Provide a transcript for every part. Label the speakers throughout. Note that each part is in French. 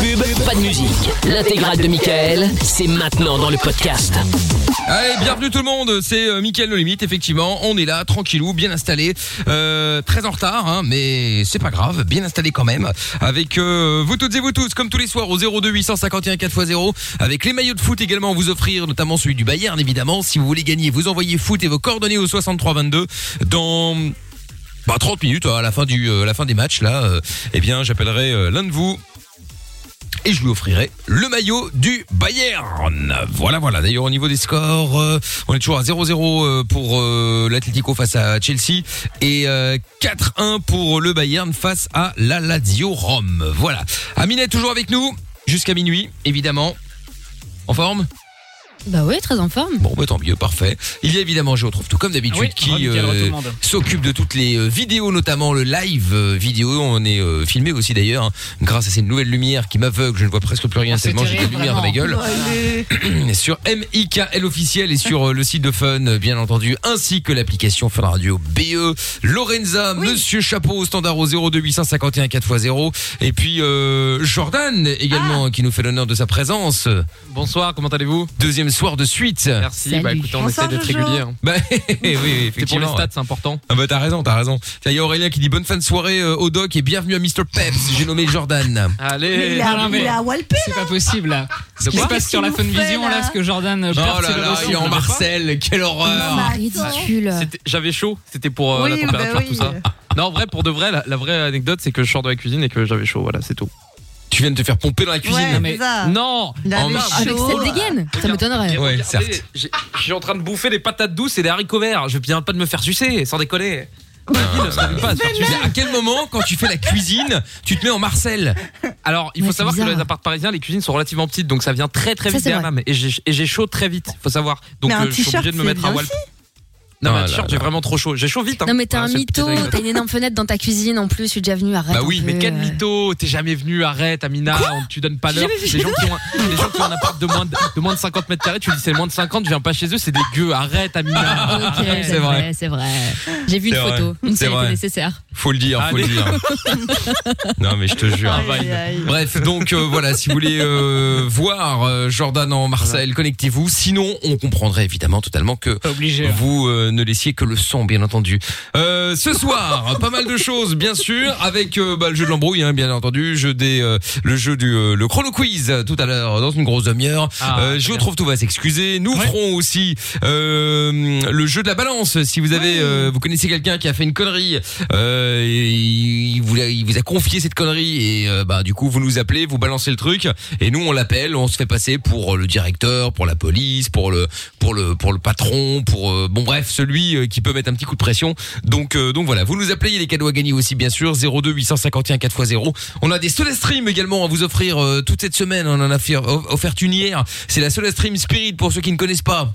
Speaker 1: pub, pas de musique. L'intégrale de Michael, c'est maintenant dans le podcast.
Speaker 2: Allez, bienvenue tout le monde, c'est euh, Mickaël No Limite, effectivement, on est là, tranquillou, bien installé, Euh, très en retard, hein, mais c'est pas grave, bien installé quand même, avec euh, vous toutes et vous tous, comme tous les soirs, au 02 851 4x0, avec les maillots de foot également à vous offrir, notamment celui du Bayern, évidemment, si vous voulez gagner, vous envoyez foot et vos coordonnées au 6322, dans... Bah 30 minutes hein, à la fin du euh, à la fin des matchs là euh, eh bien j'appellerai euh, l'un de vous et je lui offrirai le maillot du Bayern. Voilà, voilà. D'ailleurs, au niveau des scores, euh, on est toujours à 0-0 euh, pour euh, l'Atlético face à Chelsea et euh, 4-1 pour le Bayern face à la Lazio Rome. Voilà. Amina est toujours avec nous jusqu'à minuit, évidemment. En forme
Speaker 3: Bah oui, très en forme.
Speaker 2: Bon, bah tant mieux, parfait. Il y a évidemment, je retrouve tout comme d'habitude,
Speaker 3: Oui,
Speaker 2: qui
Speaker 3: Nickel,
Speaker 2: euh,
Speaker 3: tout le monde.
Speaker 2: s'occupe de toutes les euh, vidéos, notamment le live euh, vidéo. On est euh, filmé aussi d'ailleurs, hein, grâce à ces nouvelles lumières qui m'aveuglent. Je ne vois presque plus
Speaker 3: Oh,
Speaker 2: rien tellement j'ai des lumières dans ma gueule. sur MIKL officiel et sur euh, le site de Fun, euh, bien entendu, ainsi que l'application Fun Radio BE. Lorenza, Monsieur Chapeau au standard au 02851 4x0. Et puis euh, Jordan
Speaker 4: Ah.
Speaker 2: également, qui nous fait l'honneur de sa présence. Bonsoir, comment allez-vous Deuxième soir de suite.
Speaker 4: Merci, Salut. bah, écoutez, on Bonsoir, essaie d'être Jojo. régulier, hein.
Speaker 2: Bah, oui, oui,
Speaker 4: C'est pour les
Speaker 2: effectivement.
Speaker 4: stats, c'est important.
Speaker 2: Ah bah t'as raison, t'as raison. Tiens, Il y a Aurélien qui dit bonne fin de soirée euh, au doc et bienvenue à Mr. Peps, j'ai nommé Jordan.
Speaker 4: Allez,
Speaker 5: Eh, Mais il a-
Speaker 6: non, mais il a
Speaker 5: C'est pas possible là. Ce qui
Speaker 2: quoi
Speaker 5: se passe sur la
Speaker 6: Qu'est-ce qu'il nous
Speaker 5: Funvision
Speaker 6: fait,
Speaker 5: là,
Speaker 6: là
Speaker 5: ce que Jordan Ah euh, perd, c'est
Speaker 2: Oh là
Speaker 5: pas
Speaker 2: là,
Speaker 5: possible.
Speaker 2: il est en
Speaker 5: On l'a pas.
Speaker 2: Marcel, quelle horreur
Speaker 3: Ridicule.
Speaker 4: C'était- J'avais chaud, c'était pour euh,
Speaker 3: Oui,
Speaker 4: la
Speaker 3: bah
Speaker 4: température,
Speaker 3: oui.
Speaker 4: tout ça. Non, en vrai, pour de vrai, la, la vraie anecdote, c'est que je sors de la cuisine et que j'avais chaud, voilà, c'est tout.
Speaker 2: Tu viens de te faire pomper dans la
Speaker 4: cuisine
Speaker 6: Ouais, c'est ça.
Speaker 4: Non
Speaker 6: Il avait chaud.
Speaker 3: Avec cette dégaine, ça m'étonnerait.
Speaker 2: Ouais,
Speaker 4: Regardez,
Speaker 2: certes.
Speaker 4: j'ai- Je suis en train de bouffer des patates douces et des haricots verts. Je viens pas de me faire sucer, sans déconner. Ma vie ne se résume pas à se faire sucer.
Speaker 2: Mais à quel moment, quand tu fais la cuisine, tu te mets en Marcel
Speaker 4: Alors, il
Speaker 3: Ouais,
Speaker 4: faut
Speaker 3: c'est
Speaker 4: savoir que
Speaker 3: bizarre.
Speaker 4: dans les apparts parisiens, les cuisines sont relativement petites, donc ça vient très très
Speaker 3: Ça,
Speaker 4: vite
Speaker 3: c'est
Speaker 4: des
Speaker 3: vrai.
Speaker 4: hammams. Et j'ai et j'ai chaud très vite, faut savoir. Donc,
Speaker 6: Mais un
Speaker 4: euh, je suis
Speaker 6: t-shirt,
Speaker 4: obligé de me
Speaker 6: c'est
Speaker 4: mettre un
Speaker 6: bien
Speaker 4: wall. Non, mais
Speaker 2: Ah
Speaker 4: un
Speaker 2: là
Speaker 4: t-shirt, j'ai
Speaker 2: là.
Speaker 4: vraiment trop chaud. J'ai chaud vite. hein.
Speaker 3: Non mais t'es
Speaker 2: Ah,
Speaker 4: Voilà,
Speaker 3: un
Speaker 4: c'est une petite
Speaker 3: mytho,
Speaker 4: anecdote.
Speaker 3: t'as une énorme fenêtre dans ta cuisine en plus, je suis déjà venu, arrête.
Speaker 2: Bah oui,
Speaker 3: un
Speaker 4: Mais
Speaker 3: peu,
Speaker 4: quel
Speaker 3: euh.
Speaker 4: mytho T'es jamais venu, arrête Amina, on- tu donnes pas l'heure.
Speaker 3: J'ai
Speaker 4: Les gens qui ont un, les gens qui ont un appart de moins de, de moins de 50 mètres carrés, tu dis c'est moins de 50, je viens pas chez eux, c'est des gueux, arrête Amina.
Speaker 3: Ok, c'est
Speaker 2: vrai.
Speaker 3: vrai, c'est vrai. J'ai vu une
Speaker 2: C'est vrai.
Speaker 3: photo, une
Speaker 2: C'est
Speaker 3: seule
Speaker 2: vrai.
Speaker 3: était nécessaire.
Speaker 2: Faut le dire, faut
Speaker 4: Allez.
Speaker 2: le dire. non mais je te jure.
Speaker 4: Ah, vibe.
Speaker 2: Bref, donc euh, voilà, si vous voulez euh, voir euh, Jordan en Marseille, connectez-vous. Sinon, on comprendrait évidemment totalement que
Speaker 5: Pas obligé. hein.
Speaker 2: vous euh, ne laissiez que le son, bien entendu. Euh, ce soir, pas mal de choses, bien sûr, avec euh, bah, le jeu de l'embrouille, hein, bien entendu, jeu des, euh, le jeu du euh, le chrono quiz euh, tout à l'heure dans une grosse demi-heure.
Speaker 4: Ah,
Speaker 2: Euh,
Speaker 4: très
Speaker 2: je
Speaker 4: bien.
Speaker 2: trouve tout va s'excuser. Nous ferons aussi euh, le jeu de la balance. Si vous avez, euh, vous connaissez quelqu'un qui a fait une connerie, euh, et il, vous a, il vous a confié cette connerie et euh, bah du coup vous nous appelez, vous balancez le truc et nous on l'appelle, on se fait passer pour le directeur, pour la police, pour le pour le pour le patron, pour euh, bon bref celui euh, qui peut mettre un petit coup de pression. Donc euh, donc voilà, vous nous appelez, il y a des cadeaux à gagner aussi bien sûr 02 851 4x0. On a des Soda Stream également à vous offrir euh, toute cette semaine, on en a fait- euh, offert une hier. C'est la Soda Stream Spirit pour ceux qui ne connaissent pas.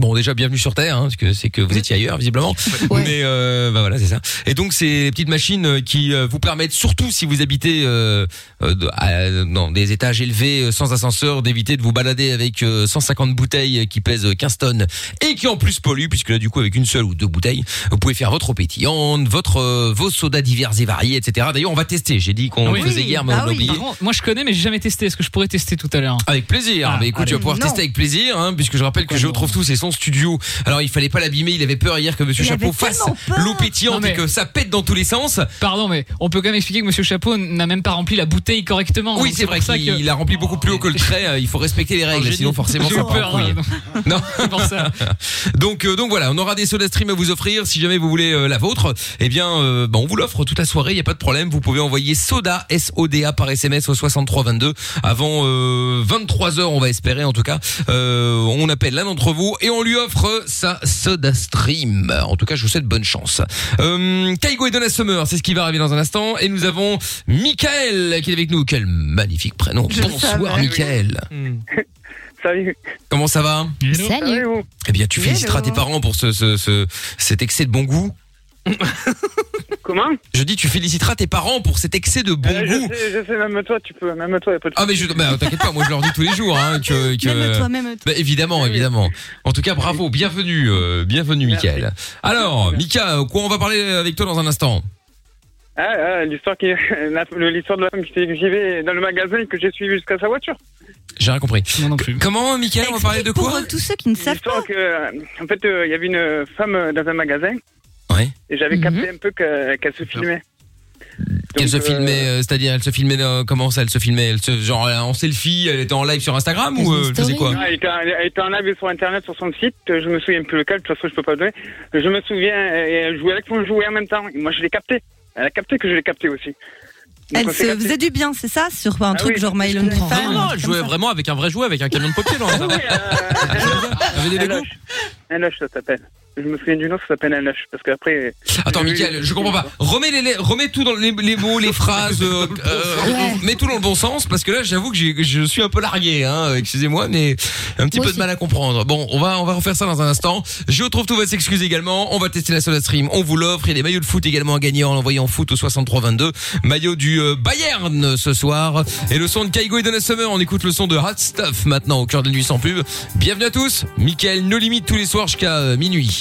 Speaker 2: Bon, déjà, bienvenue sur Terre, hein, parce que c'est que vous étiez ailleurs, visiblement.
Speaker 3: Ouais.
Speaker 2: Mais euh, bah voilà, c'est ça. Et donc, c'est les petites machines euh, qui euh, vous permettent, surtout si vous habitez euh, euh, de- à- dans des étages élevés, euh, sans ascenseur, d'éviter de vous balader avec euh, 150 bouteilles qui pèsent 15 tonnes et qui en plus polluent, puisque là, du coup, avec une seule ou deux bouteilles, vous pouvez faire votre eau pétillante, votre, euh, vos sodas divers et variés, etc. D'ailleurs, on va tester. J'ai dit qu'on
Speaker 5: Ah oui.
Speaker 2: le faisait hier, mais
Speaker 6: Ah
Speaker 2: on l'a
Speaker 6: oui.
Speaker 2: oublié.
Speaker 5: Par contre, moi je connais mais j'ai jamais testé. Est-ce que je pourrais tester tout à l'heure
Speaker 2: Avec plaisir.
Speaker 5: Ah,
Speaker 2: mais écoute, tu vas
Speaker 6: allez.
Speaker 2: pouvoir
Speaker 6: Non.
Speaker 2: tester avec plaisir, hein, puisque je rappelle que je retrouve tout, c'est son studio. Alors, il fallait pas l'abîmer. Il avait peur hier que Monsieur
Speaker 6: Il
Speaker 2: Chapeau
Speaker 6: avait
Speaker 2: fasse
Speaker 6: tellement peur.
Speaker 2: l'eau pétillante
Speaker 5: Non, mais-
Speaker 2: et que ça pète dans tous les sens.
Speaker 5: Pardon, mais on peut quand même expliquer que Monsieur Chapeau n'a même pas rempli la bouteille correctement.
Speaker 2: oui,
Speaker 5: Donc,
Speaker 2: c'est vrai
Speaker 5: pour ça
Speaker 2: qu'il a rempli beaucoup plus haut que le trait. euh, Il faut respecter les règles,
Speaker 5: J'ai
Speaker 2: sinon
Speaker 5: dit-
Speaker 2: forcément
Speaker 5: J'ai
Speaker 2: ça
Speaker 5: eu
Speaker 2: part en
Speaker 5: peur. hein.
Speaker 2: couille.
Speaker 5: oui, donc-
Speaker 2: Non.
Speaker 5: C'est pour ça.
Speaker 2: Donc, euh, donc voilà, on aura des soda stream à vous offrir. Si jamais vous voulez euh, la vôtre, eh bien, euh, bah, on vous l'offre toute la soirée. Il y a pas de problème. Vous pouvez envoyer soda S O D A par SMS au 6322 avant euh, 23 heures, on va espérer en tout cas. Euh, on appelle l'un d'entre vous et on lui offre euh, sa soda stream. En tout cas, je vous souhaite bonne chance. Euh, Kaigo et Donna Summer, c'est ce qui va arriver dans un instant. Et nous avons Michael qui est avec nous. Quel magnifique prénom.
Speaker 6: Je le
Speaker 2: Bonsoir,
Speaker 6: savais, oui. Mmh.
Speaker 2: Michael.
Speaker 4: Hmm.
Speaker 7: Salut.
Speaker 2: Comment ça va
Speaker 3: Salut.
Speaker 7: Salut.
Speaker 2: eh bien, tu
Speaker 6: Hello.
Speaker 2: féliciteras tes parents pour ce, ce- ce- cet excès de bon goût.
Speaker 7: Comment
Speaker 2: Je dis, tu féliciteras tes parents pour cet excès de bon
Speaker 7: Euh,
Speaker 2: goût.
Speaker 7: je, sais, je sais, même toi, tu peux. Même toi, il y a pas de-
Speaker 2: Ah mais je, bah, t'inquiète pas, moi je leur dis tous les jours hein, que. que-
Speaker 6: Même toi, même toi.
Speaker 2: Bah, évidemment, évidemment. En tout cas, bravo, bienvenue, euh, bienvenue,
Speaker 7: Merci.
Speaker 2: Mickaël. Alors, Mika, quoi on va parler avec toi dans un instant
Speaker 7: Ah, ah, l'histoire qui, la- l'histoire de la femme qui s'est exilée dans le magasin et que j'ai suivi jusqu'à sa voiture.
Speaker 2: J'ai rien compris.
Speaker 5: Moi non plus.
Speaker 2: Comment, Michael, on va parler de quoi
Speaker 6: Pour euh, tous ceux qui ne savent
Speaker 7: L'histoire que, euh, en fait, euh, il y avait une femme euh, dans un magasin.
Speaker 2: Ouais.
Speaker 7: Et j'avais
Speaker 3: Mhm.
Speaker 7: capté un peu que- qu'elle se filmait.
Speaker 2: Qu'elle se
Speaker 7: Donc, euh,
Speaker 2: filmait, euh, c'est-à-dire elle se filmait dans- comment ça, elle se filmait, elle se, genre euh, en selfie, elle était en live sur Instagram
Speaker 3: Dans
Speaker 2: ou
Speaker 3: une
Speaker 2: euh, elle faisait
Speaker 3: story.
Speaker 2: quoi
Speaker 7: Ah, Elle était, en- elle était en live sur internet sur son site, je me souviens plus lequel, de toute façon je peux pas le donner. Je me souviens, euh, elle jouait avec mon jouet en même temps. Et moi je l'ai capté. Elle a capté que je l'ai capté aussi. Donc,
Speaker 6: Elle
Speaker 7: on s'est
Speaker 6: se
Speaker 7: capté.
Speaker 6: faisait du bien, c'est ça Sur un
Speaker 7: Ah
Speaker 6: truc
Speaker 7: oui.
Speaker 6: genre My Lonely
Speaker 3: Non,
Speaker 6: Farm,
Speaker 4: Non, non,
Speaker 6: un
Speaker 4: elle
Speaker 6: truc
Speaker 4: jouait
Speaker 6: comme ça.
Speaker 4: vraiment avec un vrai jouet, avec un camion de hein, papier, là.
Speaker 7: Oui, euh,
Speaker 4: Elle avait des
Speaker 7: un
Speaker 4: Legos.
Speaker 7: lâche. Un lâche, ça s'appelle. Je me souviens du nom, ça s'appelle un lâche. Parce qu'après.
Speaker 2: Attends,
Speaker 7: Oui,
Speaker 2: Michael,
Speaker 7: oui,
Speaker 2: je
Speaker 7: oui.
Speaker 2: comprends pas. Remets les, les- remets tout dans les, les mots, les phrases, euh, euh,
Speaker 3: Ouais.
Speaker 2: mets tout dans le bon sens parce que là, j'avoue que j'ai- je suis un peu largué. Hein, Excusez-moi, mais un petit
Speaker 3: Moi
Speaker 2: peu de
Speaker 3: aussi.
Speaker 2: mal à comprendre. Bon, on va on va refaire ça dans un instant. Je trouve tout va s'excuser également. On va tester la Soda Stream. On vous l'offre. Il y a des maillots de foot également à gagner en envoyant foot au 6322. Maillot du euh, Bayern ce soir et le son de Kaigo et Donna Summer. On écoute le son de Hot Stuff maintenant au cœur de la nuit sans pub. Bienvenue à tous. Michael, nos limites tous les soirs jusqu'à euh, minuit.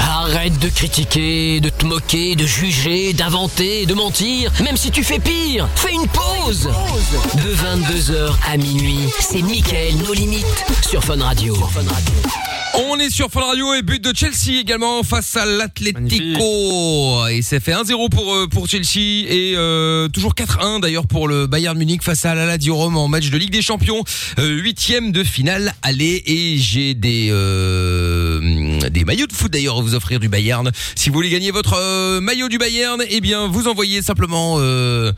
Speaker 1: Arrête de critiquer, de te moquer, de juger, d'inventer, de mentir. Même si tu fais pire, fais une pause. De 22h à minuit, c'est Mickaël, nos limites, sur Fun Radio.
Speaker 2: On est sur Fun Radio et but de Chelsea également face à l'Atlético. Et c'est fait 1-0 pour euh, pour Chelsea et euh, toujours 4-1 d'ailleurs pour le Bayern Munich face à l'Aladi Rome en match de Ligue des Champions, Euh, huitième de finale aller et j'ai des euh, des maillots de foot d'ailleurs à vous offrir du Bayern. Si vous voulez gagner votre euh, maillot du Bayern, eh bien vous envoyez simplement euh,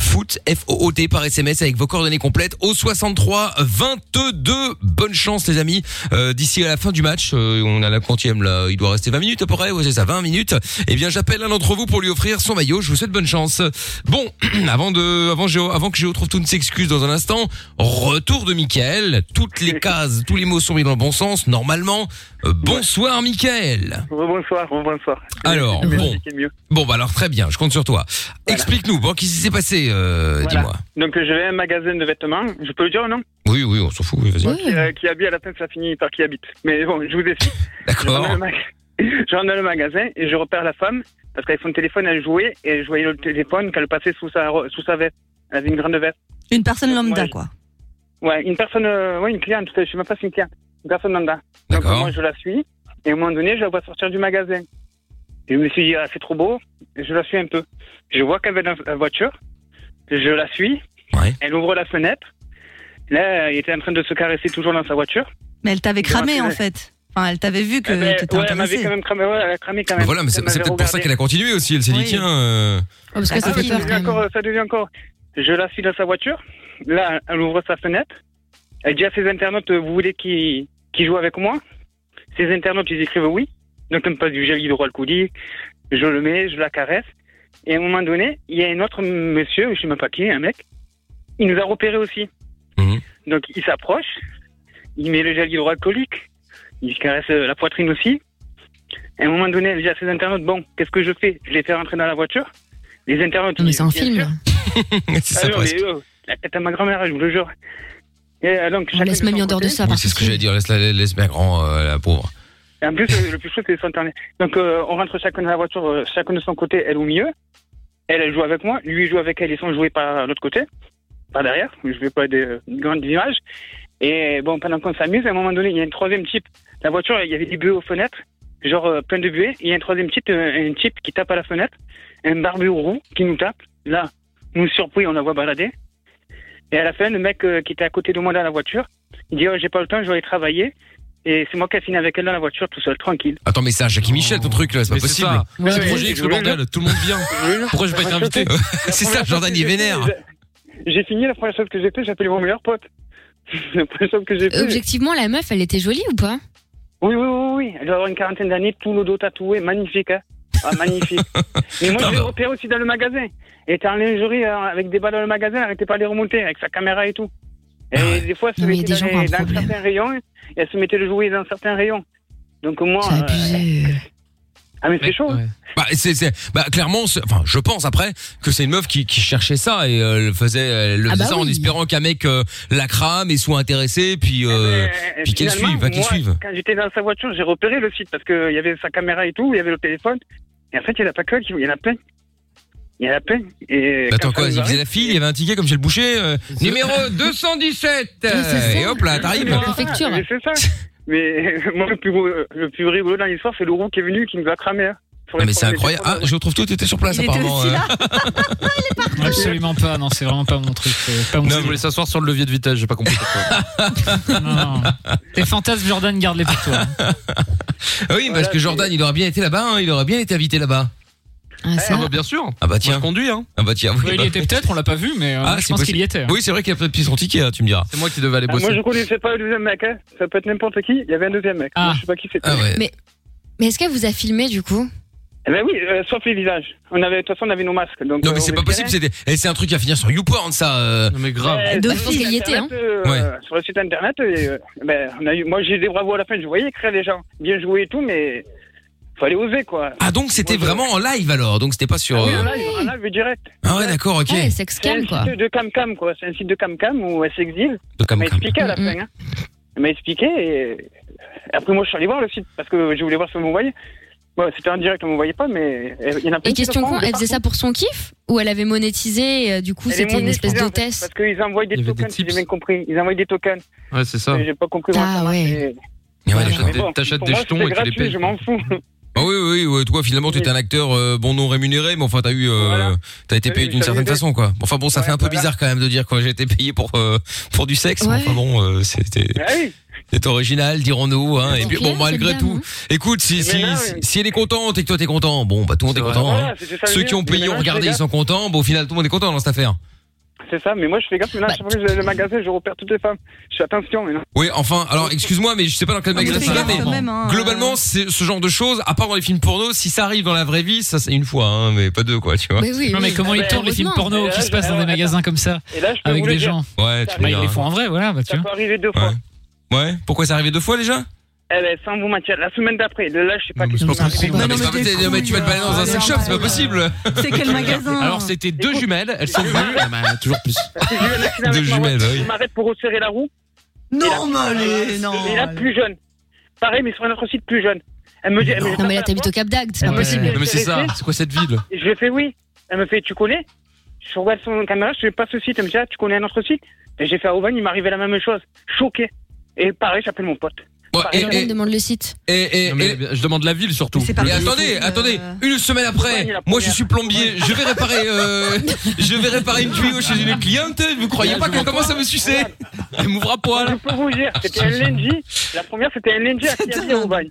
Speaker 2: Foot, F-O-O-T par SMS avec vos coordonnées complètes au 63 22. Bonne chance les amis. Euh, D'ici à la fin du match, euh, on a la quantième là, il doit rester 20 minutes à peu près, ouais c'est ça, 20 minutes. Eh bien j'appelle un d'entre vous pour lui offrir son maillot, je vous souhaite bonne chance. Bon, avant de avant, Géo- avant que Géo trouve toutes ses excuses dans un instant, retour de Michael. Toutes les cases, tous les mots sont mis dans le bon sens, normalement. Euh, bonsoir Michael.
Speaker 7: Rebonsoir, rebonsoir.
Speaker 2: Alors,
Speaker 7: C'est
Speaker 2: bon.
Speaker 7: compliqué mieux.
Speaker 2: Bon bah alors très bien, je compte sur toi. Explique-nous, bon qu'est-ce qui s'est passé, euh,
Speaker 7: Voilà.
Speaker 2: dis-moi.
Speaker 7: Donc je vais à un magasin de vêtements, je peux le dire ou non
Speaker 2: Oui, oui, on s'en fout, oui, vas-y.
Speaker 3: Oui.
Speaker 7: Euh, Qui habille à la fin, ça finit par qui habite. Mais bon, je vous explique. Je rentre
Speaker 2: D'accord.
Speaker 7: dans le mag- je rentre dans le magasin et je repère la femme parce qu'avec son téléphone, elle jouait et je voyais le téléphone qu'elle passait sous sa, ro- sous sa veste. Elle avait une grande veste.
Speaker 6: Une personne lambda,
Speaker 7: Ouais.
Speaker 6: quoi.
Speaker 7: Ouais, une personne, euh, ouais, une cliente, je sais même pas si c'est une cliente, une personne lambda. Donc
Speaker 2: D'accord.
Speaker 7: moi, je la suis et à un moment donné, je la vois sortir du magasin. Et je me suis dit, ah, c'est trop beau, et je la suis un peu. Je vois qu'elle va dans la voiture, je la suis,
Speaker 2: Ouais.
Speaker 7: elle ouvre la fenêtre. Là, il était en train de se caresser toujours dans sa voiture.
Speaker 6: Mais elle t'avait
Speaker 7: Ils ont
Speaker 6: cramé, en
Speaker 7: intérêt.
Speaker 6: fait. Enfin, elle t'avait vu que
Speaker 7: Eh ben,
Speaker 6: t'étais
Speaker 7: ouais, elle m'avait
Speaker 6: intéressé.
Speaker 7: quand même cramé, ouais, elle a cramé quand même.
Speaker 2: Voilà, mais c'est
Speaker 7: Elle m'avait
Speaker 2: c'est peut-être pour ça
Speaker 7: regardé.
Speaker 2: qu'elle a continué aussi. Elle s'est dit,
Speaker 6: Oui.
Speaker 2: tiens, euh,
Speaker 3: Oh, parce que
Speaker 6: Ah
Speaker 3: ça
Speaker 6: oui,
Speaker 3: fait
Speaker 7: ça
Speaker 3: peur
Speaker 7: devient
Speaker 3: quand même.
Speaker 7: encore, ça devient encore. Je la suis dans sa voiture. Là, elle ouvre sa fenêtre. Elle dit à ses internautes, euh, vous voulez qu'ils qu'ils jouent avec moi Ses internautes, ils écrivent oui. Donc, elle me passe du gel hydroalcoolique. Je le mets, je la caresse. Et à un moment donné, il y a un autre monsieur, je sais même pas qui, un mec. Il nous a repérés aussi.
Speaker 2: Mhm.
Speaker 7: Donc, il s'approche. Il met le gel hydroalcoolique. Il caresse euh, la poitrine aussi. Et à un moment donné, elle dit à ses internautes, bon, qu'est-ce que je fais Je les fais rentrer dans la voiture. Les internautes...
Speaker 3: Non, mais
Speaker 7: ils-
Speaker 3: c'est un
Speaker 7: bien sûr.
Speaker 3: film.
Speaker 2: c'est
Speaker 7: Ah
Speaker 2: ça
Speaker 7: non,
Speaker 2: presque.
Speaker 7: mais, euh, la tête à ma grand-mère, je vous le jure. Et, euh, donc,
Speaker 3: On
Speaker 7: chacun
Speaker 3: laisse même
Speaker 7: son
Speaker 3: mis en dehors de
Speaker 7: côté.
Speaker 3: ça.
Speaker 2: Oui,
Speaker 3: par
Speaker 2: c'est ce
Speaker 3: contre.
Speaker 2: que j'allais dire. Laisse-la, laisse bien grand, euh, la pauvre.
Speaker 7: Et en plus, euh, le plus chaud, c'est sur Internet. Donc, euh, on rentre chacun dans la voiture, euh, chacun de son côté, elle au milieu. Elle, elle joue avec moi. Lui, il joue avec elle. Ils sont joués par l'autre côté, par derrière. Je vais pas des euh, grandes images. Et bon, pendant qu'on s'amuse, à un moment donné, il y a un troisième type. La voiture, il y avait des buées aux fenêtres, genre euh, plein de buées. Il y a un troisième type, euh, un type qui tape à la fenêtre, un barbu roux qui nous tape. Là, nous surpris, on la voit balader. Et à la fin, le mec euh, qui était à côté de moi dans la voiture, il dit oh, J'ai pas le temps, je vais aller travailler. Et c'est moi qui ai fini avec elle dans la voiture, tout seul, tranquille.
Speaker 2: Attends, mais c'est un Jackie Michel, ton truc, là. C'est pas
Speaker 4: Mais
Speaker 2: possible.
Speaker 4: ça.
Speaker 3: Ouais,
Speaker 4: C'est
Speaker 3: ouais.
Speaker 4: Projet X, le bordel. Tout le monde vient. Pourquoi je vais pas être invité
Speaker 2: C'est ça, Jordan, il est vénère.
Speaker 7: J'ai fini, la première chose que j'ai fait, j'ai appelé mon meilleur pote. la première chose que j'ai fait.
Speaker 3: Objectivement, la meuf, elle était jolie ou pas
Speaker 7: Oui, oui, oui, oui. Elle doit avoir une quarantaine d'années, tout le dos tatoué, magnifique. Hein ah, magnifique. Mais moi,
Speaker 2: Ah
Speaker 7: je l'ai
Speaker 2: bah.
Speaker 7: repéré aussi dans le magasin. Elle était en lingerie euh, avec des balles dans le magasin, elle n'arrêtait pas à les remonter avec sa caméra et tout. Et
Speaker 2: Ah ouais.
Speaker 7: des fois, elle se
Speaker 3: Non, mais
Speaker 7: mettait
Speaker 3: des gens qui ont
Speaker 7: dans,
Speaker 3: un
Speaker 7: les- dans
Speaker 3: problème.
Speaker 7: certains rayons et elle se mettait le jouet dans certains rayons. Donc, moi.
Speaker 3: C'est
Speaker 7: euh,
Speaker 3: abusé.
Speaker 7: ah, mais c'est chaud.
Speaker 4: Ouais.
Speaker 2: Bah, c'est, c'est, bah, clairement, c'est- enfin, je pense après que c'est une meuf qui, qui cherchait ça et euh, elle faisait, elle le
Speaker 3: Ah
Speaker 2: faisait
Speaker 3: bah
Speaker 2: ça en
Speaker 3: oui.
Speaker 2: espérant qu'un mec euh, la crame et soit intéressé, puis. Euh...
Speaker 7: Mais,
Speaker 2: puis qu'elle
Speaker 7: Eh ben, finalement,
Speaker 2: suive, pas qu'elle
Speaker 7: moi,
Speaker 2: suive.
Speaker 7: Quand j'étais dans sa voiture, j'ai repéré le site parce qu'il y avait sa caméra et tout, il y avait le téléphone. Et en fait, il n'y en a pas que elle, qui- il y en a plein. Il y a la peine. Et
Speaker 2: Bah, Attends
Speaker 7: quand ça
Speaker 2: quoi,
Speaker 7: nous
Speaker 2: il faisait
Speaker 7: arrive- hein.
Speaker 2: la file, il y avait un ticket comme chez le boucher, euh, numéro 217 euh, Et hop là, t'arrives
Speaker 3: la préfecture.
Speaker 7: Mais c'est ça. Mais moi, le plus, gros- le plus rigolo dans l'histoire, c'est le roux qui est venu qui nous a cramé. hein, sur
Speaker 2: Non
Speaker 7: les
Speaker 2: mais c'est
Speaker 7: premiers
Speaker 2: incroyable. Ah,
Speaker 7: décembre.
Speaker 2: je retrouve tout, t'étais sur place
Speaker 6: Il était
Speaker 2: apparemment.
Speaker 6: aussi
Speaker 2: euh.
Speaker 6: là.
Speaker 5: Absolument pas, non, c'est vraiment pas mon truc. euh, Pas mon
Speaker 4: Je voulais s'asseoir sur le levier de vitesse, j'ai pas compris pourquoi.
Speaker 5: truc, non, non. Tes fantasmes, Jordan, garde-les pour toi.
Speaker 2: Ah oui, parce
Speaker 7: Voilà,
Speaker 2: que Jordan, il aurait bien été là-bas, hein, il aurait bien été invité là-bas.
Speaker 3: Ah, ça.
Speaker 4: Ah bah bien sûr.
Speaker 2: Ah bah
Speaker 4: Tiens,
Speaker 2: tiens,
Speaker 4: conduit hein.
Speaker 2: ah bah tiens. Oui,
Speaker 5: Ouais, il
Speaker 2: bah.
Speaker 5: y était peut-être, on l'a pas vu, mais euh,
Speaker 2: Ah,
Speaker 5: je
Speaker 2: c'est
Speaker 5: pense qu'il
Speaker 2: possible.
Speaker 5: y était.
Speaker 2: Oui, c'est vrai qu'il a peut-être pris son ticket, hein, tu me diras.
Speaker 4: C'est moi qui devais aller
Speaker 7: Ah, moi, je
Speaker 4: bosser.
Speaker 7: connaissais pas le deuxième mec. hein. Ça peut être n'importe qui. Il y avait un deuxième mec.
Speaker 5: Ah.
Speaker 7: Moi, je sais pas qui c'était.
Speaker 2: Ah ouais.
Speaker 3: Mais- Mais est-ce qu'elle vous a filmé du coup
Speaker 7: Eh ben oui, euh, sauf les visages. On avait, de toute façon, on avait nos masques. Donc,
Speaker 2: Non
Speaker 7: euh,
Speaker 2: mais c'est
Speaker 7: on
Speaker 2: pas
Speaker 7: était
Speaker 2: possible,
Speaker 7: bien.
Speaker 2: c'était eh, c'est un truc à finir sur YouPorn ça. euh.
Speaker 4: Non mais grave.
Speaker 7: Ouais,
Speaker 6: De
Speaker 7: sur le
Speaker 3: fil,
Speaker 7: site
Speaker 3: il y était, hein.
Speaker 7: internet, euh,
Speaker 2: Ouais.
Speaker 7: Sur le site internet, et, euh, ben, on a eu, moi j'ai des bravos à la fin, je voyais écrire les gens. Bien joué et tout, mais fallait oser quoi.
Speaker 2: Ah donc c'était
Speaker 7: Moi, je-
Speaker 2: vraiment en live alors, donc c'était pas sur
Speaker 7: Ah Oui, hein.
Speaker 2: euh,
Speaker 7: en live, en live direct.
Speaker 2: Ah ouais, d'accord, OK.
Speaker 3: Ouais,
Speaker 7: C'est un
Speaker 3: sexcam quoi.
Speaker 7: site de Camcam quoi. C'est un site de Camcam où elle s'exile.
Speaker 2: Donc,
Speaker 7: Elle
Speaker 2: comme-
Speaker 7: m'a
Speaker 2: comme-
Speaker 7: expliqué à la
Speaker 3: Mm,
Speaker 7: fin. Hein. Elle m'a expliqué et après moi je suis allé voir le site parce que je voulais voir ce que vous voyez. Bon, c'était en direct, on ne me voyait pas, mais euh, il y en a plein
Speaker 3: Et
Speaker 7: qui le
Speaker 3: question
Speaker 7: font,
Speaker 3: con,
Speaker 7: de
Speaker 3: elle faisait
Speaker 7: partout.
Speaker 3: ça pour son kiff Ou elle avait monétisé et, euh, du coup
Speaker 7: Elle est
Speaker 3: c'était une
Speaker 7: monétisée,
Speaker 3: espèce
Speaker 7: en fait,
Speaker 3: d'hôtesse
Speaker 7: Parce qu'ils envoient
Speaker 4: Il y
Speaker 7: des
Speaker 4: avait des
Speaker 7: tokens, si j'ai
Speaker 4: tips.
Speaker 7: bien compris. Ils envoient des tokens.
Speaker 4: Ouais, c'est ça.
Speaker 7: Mais J'ai pas compris.
Speaker 3: Ah
Speaker 7: comment ça
Speaker 3: ouais.
Speaker 7: marchait.
Speaker 2: Ah
Speaker 3: Ouais.
Speaker 2: ouais, d'accord.
Speaker 4: T'achètes des- T'achètes
Speaker 7: Bah, Pour
Speaker 4: des
Speaker 7: moi,
Speaker 4: jetons
Speaker 7: c'était
Speaker 4: et tu
Speaker 7: gratuit,
Speaker 4: les payes.
Speaker 7: Je m'en fous.
Speaker 2: Ah oui, oui, oui, toi finalement tu étais un acteur euh, bon non rémunéré, mais enfin t'as eu, euh,
Speaker 7: Voilà.
Speaker 2: t'as été
Speaker 7: T'as
Speaker 2: payé
Speaker 7: eu-
Speaker 2: d'une
Speaker 7: t'as eu
Speaker 2: certaine
Speaker 7: des-
Speaker 2: façon quoi. Enfin bon, ça
Speaker 7: Ouais,
Speaker 2: fait un peu
Speaker 7: voilà.
Speaker 2: bizarre quand même de dire quand j'ai été payé pour euh, pour du sexe. mais
Speaker 3: Ouais.
Speaker 2: enfin bon, euh, c'était
Speaker 7: Ah oui.
Speaker 2: c'est original, dirons-nous. Hein. Et
Speaker 3: C'est hein.
Speaker 2: puis
Speaker 3: clair,
Speaker 2: bon, malgré
Speaker 3: cette
Speaker 2: tout,
Speaker 3: dame,
Speaker 2: écoute, si
Speaker 7: Mais
Speaker 2: si,
Speaker 7: non,
Speaker 2: si
Speaker 7: mais-
Speaker 2: si elle est contente et que toi t'es content, bon bah tout le monde est
Speaker 4: C'est vrai.
Speaker 2: content. hein.
Speaker 7: Voilà, c'était ça le
Speaker 2: Ceux
Speaker 7: lien.
Speaker 2: qui ont
Speaker 7: Mais
Speaker 2: payé ont
Speaker 7: maintenant, je
Speaker 2: regardé,
Speaker 7: fais
Speaker 2: ils sont contents. Bon, au final tout le monde est content dans cette affaire.
Speaker 7: gaffe. C'est ça, mais moi je fais gaffe, maintenant,
Speaker 3: Bah,
Speaker 7: chaque fois que je vais au magasin, je repère toutes les femmes. Je fais attention maintenant.
Speaker 2: Oui, enfin, alors excuse-moi, mais je sais pas dans quel
Speaker 6: On
Speaker 2: magasin
Speaker 6: fait
Speaker 2: ça va,
Speaker 6: gaffe
Speaker 2: mais
Speaker 6: Ah, quand même, hein.
Speaker 2: globalement c'est ce genre de choses, à part dans les films porno, si ça arrive dans la vraie vie, ça c'est une fois, hein, mais pas deux quoi, tu vois.
Speaker 3: Mais oui,
Speaker 5: Non, mais
Speaker 3: oui.
Speaker 5: comment ils
Speaker 7: bah,
Speaker 5: tournent les films
Speaker 3: heureusement.
Speaker 5: porno
Speaker 7: Mais là,
Speaker 5: qui se passent
Speaker 7: je-
Speaker 5: dans des
Speaker 7: alors,
Speaker 5: magasins comme ça,
Speaker 7: Et là, je peux
Speaker 5: avec
Speaker 7: vous le
Speaker 5: des
Speaker 7: dire,
Speaker 5: gens
Speaker 7: Bah,
Speaker 5: Bah,
Speaker 2: Ouais, tu peux
Speaker 5: ils
Speaker 2: dire,
Speaker 5: les
Speaker 2: hein.
Speaker 5: font en vrai, voilà, bah, tu
Speaker 7: Ça
Speaker 5: vois.
Speaker 7: peut arriver deux fois.
Speaker 2: Ouais. Ouais. Pourquoi ça arrivait deux fois déjà
Speaker 7: Eh ben, sans vous mentir, la semaine d'après, le là, je sais pas
Speaker 5: Non,
Speaker 7: qu'est-ce
Speaker 5: mais
Speaker 7: qui
Speaker 5: c'est pas
Speaker 7: m'arrive.
Speaker 5: possible.
Speaker 2: Non,
Speaker 6: Mais
Speaker 2: mais,
Speaker 6: non,
Speaker 2: c'est pas
Speaker 6: mais t'es
Speaker 2: possible, mais tu vas
Speaker 6: couille,
Speaker 2: te balader dans un
Speaker 6: euh,
Speaker 2: sex shop, c'est pas
Speaker 6: normal.
Speaker 2: possible.
Speaker 6: C'est quel magasin
Speaker 4: Alors c'était deux jumelles, elles sont venues, Ah bah, toujours plus.
Speaker 7: Parce que j'ai eu un accident avec
Speaker 2: Deux
Speaker 7: ma
Speaker 2: jumelles,
Speaker 7: voiture,
Speaker 4: euh,
Speaker 2: oui.
Speaker 7: Il m'arrête pour resserrer la roue.
Speaker 6: Non, mais allez, non.
Speaker 7: Et là, plus jeune. Pareil, mais sur un autre site plus jeune. Elle me dit. elle me dit,
Speaker 3: Non mais là
Speaker 7: Papa,
Speaker 3: t'habites au Cap d'Agde, c'est pas
Speaker 5: Ouais.
Speaker 3: possible.
Speaker 4: Non mais c'est ça, c'est quoi cette ville
Speaker 7: Et Ah, Je lui ai fait oui. Elle me fait, tu connais Je regarde son caméra, je fais pas ce site. Elle me dit, ah, tu connais un autre site Et j'ai fait à Ovan, il m'arrivait la même chose. Choqué. Et pareil, j'appelle mon pote.
Speaker 2: Bon, et,
Speaker 3: Et Jordan
Speaker 2: et,
Speaker 3: demande le site.
Speaker 2: et, et-
Speaker 4: Non, mais
Speaker 2: et-
Speaker 4: Je demande la ville surtout.
Speaker 6: C'est pas-
Speaker 2: et
Speaker 6: Euh,
Speaker 2: attendez,
Speaker 6: euh,
Speaker 2: attendez, une semaine
Speaker 7: Ouais,
Speaker 2: après,
Speaker 7: il y a la
Speaker 2: moi je
Speaker 7: première.
Speaker 2: suis plombier, je vais réparer, euh, je vais réparer une tuyau chez une cliente. Vous croyez pas qu'elle commence à me sucer Elle m'ouvre à
Speaker 7: Je
Speaker 2: poil.
Speaker 7: peux vous dire, c'était un lundi. La première, c'était un lundi à Kiabi à Aubagne.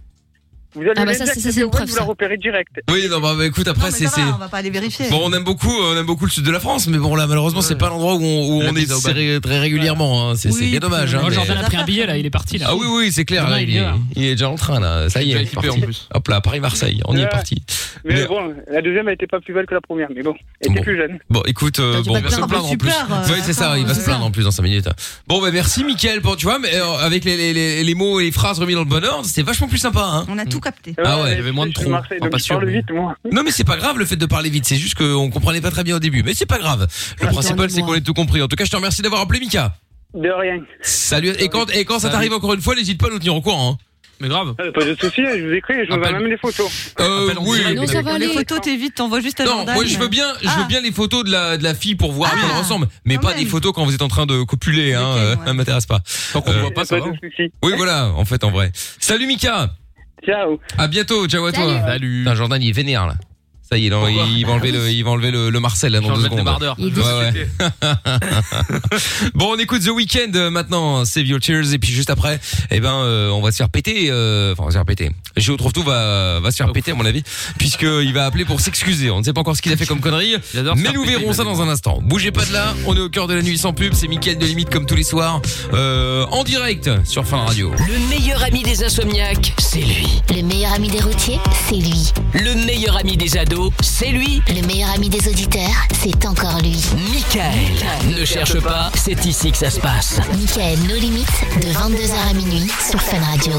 Speaker 7: Vous allez
Speaker 3: Ah, bah
Speaker 7: lundi
Speaker 3: ça,
Speaker 7: à
Speaker 3: c'est- ça,
Speaker 7: Kiabi
Speaker 3: c'est
Speaker 7: à
Speaker 3: une
Speaker 7: Aubagne,
Speaker 3: preuve,
Speaker 7: vous la
Speaker 3: ça.
Speaker 7: repérez direct.
Speaker 2: Oui, non, bah bah, écoute,
Speaker 6: Non,
Speaker 2: après
Speaker 6: mais
Speaker 2: c'est
Speaker 6: ça
Speaker 2: c'est.
Speaker 6: va, on va pas aller vérifier.
Speaker 2: Bon, on aime beaucoup, on aime beaucoup le sud de la France, mais bon là, malheureusement, c'est pas l'endroit où on, où
Speaker 4: La
Speaker 2: on est
Speaker 4: pizza au bac.
Speaker 2: serré très régulièrement. hein. C'est c'est
Speaker 6: Oui,
Speaker 2: bien
Speaker 6: puis
Speaker 2: dommage.
Speaker 6: on-
Speaker 2: hein,
Speaker 5: Moi,
Speaker 2: mais-
Speaker 5: Jordan a pris un billet là, il est parti là.
Speaker 2: Ah oui, oui, c'est clair.
Speaker 5: Demain,
Speaker 2: là,
Speaker 5: il
Speaker 2: il, est,
Speaker 5: vient.
Speaker 2: il est déjà en train là. Ça y
Speaker 4: Il
Speaker 2: est,
Speaker 4: est
Speaker 2: il est
Speaker 4: équipé en
Speaker 2: parti.
Speaker 4: plus.
Speaker 2: Hop là, Paris-Marseille, on y est
Speaker 7: Ouais.
Speaker 2: parti.
Speaker 7: Mais
Speaker 2: Mais-
Speaker 7: bon, la deuxième, elle était pas plus belle que la première. Mais bon, elle était
Speaker 2: Bon.
Speaker 7: plus jeune.
Speaker 2: Bon, écoute, euh,
Speaker 3: Toi, tu
Speaker 2: bon,
Speaker 3: vas
Speaker 2: il
Speaker 3: te
Speaker 2: va se
Speaker 3: plaindre.
Speaker 2: plaindre en plus.
Speaker 6: Super, euh,
Speaker 2: oui, c'est ça,
Speaker 6: attends,
Speaker 2: il va se
Speaker 6: euh,
Speaker 2: plaindre en plus dans 5 minutes. Bon, bah merci Mickaël pour, tu vois, mais euh, avec les, les, les, les mots et les phrases remis dans le bon ordre, c'était vachement plus sympa, hein.
Speaker 6: On a tout capté.
Speaker 2: Ah ouais, il y
Speaker 4: avait moins de
Speaker 7: je suis
Speaker 4: trous.
Speaker 7: Marseille,
Speaker 4: Enfin,
Speaker 7: donc
Speaker 4: pas
Speaker 7: je
Speaker 4: sûr,
Speaker 7: parle
Speaker 4: mais-
Speaker 7: vite, moi.
Speaker 2: Non, mais c'est pas grave le fait de parler vite, c'est juste qu'on comprenait pas très bien au début, mais c'est pas grave. Le
Speaker 3: Ah,
Speaker 2: principal, c'est
Speaker 3: pardonne-moi.
Speaker 2: qu'on ait tout compris. En tout cas, je te remercie d'avoir appelé Mika.
Speaker 7: De rien.
Speaker 2: Salut, et quand, et quand ça t'arrive encore une fois, n'hésite pas à nous tenir au courant, hein.
Speaker 4: Mais grave.
Speaker 7: Euh, Pas de soucis, je vous écris et je vous
Speaker 2: Appelle-
Speaker 7: envoie même les photos.
Speaker 2: Euh,
Speaker 4: Appelle en
Speaker 2: oui.
Speaker 4: direct.
Speaker 3: Non, ça va
Speaker 6: Les
Speaker 3: aller.
Speaker 6: photos, t'évites, t'envoies juste à
Speaker 2: Non,
Speaker 6: Jordan.
Speaker 2: moi je veux bien, je veux
Speaker 6: Ah.
Speaker 2: bien les photos de la de la fille pour voir
Speaker 6: Ah.
Speaker 2: qu'on est ensemble, mais
Speaker 6: Quand
Speaker 2: pas
Speaker 6: même.
Speaker 2: des photos quand vous êtes en train de copuler, hein,
Speaker 6: Ok,
Speaker 2: euh,
Speaker 6: ouais.
Speaker 2: ça m'intéresse pas.
Speaker 4: Tant qu'on
Speaker 2: Euh,
Speaker 4: ne voit pas, ça
Speaker 7: Pas
Speaker 4: va.
Speaker 7: de soucis.
Speaker 2: Oui, voilà, en fait, en vrai. Salut Mika.
Speaker 7: Ciao.
Speaker 2: À bientôt, ciao à toi.
Speaker 3: Salut.
Speaker 2: Salut. Ah. Putain, Jordan, il est vénère là. Ça y est, non,
Speaker 4: Pourquoi
Speaker 2: il, va enlever le, il va enlever le, le Marcel là,
Speaker 4: Je vais
Speaker 2: dans deux
Speaker 4: mettre les
Speaker 2: secondes.
Speaker 4: bardeurs.
Speaker 3: Il est
Speaker 2: Ouais, ouais. bon, on écoute The Weeknd euh, maintenant, Save Your Tears, et puis juste après, eh ben, euh, on va se faire péter. euh, Enfin, on va se faire péter. Géo trouve tout va va se faire péter à mon avis, puisque il va appeler pour s'excuser. On ne sait pas encore ce qu'il a fait comme connerie.
Speaker 4: J'adore se
Speaker 2: Mais
Speaker 4: faire
Speaker 2: nous
Speaker 4: péter,
Speaker 2: verrons ça
Speaker 4: Emmanuel.
Speaker 2: dans un instant. Bougez pas de là, on est au cœur de la nuit sans pub, c'est Mickaël de Limite comme tous les soirs, euh, en direct sur Fin Radio.
Speaker 1: Le meilleur ami des insomniaques, c'est lui.
Speaker 8: Le meilleur ami des routiers, c'est lui.
Speaker 1: Le meilleur ami des ados, c'est lui.
Speaker 8: Le meilleur ami des auditeurs, c'est encore lui.
Speaker 1: Michael. Ne cherche pas, c'est ici que ça se passe.
Speaker 8: Michael, nos limites, de 22h à minuit sur Fun Radio.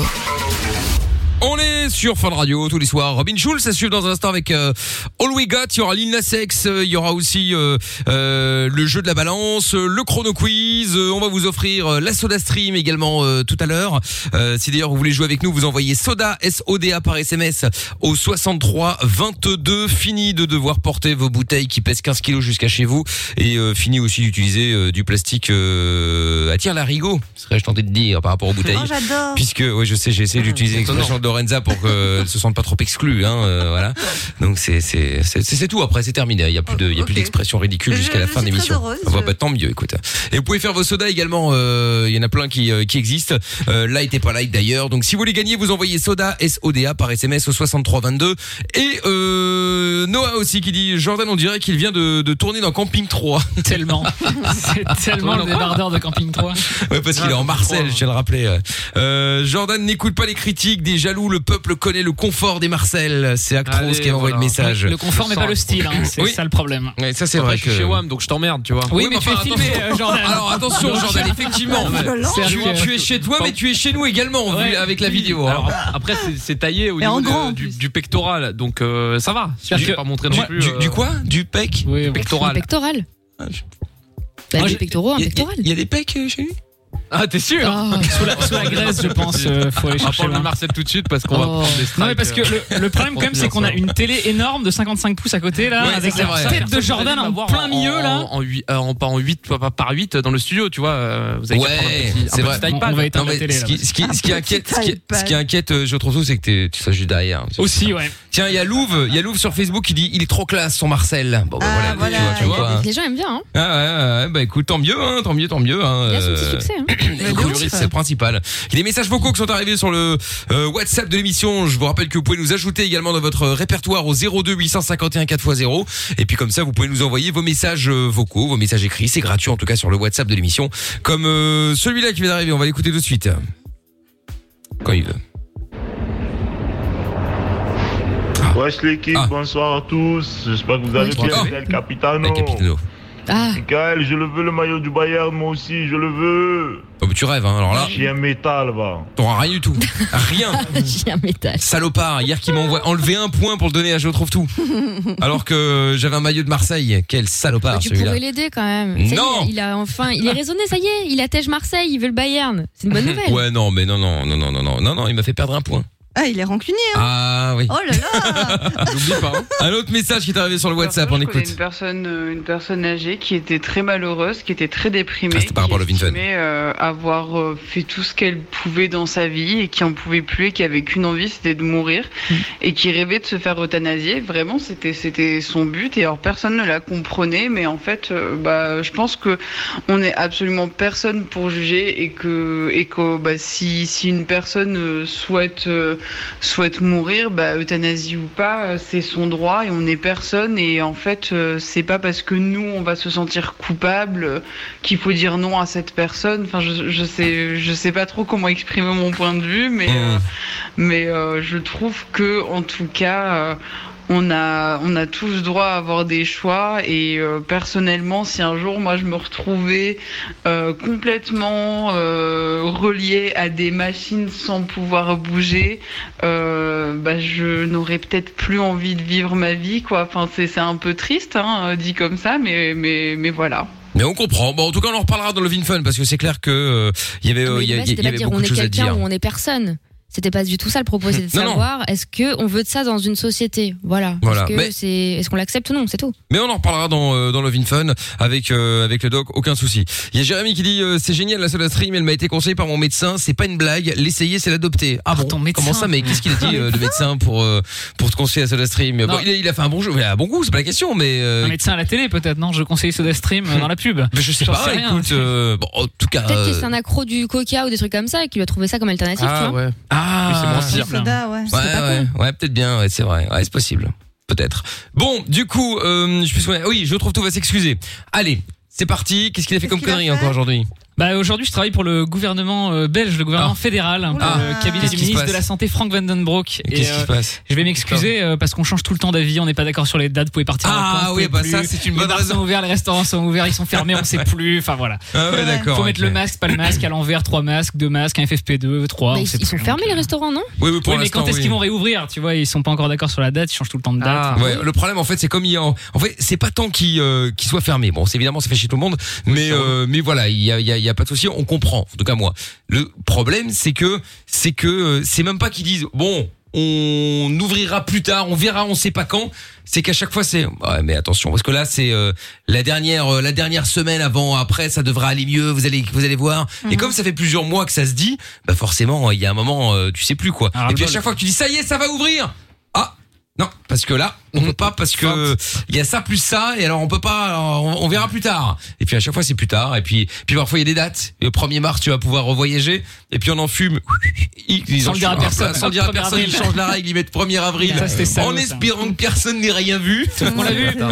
Speaker 2: On est sur Fun Radio tous les soirs. Robin Schulz, ça suit dans un instant avec euh, All We Got. Il y aura Lil Nas X, euh, il y aura aussi euh, euh, le jeu de la balance, euh, le chrono quiz. euh, on va vous offrir euh, la Soda Stream également euh, tout à l'heure. Euh, si d'ailleurs vous voulez jouer avec nous, vous envoyez Soda S O D A par SMS au 63 22. Fini de devoir porter vos bouteilles qui pèsent 15 kilos jusqu'à chez vous et euh, fini aussi d'utiliser euh, du plastique euh, à tire larigot, serais-je tenté de dire par rapport aux bouteilles.
Speaker 6: Oh, j'adore.
Speaker 2: Puisque, ouais, je sais, j'ai essayé d'utiliser l'expression de Lorenza pour qu'elle se sente pas trop exclue, hein, euh, voilà. Donc c'est c'est c'est c'est- c'est tout. Après, c'est terminé. Il y a plus de il y a plus
Speaker 6: Ok.
Speaker 2: d'expressions ridicules
Speaker 6: Je-
Speaker 2: jusqu'à la
Speaker 6: je
Speaker 2: fin de
Speaker 6: suis très
Speaker 2: l'émission.
Speaker 6: heureuse.
Speaker 2: On va pas tant mieux, écoute. Et vous pouvez faire vos sodas également. euh, Il y en a plein qui euh, qui existent. Euh, light et pas light d'ailleurs. Donc si vous voulez gagner, vous envoyez soda S O D A par SMS au 6322. Et euh, Noah aussi qui dit Jordan, on dirait qu'il vient de, de tourner dans Camping 3.
Speaker 5: Tellement. C'est
Speaker 2: Ah,
Speaker 5: tellement le débardeur de Camping 3.
Speaker 2: Ouais, parce qu'il est en Marseille, je tiens à le rappeler. Euh, Jordan n'écoute pas les critiques des jaloux. Le peuple connaît le confort des Marcel. C'est Actros
Speaker 4: Allez,
Speaker 2: qui m'a envoyé le
Speaker 4: voilà.
Speaker 2: message.
Speaker 5: Le confort n'est pas le style, hein, c'est
Speaker 2: Oui.
Speaker 5: ça le problème.
Speaker 2: Ouais, ça c'est
Speaker 4: Après,
Speaker 2: vrai
Speaker 4: je suis
Speaker 2: que.
Speaker 4: chez WAM, donc je t'emmerde, tu vois.
Speaker 5: Oui, mais, tu es
Speaker 2: enfin,
Speaker 5: filmé,
Speaker 2: attention.
Speaker 5: euh, Jordan.
Speaker 2: Alors attention, Jordan, effectivement.
Speaker 6: Violent.
Speaker 5: C'est
Speaker 2: Tu,
Speaker 5: vrai que-
Speaker 2: tu es chez toi, mais tu es chez nous également
Speaker 5: Ouais.
Speaker 2: vu avec la vidéo. hein.
Speaker 4: Alors,
Speaker 2: Alors,
Speaker 4: après, c'est- c'est taillé au
Speaker 6: Et
Speaker 4: niveau
Speaker 6: en
Speaker 4: de-
Speaker 6: grand, en
Speaker 4: du,
Speaker 6: plus.
Speaker 4: du pectoral, donc euh, ça va. Je
Speaker 5: Parce
Speaker 4: vais
Speaker 5: que-
Speaker 4: pas montrer
Speaker 2: du,
Speaker 4: non plus.
Speaker 2: du-
Speaker 4: euh,
Speaker 2: du quoi Du pec
Speaker 5: Oui, bon.
Speaker 3: Un
Speaker 4: pectoral.
Speaker 3: pectoral.
Speaker 2: Ah, je-
Speaker 3: Bah,
Speaker 5: Moi,
Speaker 3: des
Speaker 5: je-
Speaker 3: pectoraux, un
Speaker 2: Il y a-
Speaker 3: pectoral.
Speaker 2: il y, a des pecs euh, chez lui
Speaker 4: Ah, t'es sûr
Speaker 3: Oh.
Speaker 5: sous, la, sous la graisse, je pense, euh, faut aller
Speaker 4: On va
Speaker 5: chercher
Speaker 4: prendre
Speaker 5: loin.
Speaker 4: le Marcel tout de suite parce qu'on va
Speaker 3: Oh.
Speaker 4: prendre des
Speaker 5: Non mais
Speaker 4: strikes,
Speaker 5: parce que
Speaker 4: euh.
Speaker 5: le, le problème quand même c'est qu'on a une télé énorme de 55 pouces à côté là
Speaker 2: Ouais, ça,
Speaker 5: avec
Speaker 2: c'est
Speaker 5: la
Speaker 2: vrai.
Speaker 5: tête de Jordan
Speaker 4: Vous allez
Speaker 5: en
Speaker 4: m'avoir
Speaker 5: plein milieu là.
Speaker 4: En, en, huit- euh, en- pas en 8, pas, pas par 8 dans le studio, tu vois. euh, Vous allez
Speaker 2: Ouais, c'est vrai.
Speaker 5: On- on va éteindre la télé
Speaker 2: ce
Speaker 5: là.
Speaker 2: qui, ce qui- ce qui inquiète, ce qui, ce qui inquiète, euh, je trouve, c'est que t'es- tu sois juste derrière.
Speaker 5: Aussi ouais.
Speaker 2: Tiens, il y a Louve, il y a Louve sur Facebook qui dit il est trop classe son Marcel. Bon, bah,
Speaker 6: Ah, voilà.
Speaker 2: voilà, tu vois, tu vois. hein.
Speaker 3: Les gens aiment bien, hein.
Speaker 2: Ah ouais, ouais, ouais, bah écoute, tant mieux, hein, tant mieux, tant mieux. Hein,
Speaker 3: Il y a son
Speaker 2: euh,
Speaker 3: petit succès, hein.
Speaker 2: et écoute,
Speaker 6: ouf.
Speaker 2: c'est le principal. Il y a des messages vocaux qui sont arrivés sur le euh, WhatsApp de l'émission. Je vous rappelle que vous pouvez nous ajouter également dans votre répertoire au 02 851 4x0. Et puis comme ça, vous pouvez nous envoyer vos messages euh, vocaux, vos messages écrits. C'est gratuit en tout cas sur le WhatsApp de l'émission. Comme euh, celui-là qui vient d'arriver, on va l'écouter tout de suite. Quand il veut.
Speaker 9: Wesh l'équipe,
Speaker 2: Ah.
Speaker 9: bonsoir à tous. J'espère que vous allez bien.
Speaker 2: Ah.
Speaker 9: C'est El Capitano.
Speaker 2: Avec Capitano.
Speaker 3: Ah,
Speaker 9: Michael, je le veux le maillot du Bayern, moi aussi, je le veux.
Speaker 2: Oh, bah, tu rêves, hein. alors là,
Speaker 9: J'ai un métal, va.
Speaker 2: t'auras rien du tout. Rien.
Speaker 3: j'ai un métal.
Speaker 2: Salopard, hier qui m'envoie enlever un point pour le donner à Je trouve tout. Alors que j'avais un maillot de Marseille. Quel salopard
Speaker 3: tu
Speaker 2: celui-là.
Speaker 3: pourrais l'aider quand même. Ça y est,
Speaker 2: Non.
Speaker 3: il a enfin, il est raisonné, ça y est, il attège Marseille, il veut le Bayern. C'est une bonne nouvelle.
Speaker 2: Ouais, non, mais non, non, non, non, non, non, non, non, il m'a fait perdre un point.
Speaker 6: Ah, il est rancunier. hein.
Speaker 2: Ah oui.
Speaker 6: Oh là là
Speaker 2: N'oublie pas. hein. Un autre message qui est arrivé sur le WhatsApp, on
Speaker 10: je connais
Speaker 2: écoute.
Speaker 10: Une personne, euh, une personne âgée qui était très malheureuse, qui était très déprimée,
Speaker 2: Ah, c'était par
Speaker 10: qui
Speaker 2: rapport à Levinson.
Speaker 10: estimait, euh, avoir euh, fait tout ce qu'elle pouvait dans sa vie et qui en pouvait plus et qui avait qu'une envie, c'était de mourir
Speaker 2: Mm.
Speaker 10: et qui rêvait de se faire euthanasier. Vraiment, c'était c'était son but et alors personne ne la comprenait. Mais en fait, euh, bah, je pense que on n'est absolument personne pour juger et que et que bah, si si une personne euh, souhaite euh, souhaite mourir, bah, euthanasie ou pas, euh, c'est son droit et on est personne. Et en fait, euh, c'est pas parce que nous, on va se sentir coupable euh, qu'il faut dire non à cette personne. Enfin, je, je sais, je sais pas trop comment exprimer mon point de vue, mais,
Speaker 2: Mmh.
Speaker 10: euh, mais euh, je trouve que, en tout cas, euh, on a, on a tous droit à avoir des choix et euh, personnellement, si un jour moi je me retrouvais euh, complètement euh, relié à des machines sans pouvoir bouger, euh, bah, je n'aurais peut-être plus envie de vivre ma vie, quoi. Enfin, c'est c'est un peu triste, hein, euh, dit comme ça, mais, mais, mais voilà.
Speaker 2: Mais on comprend. Bon, en tout cas, on en reparlera dans le Vin Fun parce que c'est clair que euh, il y avait,
Speaker 3: Ah, Mais
Speaker 2: euh,
Speaker 3: le
Speaker 2: il y, a-
Speaker 3: débat, c'était
Speaker 2: il y
Speaker 3: pas
Speaker 2: avait
Speaker 3: dire
Speaker 2: beaucoup
Speaker 3: on
Speaker 2: de
Speaker 3: est
Speaker 2: choses à
Speaker 3: quelqu'un
Speaker 2: dire.
Speaker 3: ou on est personne. C'était pas du tout ça le propos, c'était de
Speaker 2: Non, non.
Speaker 3: savoir est-ce que on veut de ça dans une société. Voilà.
Speaker 2: Voilà,
Speaker 3: Est-ce que
Speaker 2: mais-
Speaker 3: c'est, est-ce qu'on l'accepte ou non, c'est tout.
Speaker 2: Mais on en reparlera dans euh, dans le Vin Fun avec euh, avec le doc, aucun souci. Il y a Jérémy qui dit euh, c'est génial la soda stream, elle m'a été conseillée par mon médecin, c'est pas une blague, l'essayer c'est l'adopter. Ah
Speaker 5: Par
Speaker 2: bon
Speaker 5: ton médecin.
Speaker 2: Comment ça mais qu'est-ce qu'il a dit euh, le médecin pour euh, pour te conseiller la soda stream Bon,
Speaker 5: Non.
Speaker 2: il, a, il a fait un bon jeu, mais un bon goût, c'est pas la question, mais euh, Hmm.
Speaker 5: Un médecin à la télé peut-être non, je conseille SodaStream euh, dans la pub.
Speaker 2: mais je sais
Speaker 5: J'en
Speaker 2: pas,
Speaker 5: sais rien.
Speaker 2: écoute euh, bon en tout cas
Speaker 3: Peut-être que
Speaker 2: euh,
Speaker 3: c'est un accro du coca ou des trucs comme ça et qu'il a trouvé ça comme alternative, tu
Speaker 4: Ah
Speaker 3: vois.
Speaker 4: ouais.
Speaker 2: Ah,
Speaker 5: Oui, c'est moins pire.
Speaker 6: Le soda, ouais.
Speaker 2: Ouais,
Speaker 3: pas
Speaker 2: ouais, ouais, peut-être bien, ouais, c'est vrai, ouais, c'est possible, peut-être. Bon, du coup, euh, je puisse, ouais, oui, je trouve tout va s'excuser. Allez, c'est parti. Qu'est-ce qu'il a fait
Speaker 6: Qu'est-ce
Speaker 2: comme
Speaker 6: qu'il a
Speaker 2: connerie
Speaker 6: fait
Speaker 2: encore aujourd'hui
Speaker 5: Bah aujourd'hui, je travaille pour le gouvernement euh, belge, le gouvernement fédéral, hein, pour
Speaker 2: Ah.
Speaker 5: le cabinet
Speaker 2: Qu'est-ce
Speaker 5: du
Speaker 2: qui se
Speaker 5: ministre de
Speaker 2: passe
Speaker 5: la Santé Frank Vandenbroek. Et,
Speaker 2: Qu'est-ce qui
Speaker 5: euh,
Speaker 2: se passe
Speaker 5: Je vais m'excuser euh, parce qu'on change tout le temps d'avis, on n'est pas d'accord sur les dates, vous pouvez partir en
Speaker 2: Ah
Speaker 5: vacances, vous
Speaker 2: oui,
Speaker 5: pouvez
Speaker 2: bah ça,
Speaker 5: plus.
Speaker 2: c'est une
Speaker 5: Les
Speaker 2: bonne
Speaker 5: bars
Speaker 2: raison.
Speaker 5: sont ouverts, les restaurants sont ouverts, ils sont fermés, on sait plus. Enfin voilà.
Speaker 2: Ah ouais, d'accord.
Speaker 5: Faut mettre
Speaker 2: ok.
Speaker 5: le masque, pas le masque, à l'envers, trois masques, deux masques, un FFP2, trois.
Speaker 3: Bah,
Speaker 5: on
Speaker 3: ils
Speaker 5: sait
Speaker 3: ils sont
Speaker 5: plus.
Speaker 3: fermés les restaurants, non
Speaker 2: Oui, oui, pour
Speaker 5: Oui, mais quand
Speaker 2: l'instant,
Speaker 5: est-ce
Speaker 2: oui.
Speaker 5: qu'ils vont réouvrir Tu vois, ils sont pas encore d'accord sur la date, ils changent tout le temps de date.
Speaker 4: Ah.
Speaker 2: Ouais, le problème en fait c'est comme il y a en en fait c'est pas tant qu'il euh, qu'il soit fermé. Bon, c'est évidemment ça fait chier tout le monde, mais euh, mais voilà, il y a, il y, a, il y a pas de souci, on comprend. En tout cas moi. Le problème c'est que c'est que euh, c'est même pas qu'ils disent bon, on ouvrira plus tard, on verra, on sait pas quand. C'est qu'à chaque fois c'est ouais, mais attention parce que là c'est euh, la dernière euh, la dernière semaine avant après ça devra aller mieux, vous allez vous allez voir. Et comme ça fait plusieurs mois que ça se dit, bah forcément il y a un moment euh, tu sais plus quoi.
Speaker 5: Ah,
Speaker 2: Et puis à
Speaker 5: le-
Speaker 2: chaque fois que tu dis ça y est, ça va ouvrir. Ah non, parce que là, on peut pas parce que il y a ça plus ça et alors on peut pas alors on, on verra plus tard. Et puis à chaque fois c'est plus tard et puis puis parfois il y a des dates. Le 1er mars, tu vas pouvoir revoyager et puis on en fume. Ils- ils Ah,
Speaker 5: Sans
Speaker 2: en
Speaker 5: le dire à
Speaker 2: fument.
Speaker 5: personne.
Speaker 2: sans le dire à
Speaker 5: 1er
Speaker 2: personne, ils
Speaker 5: avril.
Speaker 2: changent la règle, ils mettent 1er avril
Speaker 5: Ça, c'était salaud,
Speaker 2: en
Speaker 5: ça.
Speaker 2: espérant que personne n'ait rien vu.
Speaker 5: On l'a vu.
Speaker 6: Ouais, On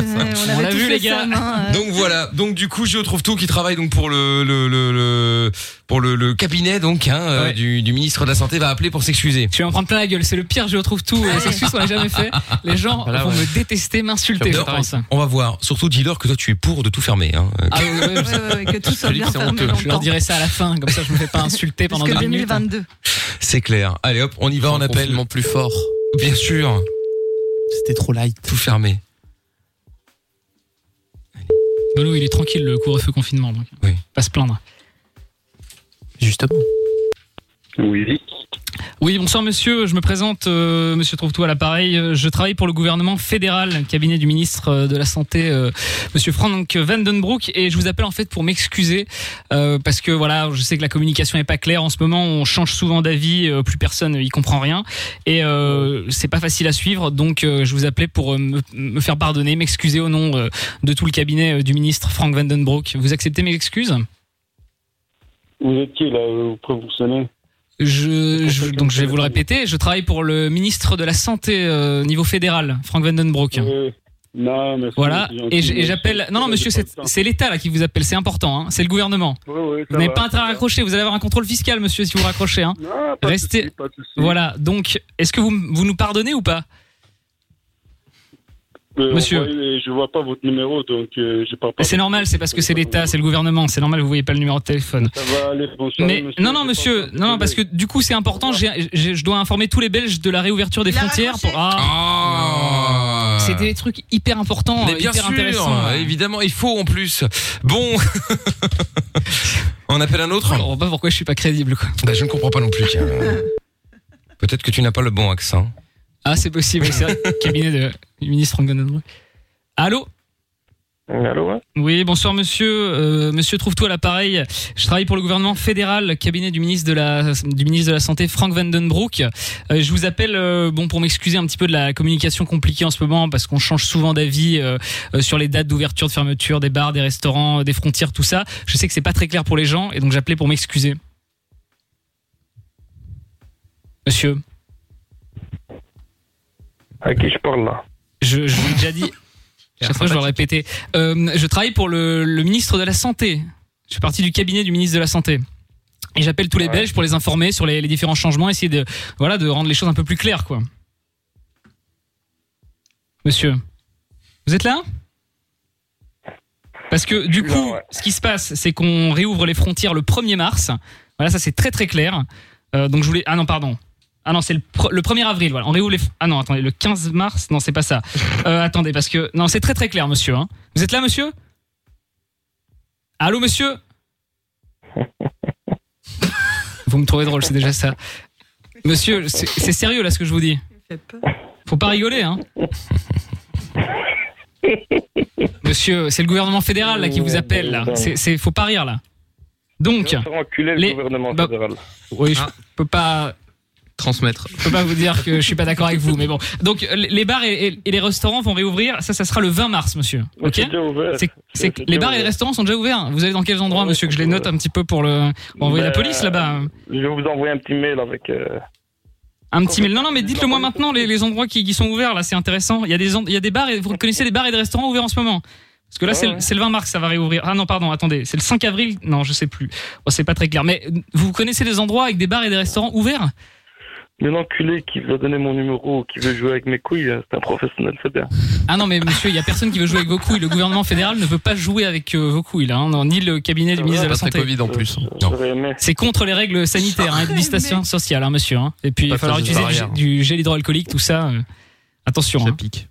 Speaker 5: On l'a
Speaker 6: avait
Speaker 5: vu,
Speaker 6: tous
Speaker 5: les
Speaker 6: fait
Speaker 5: gars.
Speaker 6: ça, hein, euh.
Speaker 2: Donc voilà, donc du coup, je retrouve tout qui travaille donc pour le le le, le- pour le, le cabinet donc hein, euh,
Speaker 5: Ouais.
Speaker 2: du, du ministre de la santé va appeler pour s'excuser.
Speaker 5: Je vais en prendre plein la gueule, c'est le pire, je retrouve tout.
Speaker 6: Ouais.
Speaker 5: C'est sûr qu'on l'a jamais fait. Les gens
Speaker 4: Voilà,
Speaker 5: vont
Speaker 4: ouais.
Speaker 5: me détester, m'insulter, je
Speaker 2: Non,
Speaker 5: pense.
Speaker 2: On va voir. Surtout dis-leur que toi tu es pour de tout fermer hein.
Speaker 5: Ah, ouais, ouais, ouais,
Speaker 6: Ouais, ouais, ouais, que tout soit
Speaker 4: Je dis
Speaker 6: bien
Speaker 4: que c'est
Speaker 6: fermé
Speaker 5: je
Speaker 4: honteux.
Speaker 5: leur
Speaker 6: longtemps.
Speaker 5: dirai ça à la fin, comme ça je me fais pas insulter pendant
Speaker 6: Jusque
Speaker 5: deux minutes.
Speaker 6: 2022.
Speaker 2: C'est clair. Allez hop, on y va, on
Speaker 4: Un
Speaker 2: appelle.
Speaker 4: confinement plus fort.
Speaker 2: Bien sûr,
Speaker 4: C'était trop light.
Speaker 2: tout fermé.
Speaker 5: Belou, il est tranquille le couvre-feu confinement, donc
Speaker 2: Oui.
Speaker 5: pas se plaindre.
Speaker 4: Justement.
Speaker 7: Oui.
Speaker 5: Oui, bonsoir monsieur, je me présente, euh, monsieur Trouve-Tout à l'appareil. Euh, Je travaille pour le gouvernement fédéral, cabinet du ministre euh, de la Santé, euh, monsieur Frank Vandenbroek, et je vous appelle en fait pour m'excuser, euh, parce que voilà, je sais que la communication est pas claire en ce moment, on change souvent d'avis, euh, plus personne euh, y comprend rien, et euh, c'est pas facile à suivre, donc euh, je vous appelais pour euh, me, me faire pardonner, m'excuser au nom euh, de tout le cabinet euh, du ministre Frank Vandenbroek. Vous acceptez mes excuses
Speaker 7: Vous êtes qui, là, Euh, vous préventionnez
Speaker 5: Je, je- donc je vais vous le répéter, je travaille pour le ministre de la Santé euh, niveau fédéral, Frank Vandenbroek.
Speaker 7: Non, mais...
Speaker 5: Voilà, et j- et j'appelle... Non, non, monsieur, c'est c'est l'État là qui vous appelle, c'est important, hein, c'est le gouvernement. Vous n'avez pas intérêt à raccrocher, vous allez avoir un contrôle fiscal, monsieur, si vous raccrochez. Hein.
Speaker 7: Non,
Speaker 5: de Restez- souci, Voilà, donc, est-ce que vous, m- vous nous pardonnez ou pas
Speaker 7: Euh,
Speaker 5: Monsieur.
Speaker 7: Je vois pas votre numéro, donc euh, je parle
Speaker 5: C'est normal, c'est parce que c'est l'État, c'est le gouvernement, c'est normal, vous voyez pas le numéro de téléphone.
Speaker 7: Ça va aller, bonsoir.
Speaker 5: Mais non, non, monsieur, non, non, parce que du coup, c'est important, j'ai- j'ai- je dois informer tous les Belges de la réouverture des
Speaker 6: Il a
Speaker 5: frontières. Pour... Ah,
Speaker 2: Ah.
Speaker 5: c'est des trucs hyper
Speaker 6: Oh,
Speaker 5: importants,
Speaker 2: Mais bien
Speaker 5: hyper
Speaker 2: sûr,
Speaker 5: intéressants.
Speaker 2: évidemment, il faut en plus. Bon, on appelle un autre.
Speaker 5: Je comprends pas pourquoi je suis pas crédible quoi.
Speaker 2: Bah, je ne comprends pas non plus. tiens. Peut-être que tu n'as pas le bon accent.
Speaker 5: Ah c'est possible, c'est vrai. Cabinet de du ministre Franck Vandenbrouck. Allô
Speaker 7: Allô, hein? ouais
Speaker 5: Oui, bonsoir monsieur. Euh, monsieur Trouve-toi à l'appareil. Je travaille pour le gouvernement fédéral, cabinet du ministre de la, du ministre de la Santé, Frank Vandenbroek. Euh, je vous appelle euh, bon, pour m'excuser un petit peu de la communication compliquée en ce moment, parce qu'on change souvent d'avis euh, euh, sur les dates d'ouverture, de fermeture des bars, des restaurants, euh, des frontières, tout ça. Je sais que c'est pas très clair pour les gens, et donc j'appelais pour m'excuser. Monsieur
Speaker 7: À qui je parle, là
Speaker 5: Je, je vous l'ai déjà dit. Chaque fois, je vais le répéter. Euh, je travaille pour le, le ministre de la Santé. Je fais partie du cabinet du ministre de la Santé. Et j'appelle tous les
Speaker 7: Ouais.
Speaker 5: Belges pour les informer sur les, les différents changements, essayer de, voilà, de rendre les choses un peu plus claires, quoi. Monsieur, vous êtes là Parce que du
Speaker 7: suis là,
Speaker 5: coup,
Speaker 7: ouais.
Speaker 5: ce qui se passe, c'est qu'on réouvre les frontières le 1er mars. Voilà, ça c'est très très clair. Euh, donc je voulais. Ah non, pardon. Ah non, c'est le, pr- le 1er avril, voilà. On réouvre les. fr- Ah non, attendez, le 15 mars Non, c'est pas ça. Euh, attendez, parce que. Non, c'est très très clair, monsieur. hein. Vous êtes là, monsieur Allô, monsieur Vous me trouvez drôle, c'est déjà ça. Monsieur, c'est c'est sérieux là ce que je vous dis. Faut pas rigoler, hein. Monsieur, c'est le gouvernement fédéral là qui vous appelle là. C'est, c'est- faut pas rire là. Donc,
Speaker 7: Je vais enculer le
Speaker 5: Les-
Speaker 7: gouvernement
Speaker 5: bah-
Speaker 7: fédéral.
Speaker 5: oui,
Speaker 2: Ah,
Speaker 5: je peux pas,
Speaker 4: Transmettre.
Speaker 5: je peux pas vous dire que je suis pas d'accord avec vous, mais bon. Donc, les- les bars et, et- et les restaurants vont réouvrir. Ça, ça sera le 20 mars, monsieur. Ok.
Speaker 7: C'est déjà ouvert.
Speaker 5: C'est- c'est que les bars et les restaurants sont déjà ouverts. Vous allez dans quels endroits,
Speaker 7: Ouais, euh,
Speaker 5: monsieur, que je les note un petit peu pour le pour envoyer
Speaker 11: Ben,
Speaker 5: la
Speaker 7: Bah,
Speaker 5: police là-bas hein.
Speaker 7: Je vais vous envoyer un petit mail avec. euh,
Speaker 5: Un petit mail. Non, non, mais dites-le-moi maintenant les, les endroits qui, qui sont ouverts là. C'est intéressant. Il y a des en- il y a des bars et vous connaissez des bars et des restaurants ouverts en ce moment. Parce que là, c'est le- c'est le 20 mars, ça va réouvrir. Ah non, pardon, attendez, c'est le 5 avril Non, je sais plus. Bon, c'est pas très clair. Mais euh, vous connaissez des endroits avec des bars et des restaurants ouverts
Speaker 11: Mais l'enculé qui veut donner mon numéro ou qui veut jouer avec mes couilles, hein. c'est un professionnel, c'est bien.
Speaker 5: Ah non, mais monsieur, il y a personne qui veut jouer avec vos couilles. Le gouvernement fédéral ne veut pas jouer avec euh, vos couilles, là, hein. Non, ni le cabinet du ministre de la
Speaker 2: Ah, Pas très
Speaker 5: Santé.
Speaker 2: Covid en plus.
Speaker 4: hein.
Speaker 2: Non.
Speaker 5: C'est contre les règles sanitaires, hein, et de distanciation sociale, hein, monsieur. hein. Et puis, il va
Speaker 2: Passage
Speaker 5: falloir
Speaker 2: de
Speaker 5: utiliser du,
Speaker 2: barrière.
Speaker 5: du gel hydroalcoolique, tout ça. euh. Attention. hein. Ça
Speaker 2: pique.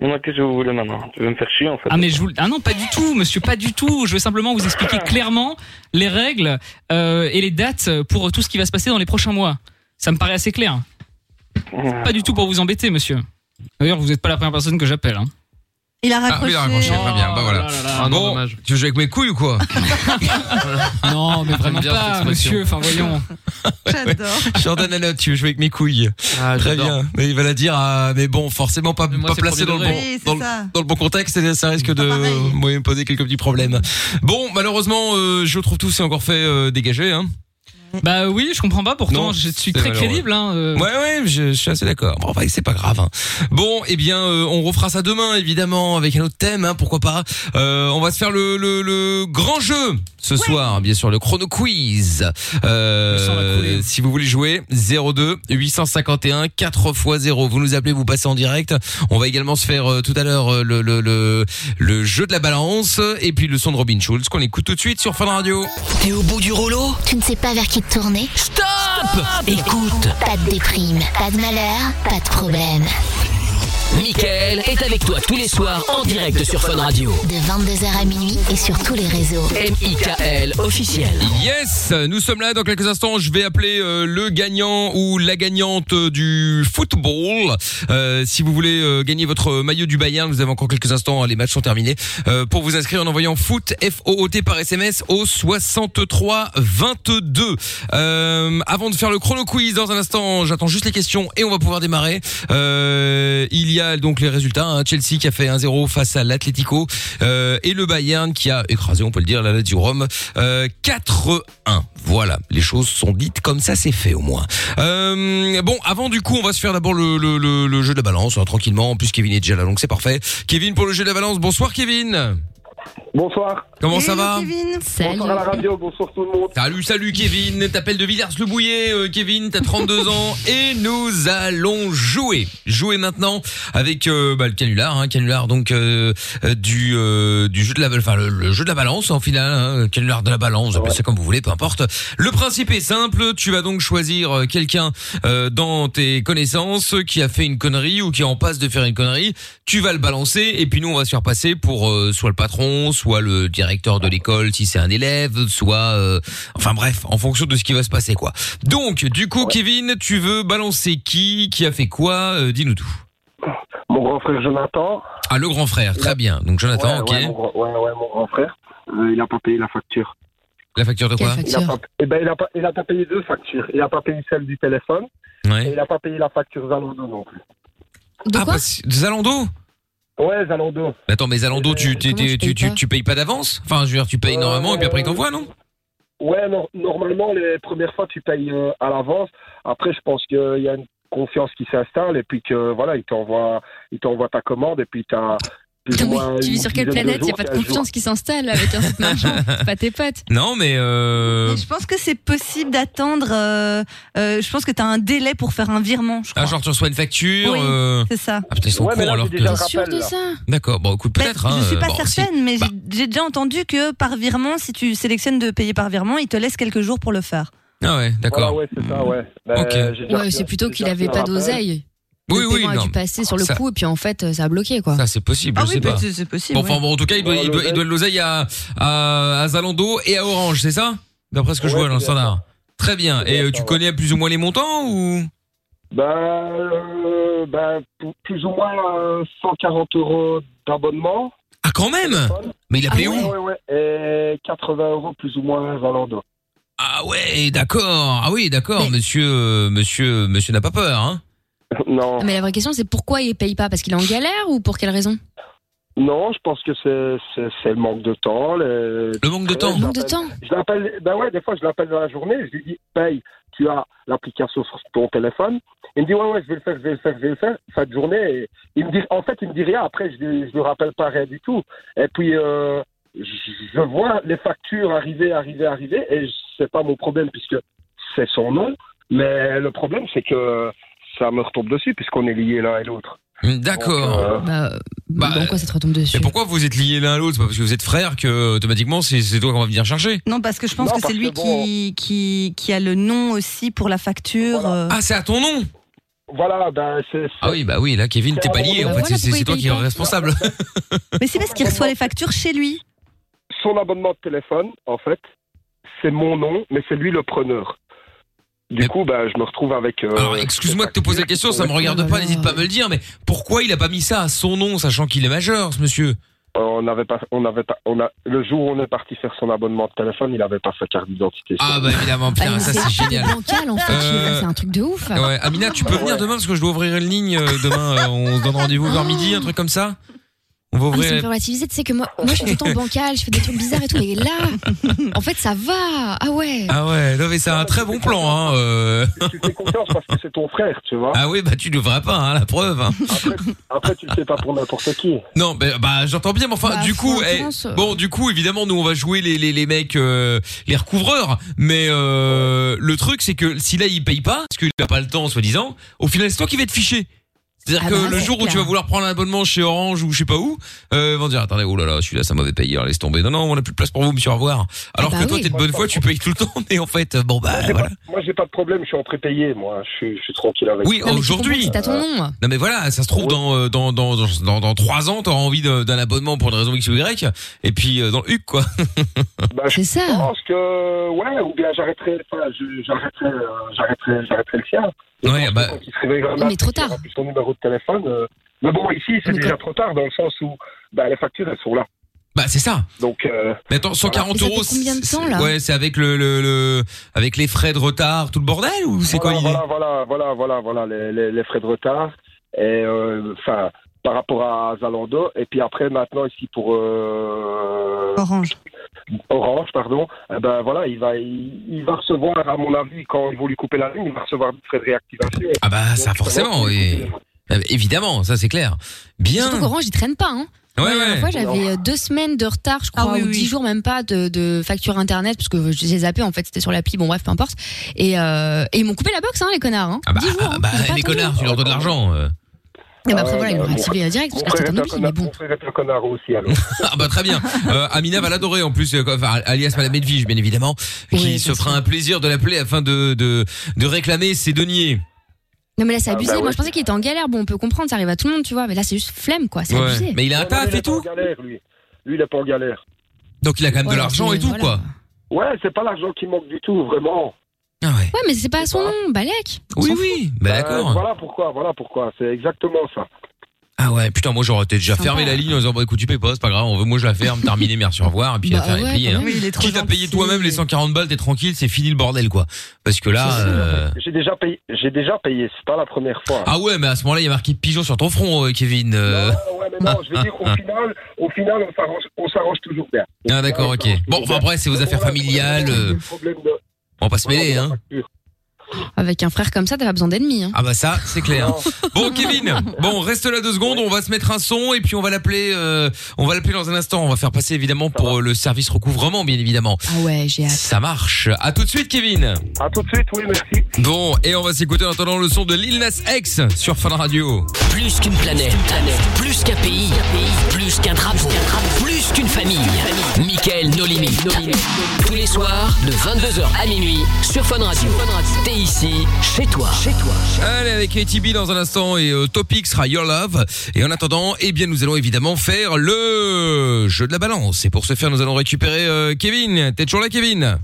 Speaker 11: Maintenant, qu'est-ce que vous voulez maintenant Tu veux me faire chier en fait
Speaker 5: Ah mais je vous ah non pas du tout monsieur pas du tout je veux simplement vous expliquer clairement les règles euh, et les dates pour tout ce qui va se passer dans les prochains mois ça me paraît assez clair C'est pas du tout pour vous embêter monsieur d'ailleurs vous n'êtes pas la première personne que j'appelle hein.
Speaker 6: Il a
Speaker 2: Ah
Speaker 6: raccroché.
Speaker 2: oui, il a raccroché, très bien. Bah
Speaker 5: Oh
Speaker 2: voilà. bon, tu veux jouer avec mes couilles ou quoi
Speaker 5: Non, mais vraiment
Speaker 2: bien cette
Speaker 5: pas,
Speaker 2: expression.
Speaker 5: monsieur. Enfin, voyons.
Speaker 2: Jordan Alot, tu veux jouer avec mes couilles
Speaker 5: Ah,
Speaker 2: Très bien. Mais il va la dire, ah, mais bon, forcément pas, pas
Speaker 4: c'est
Speaker 2: placé dans
Speaker 4: premier degré.
Speaker 2: le, bon,
Speaker 4: Oui, c'est
Speaker 2: dans, le,
Speaker 4: ça.
Speaker 2: dans le bon contexte, et ça risque de moi, me poser quelques petits problèmes. Bon, malheureusement, euh, je trouve tout s'est encore fait euh, dégager. Hein.
Speaker 5: Bah oui, je comprends pas. Pourtant, je suis
Speaker 2: c'est
Speaker 5: très
Speaker 2: malheureux.
Speaker 5: crédible. Hein, euh.
Speaker 2: Ouais, ouais, je, je suis assez d'accord. Bon, enfin, c'est pas grave. hein. Bon, eh bien, euh, on refera ça demain, évidemment, avec un autre thème, hein, pourquoi pas. Euh, on va se faire le, le, le grand jeu ce soir, bien sûr, le chrono quiz. Euh, si vous voulez jouer, 02 851 4 x 0. Vous nous appelez, vous passez en direct. On va également se faire euh, tout à l'heure euh, le, le, le, le jeu de la balance et puis le son de Robin Schulz qu'on écoute tout de suite sur Fun Radio.
Speaker 8: T'es au bout du rouleau Tu ne sais pas vers qui te tourner Stop,
Speaker 1: Écoute
Speaker 8: Pas de déprime, pas de malheur, pas de problème.
Speaker 1: Michael est avec toi tous les soirs en direct sur Fun Radio.
Speaker 8: De 22h à minuit et sur tous les réseaux.
Speaker 1: M.I.K.L. officiel.
Speaker 2: Yes, nous sommes là dans quelques instants. Je vais appeler euh, le gagnant ou la gagnante euh, du football. Euh, si vous voulez euh, gagner votre maillot du Bayern, vous avez encore quelques instants. Hein, Les matchs sont terminés. Euh, pour vous inscrire en envoyant foot F O O T par SMS au 63 22. Euh, avant de faire le chrono quiz dans un instant, j'attends juste les questions et on va pouvoir démarrer. Euh, il y a donc les résultats. hein. Chelsea qui a fait 1-0 face à l'Atlético euh, et le Bayern qui a écrasé, on peut le dire, la du Rome euh, 4-1. Voilà, les choses sont dites comme ça, c'est fait au moins. Euh, bon, avant du coup, on va se faire d'abord le, le, le- le jeu de la balance hein, tranquillement. En plus, Kevin est déjà là, donc c'est parfait. Kevin pour le jeu de la balance. Bonsoir, Kevin.
Speaker 11: Bonsoir.
Speaker 2: Comment ça va
Speaker 11: Salut. Bonsoir à la radio, bonsoir tout le monde.
Speaker 2: Salut, salut Kevin, t'appelles de Villers-le-Bouillet, euh, Kevin, t'as 32 ans et nous allons jouer. Jouer maintenant avec euh, bah, le canular, hein, canular donc euh, euh, du euh, du jeu de la enfin le, le jeu de la balance en final, hein, canular de la balance, appelez ça comme vous voulez, peu importe. Le principe est simple, tu vas donc choisir euh, quelqu'un euh, dans tes connaissances qui a fait une connerie ou qui est en passe de faire une connerie, tu vas le balancer et puis nous on va se faire passer pour euh, soit le patron, soit le directeur de l'école si c'est un élève, soit euh, enfin bref, en fonction de ce qui va se passer quoi. Donc du coup Kevin, tu veux balancer qui, qui a fait quoi, Euh, dis-nous tout.
Speaker 11: Mon grand frère Jonathan.
Speaker 2: Ah le grand frère, très bien. Donc Jonathan,
Speaker 11: ouais,
Speaker 2: OK.
Speaker 11: ouais, mon, grand- ouais, ouais, mon grand frère. Euh, il a pas payé la facture.
Speaker 2: La facture de
Speaker 3: Ah,
Speaker 2: quoi
Speaker 11: il, a pas, eh ben, il, a pas, il a pas payé deux factures. Il a pas payé celle du téléphone.
Speaker 2: Ouais.
Speaker 11: Et il a pas payé la facture Zalando non plus.
Speaker 2: Ah, parce- Zalando
Speaker 11: Ouais, Zalando.
Speaker 2: Mais Attends, mais Zalando, tu, tu, tu, tu, tu, tu payes pas d'avance Enfin, je veux dire, tu
Speaker 11: Euh,
Speaker 2: payes énormément et puis après ils t'envoient, non
Speaker 11: Ouais, nor- normalement, les premières fois, tu payes euh, à l'avance. Après, je pense qu'il y a une confiance qui s'installe et puis que, voilà, il t'envoie il t'envoie ta commande et puis t'as. plus ou moins
Speaker 3: Tu
Speaker 11: une
Speaker 3: vis sur quelle
Speaker 11: dizaine
Speaker 3: planète Il
Speaker 11: jours,
Speaker 3: n'y a pas de
Speaker 11: 15 jours.
Speaker 3: confiance qui s'installe avec un certain argent. C'est pas tes potes.
Speaker 2: Non, mais... Euh...
Speaker 6: Je pense que c'est possible d'attendre. euh, euh, je pense que tu as un délai pour faire un virement. je
Speaker 2: Ah, genre, tu reçois une facture...
Speaker 6: Oui,
Speaker 2: euh,
Speaker 6: c'est ça.
Speaker 2: Ah putain, ils sont
Speaker 6: Ouais, mais
Speaker 2: cons
Speaker 6: là,
Speaker 2: alors
Speaker 6: j'ai
Speaker 2: que...
Speaker 6: déjà le T'es sûr rappel, de là. ça
Speaker 2: D'accord, bon, écoute,
Speaker 6: Ben,
Speaker 2: peut-être... hein,
Speaker 6: je suis pas
Speaker 2: euh, bon, si.
Speaker 6: certaine, mais j'ai- j'ai déjà entendu que par virement, si tu sélectionnes de payer par virement, il te laisse quelques jours pour le faire.
Speaker 2: Ah ouais, d'accord.
Speaker 11: ouais, c'est ça, ouais. Ben,
Speaker 2: Ok.
Speaker 12: Ouais, c'est plutôt qu'il avait pas d'oseille.
Speaker 2: Oui,
Speaker 12: le
Speaker 2: oui,
Speaker 12: paiement
Speaker 2: non.
Speaker 12: a dû passer sur le
Speaker 2: Ça-
Speaker 12: coup et puis en fait, euh, ça a bloqué quoi.
Speaker 2: Ça, Ah bah, c'est
Speaker 6: Ah
Speaker 2: possible, je sais
Speaker 6: bah,
Speaker 2: pas. Bon, enfin, bon, en tout cas, il doit, il doit, il doit de l'oseille à, à, à Zalando et à Orange, c'est ça D'après ce que je
Speaker 11: Ouais,
Speaker 2: vois dans le
Speaker 11: c'est bien
Speaker 2: standard. Très bien. Et euh, tu connais plus ou moins les montants ou
Speaker 11: Ben, euh, ben, p- plus ou moins euh, 140 euros d'abonnement. Ah
Speaker 2: Ah, quand même Mais il a payé où
Speaker 11: ouais, ouais, ouais. Et 80 euros plus ou moins Zalando.
Speaker 2: Ah ouais, d'accord. Ah oui, d'accord, monsieur, euh, monsieur, monsieur n'a pas peur, hein
Speaker 11: Non.
Speaker 12: Mais la vraie question, c'est pourquoi il paye pas Parce qu'il est en galère ou pour quelle raison
Speaker 11: Non, je pense que c'est- c'est c'est le manque de temps. Le,
Speaker 2: manque de temps.
Speaker 11: Je
Speaker 12: Manque de
Speaker 11: l'appelle-
Speaker 12: temps.
Speaker 11: Je l'appelle, ben ouais, des fois, je l'appelle dans la journée, je lui dis, paye, tu as l'application sur ton téléphone. Il me dit, ouais, ouais, je vais le faire, je vais le faire, je vais le faire, fin de journée. et il me dit, en fait, il me dit rien, après, je ne lui rappelle pas rien du tout. Et puis, euh, je je vois les factures arriver, arriver, arriver, et c'est pas mon problème, puisque c'est son nom. Mais le problème, c'est que ça me retombe dessus, puisqu'on est liés l'un et l'autre.
Speaker 2: D'accord.
Speaker 12: Bah,
Speaker 3: Euh,
Speaker 2: Bah,
Speaker 12: bon, quoi, ça te retombe dessus
Speaker 2: Mais pourquoi vous êtes liés l'un à l'autre C'est pas parce que vous êtes frères que euh, automatiquement c'est c'est toi qu'on va venir chercher.
Speaker 6: Non, parce que je pense
Speaker 2: Non,
Speaker 6: que
Speaker 2: parce
Speaker 6: c'est lui
Speaker 2: que bon-
Speaker 6: qui, qui, qui a le nom aussi pour la facture. euh.
Speaker 2: Ah, c'est à ton nom
Speaker 11: Voilà, ben c'est.
Speaker 2: Ah oui, bah oui, là Kevin, t'es pas lié. En
Speaker 6: Voilà
Speaker 2: fait, c'est-
Speaker 6: pourquoi
Speaker 2: c'est
Speaker 6: il
Speaker 2: toi
Speaker 6: paye
Speaker 2: qui es
Speaker 6: pas.
Speaker 2: responsable.
Speaker 6: Mais c'est parce qu'il reçoit les factures chez lui.
Speaker 11: son abonnement de téléphone, en fait, c'est mon nom, mais c'est lui le preneur. Du coup, bah, je me retrouve avec. euh,
Speaker 2: Alors, excuse-moi de te poser la question, ça me regarde pas, n'hésite pas à me le dire, mais pourquoi il a pas mis ça à son nom, sachant qu'il est majeur, ce monsieur
Speaker 11: euh, on n'avait pas, on n'avait pas, on a le jour où on est parti faire son abonnement de téléphone, il n'avait pas sa carte d'identité.
Speaker 2: Ah bah évidemment, putain, ça c'est génial.
Speaker 12: Bancal, en fait,
Speaker 2: Euh,
Speaker 12: c'est un truc de ouf. Ah,
Speaker 2: Ouais, Amina, tu peux venir demain parce que je dois ouvrir une ligne euh, demain. euh, On se donne rendez-vous vers midi, un truc comme ça. On va
Speaker 12: Ah, mais ça me
Speaker 2: ouvrir.
Speaker 12: fait relativiser, tu sais que moi, moi je suis tout le temps bancale, je fais des trucs bizarres et tout, et là, en fait ça va, ah ouais.
Speaker 2: Ah ouais, non mais c'est un très bon plan. Hein, euh.
Speaker 11: confiance parce que c'est ton frère, tu vois.
Speaker 2: Ah oui, bah tu devrais pas, hein, la preuve. hein.
Speaker 11: Après, tu le fais pas pour n'importe qui.
Speaker 2: Non, bah, bah, j'entends bien, mais enfin,
Speaker 11: Bah,
Speaker 2: du coup,
Speaker 11: faut un
Speaker 2: eh,
Speaker 11: sens, euh.
Speaker 2: bon, du coup, évidemment, nous on va jouer les les, les mecs, euh, les recouvreurs. Mais euh, le truc, c'est que si là il paye pas, parce qu'il a pas le temps, soi-disant, au final c'est toi qui vas te ficher. C'est-à-dire
Speaker 4: Ah
Speaker 2: que
Speaker 4: bah,
Speaker 2: le
Speaker 4: c'est
Speaker 2: jour où tu
Speaker 4: clair.
Speaker 2: vas vouloir prendre un abonnement chez Orange ou je sais pas où, euh, ils vont dire attendez, oh là là, celui-là ça m'avait payé, alors laisse tomber. Non non, on a plus de place pour vous, monsieur, au revoir. Alors
Speaker 11: bah
Speaker 2: que toi
Speaker 11: oui.
Speaker 2: t'es de bonne foi, tu payes tout le temps, mais en fait, bon bah voilà.
Speaker 11: Moi, j'ai pas de problème, je suis en prépayé, moi. Je suis, je suis tranquille avec.
Speaker 2: Oui,
Speaker 11: ça. Euh,
Speaker 2: aujourd'hui. Non mais voilà, ça se trouve dans euh, dans dans dans dans, dans trois ans, t'auras envie de- d'un abonnement pour une raison X ou Y, et puis euh, dans le HUC quoi.
Speaker 11: Bah, je pense que ouais, ou bien j'arrêterai, enfin, je- j'arrêterai, euh, j'arrêterai, j'arrêterai le sien.
Speaker 2: Ouais, bah.
Speaker 11: qui se réveillera là,
Speaker 12: mais trop
Speaker 11: qui aura
Speaker 12: tard.
Speaker 11: plus son numéro de téléphone. euh. Mais bon, ici, c'est déjà trop tard dans le sens où bah, les factures, elles sont là.
Speaker 2: Bah c'est ça.
Speaker 11: Donc. euh,
Speaker 2: Mais attends, 140
Speaker 12: Et ça fait
Speaker 2: euros.
Speaker 12: combien de
Speaker 2: c'est-
Speaker 12: temps, là
Speaker 2: Ouais, c'est avec le, le le avec les frais de retard, tout le bordel ou c'est quoi
Speaker 11: voilà,
Speaker 2: l'idée
Speaker 11: Voilà, voilà, voilà, voilà, les, les- les frais de retard. Et euh, enfin, par rapport à Zalando. Et puis après, maintenant, ici pour euh,
Speaker 6: Orange.
Speaker 11: Orange, pardon. eh ben voilà, il va, il, il va recevoir, à mon avis, quand ils vont lui couper la ligne, il va recevoir des frais de réactivation.
Speaker 2: Ah bah ça forcément, oui. Euh, Évidemment, ça c'est clair. Bien.
Speaker 12: Surtout qu'Orange, ils traînent pas, hein.
Speaker 2: Ouais, Ah
Speaker 12: La dernière fois,
Speaker 2: ouais.
Speaker 12: j'avais euh, deux semaines de retard, je crois, ou dix jours même pas de, de facture internet, parce que j'ai zappé, en fait, c'était sur l'appli, bon bref, peu importe. Et, euh, et ils m'ont coupé la box, hein, les connards. Hein.
Speaker 2: Ah bah,
Speaker 12: Dix jours.
Speaker 2: ah bah, les connards, tu leur donnes de l'argent. euh.
Speaker 12: Et bah, après, voilà, ils m'ont
Speaker 11: bah,
Speaker 12: activé euh, direct, parce
Speaker 11: Mon
Speaker 12: que
Speaker 11: frère
Speaker 12: j'étais
Speaker 11: est
Speaker 12: en
Speaker 11: un
Speaker 12: oubli, mais
Speaker 11: connard,
Speaker 12: bon.
Speaker 11: mon frère est un connard aussi, alors.
Speaker 2: Ah bah très bien. Euh, Amina va l'adorer en plus, euh, enfin, alias Madame Edwige bien évidemment, qui se fera un plaisir de l'appeler afin de, de de réclamer ses deniers.
Speaker 12: Non, mais là, c'est
Speaker 2: Ah, bah
Speaker 12: abusé.
Speaker 2: ouais.
Speaker 12: Moi, je pensais qu'il était en galère. Bon, on peut comprendre, ça arrive à tout le monde, tu vois, mais là, c'est juste flemme, quoi. Ah, C'est
Speaker 2: Ouais.
Speaker 12: abusé.
Speaker 2: Mais il a un
Speaker 11: Non,
Speaker 2: taf
Speaker 11: il
Speaker 2: et
Speaker 11: est pas en
Speaker 2: tout.
Speaker 11: galère, lui. Lui, il est pas en galère.
Speaker 2: Donc il a quand même de
Speaker 12: Ouais,
Speaker 2: l'argent et tout
Speaker 12: voilà.
Speaker 2: quoi.
Speaker 11: Ouais, c'est pas l'argent qui manque du tout, vraiment.
Speaker 12: Ouais, mais c'est pas à son nom, Balek. On s'en fout.
Speaker 2: Bah, d'accord.
Speaker 11: Euh, Voilà pourquoi, voilà pourquoi. C'est exactement ça.
Speaker 2: Ah ouais, putain, moi j'aurais été déjà fermé la ligne en disant bon écoute tu payes pas, c'est pas grave, on veut, moi je la ferme, terminé, merci, au revoir, et puis
Speaker 11: Bah
Speaker 2: l'affaire
Speaker 11: ouais,
Speaker 2: est pliée.
Speaker 11: quand
Speaker 2: hein.
Speaker 11: même, il est trop
Speaker 2: Quitte à payer toi-même les 140 balles, t'es tranquille, c'est fini le bordel quoi. Parce que là, euh,
Speaker 11: J'ai déjà payé, j'ai déjà payé. C'est pas la première fois.
Speaker 2: ah ouais, mais à ce moment-là il y a marqué pigeon sur ton front, euh, Kevin. euh.
Speaker 11: Ouais, mais non, je veux dire, au final, au final, on s'arrange- on s'arrange toujours bien.
Speaker 2: Ah d'accord, ok. Bon, enfin après c'est vos affaires familiales, euh,
Speaker 11: Problème de-
Speaker 2: on va pas se mêler hein.
Speaker 12: Avec un frère comme ça, t'as pas besoin d'ennemis. Hein.
Speaker 2: Ah bah ça, c'est clair. Bon Kevin, bon reste là deux secondes, on va se mettre un son et puis on va l'appeler, euh, on va l'appeler dans un instant. On va faire passer évidemment pour euh, le service recouvrement, bien évidemment.
Speaker 12: Ah ouais, j'ai hâte.
Speaker 2: Ça marche. À tout de suite Kevin.
Speaker 11: À tout de suite, oui merci.
Speaker 2: Bon et on va s'écouter en attendant le son de Lil Nas X sur Fun Radio.
Speaker 1: Plus qu'une planète, plus qu'un pays, plus qu'un drapeau, plus qu'une famille. Michael No Limit. Tous les soirs, de 22h à minuit, sur Fun Radio. T'es ici, chez toi. Chez toi.
Speaker 2: Allez avec ATB dans un instant et euh, Topic sera Your Love. Et en attendant, eh bien nous allons évidemment faire le jeu de la balance. Et pour ce faire, nous allons récupérer euh, Kevin. T'es toujours là Kevin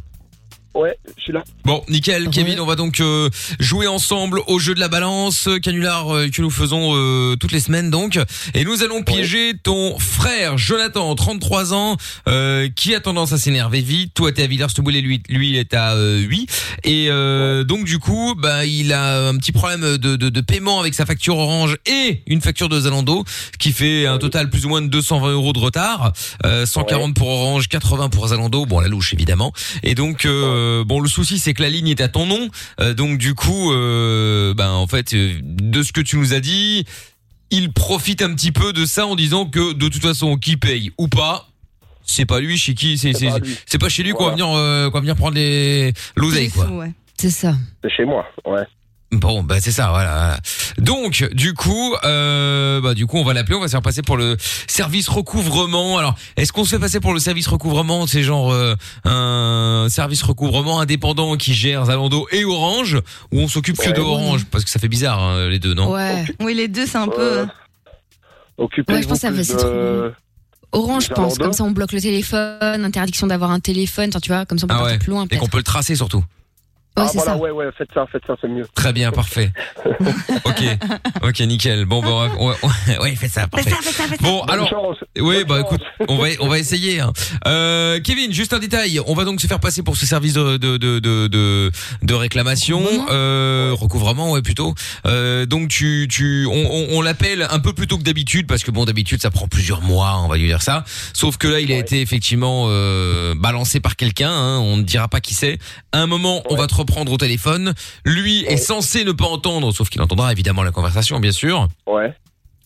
Speaker 11: Ouais, je suis là.
Speaker 2: Bon, nickel, Kevin, on va donc euh, jouer ensemble au jeu de la balance, euh, canular euh, que nous faisons euh, toutes les semaines donc. Et nous allons piéger ton frère, Jonathan, 33 ans, euh, qui a tendance à s'énerver vite. Toi, t'es à Villers-Toboulet, lui, lui, il est à euh, 8. Et euh, donc, du coup, bah, il a un petit problème de, de, de paiement avec sa facture Orange et une facture de Zalando, ce qui fait un total plus ou moins de 220 euros de retard. Euh, 140 pour Orange, 80 pour Zalando, bon, la louche, évidemment. Et donc, euh, bon, le souci, c'est que la ligne est à ton nom. Euh, donc, du coup, euh, ben, en fait, euh, de ce que tu nous as dit, il profite un petit peu de ça en disant que de toute façon, qui paye ou pas, c'est pas lui chez qui, c'est c'est- c'est pas chez lui qu'on va venir euh, qu'on va venir prendre les l'oseille quoi.
Speaker 12: C'est ça.
Speaker 11: C'est chez moi, ouais.
Speaker 2: Bon bah c'est ça voilà. Donc du coup euh, bah du coup on va l'appeler, on va se faire passer pour le service recouvrement. Alors est-ce qu'on se fait passer pour le service recouvrement C'est genre euh, un service recouvrement indépendant qui gère Zalando et Orange ou on s'occupe que de Orange parce que ça fait bizarre hein, les deux non
Speaker 12: Ouais. hein.
Speaker 6: Oui, les deux, c'est un peu.
Speaker 11: Occupez-vous
Speaker 12: Ouais, je pense que ça
Speaker 11: plus
Speaker 12: fait- c'est
Speaker 2: Ah
Speaker 11: de-
Speaker 12: Orange, je
Speaker 11: Zalando
Speaker 12: pense. Comme ça, on bloque le téléphone, interdiction d'avoir un téléphone, enfin, tu vois, comme ça, on peut
Speaker 2: Ah ouais.
Speaker 12: partir plus loin.
Speaker 2: Et qu'on peut le tracer surtout.
Speaker 11: Ah voilà, ouais, ouais, faites ça, faites ça, c'est mieux.
Speaker 2: Très bien, parfait. ok, ok, nickel. Bon, bah, on va- on va- ouais, faites ça, parfait. Bon,
Speaker 11: Bonne
Speaker 2: alors,
Speaker 11: chance.
Speaker 2: oui, bah écoute, on va, on va essayer. hein. Euh, Kevin, juste un détail. On va donc se faire passer pour ce service de de de de, de- de réclamation,
Speaker 11: hein.
Speaker 2: euh, recouvrement, ouais plutôt. Euh, donc tu tu, on, on, on l'appelle un peu plus tôt que d'habitude parce que bon, d'habitude ça prend plusieurs mois, on va lui dire ça. Sauf que là, il a été effectivement euh, balancé par quelqu'un. hein, on ne dira pas qui c'est. À un moment, on va te reprendre au téléphone. Lui est censé ne pas entendre, sauf qu'il entendra évidemment la conversation, bien sûr.
Speaker 11: Ouais.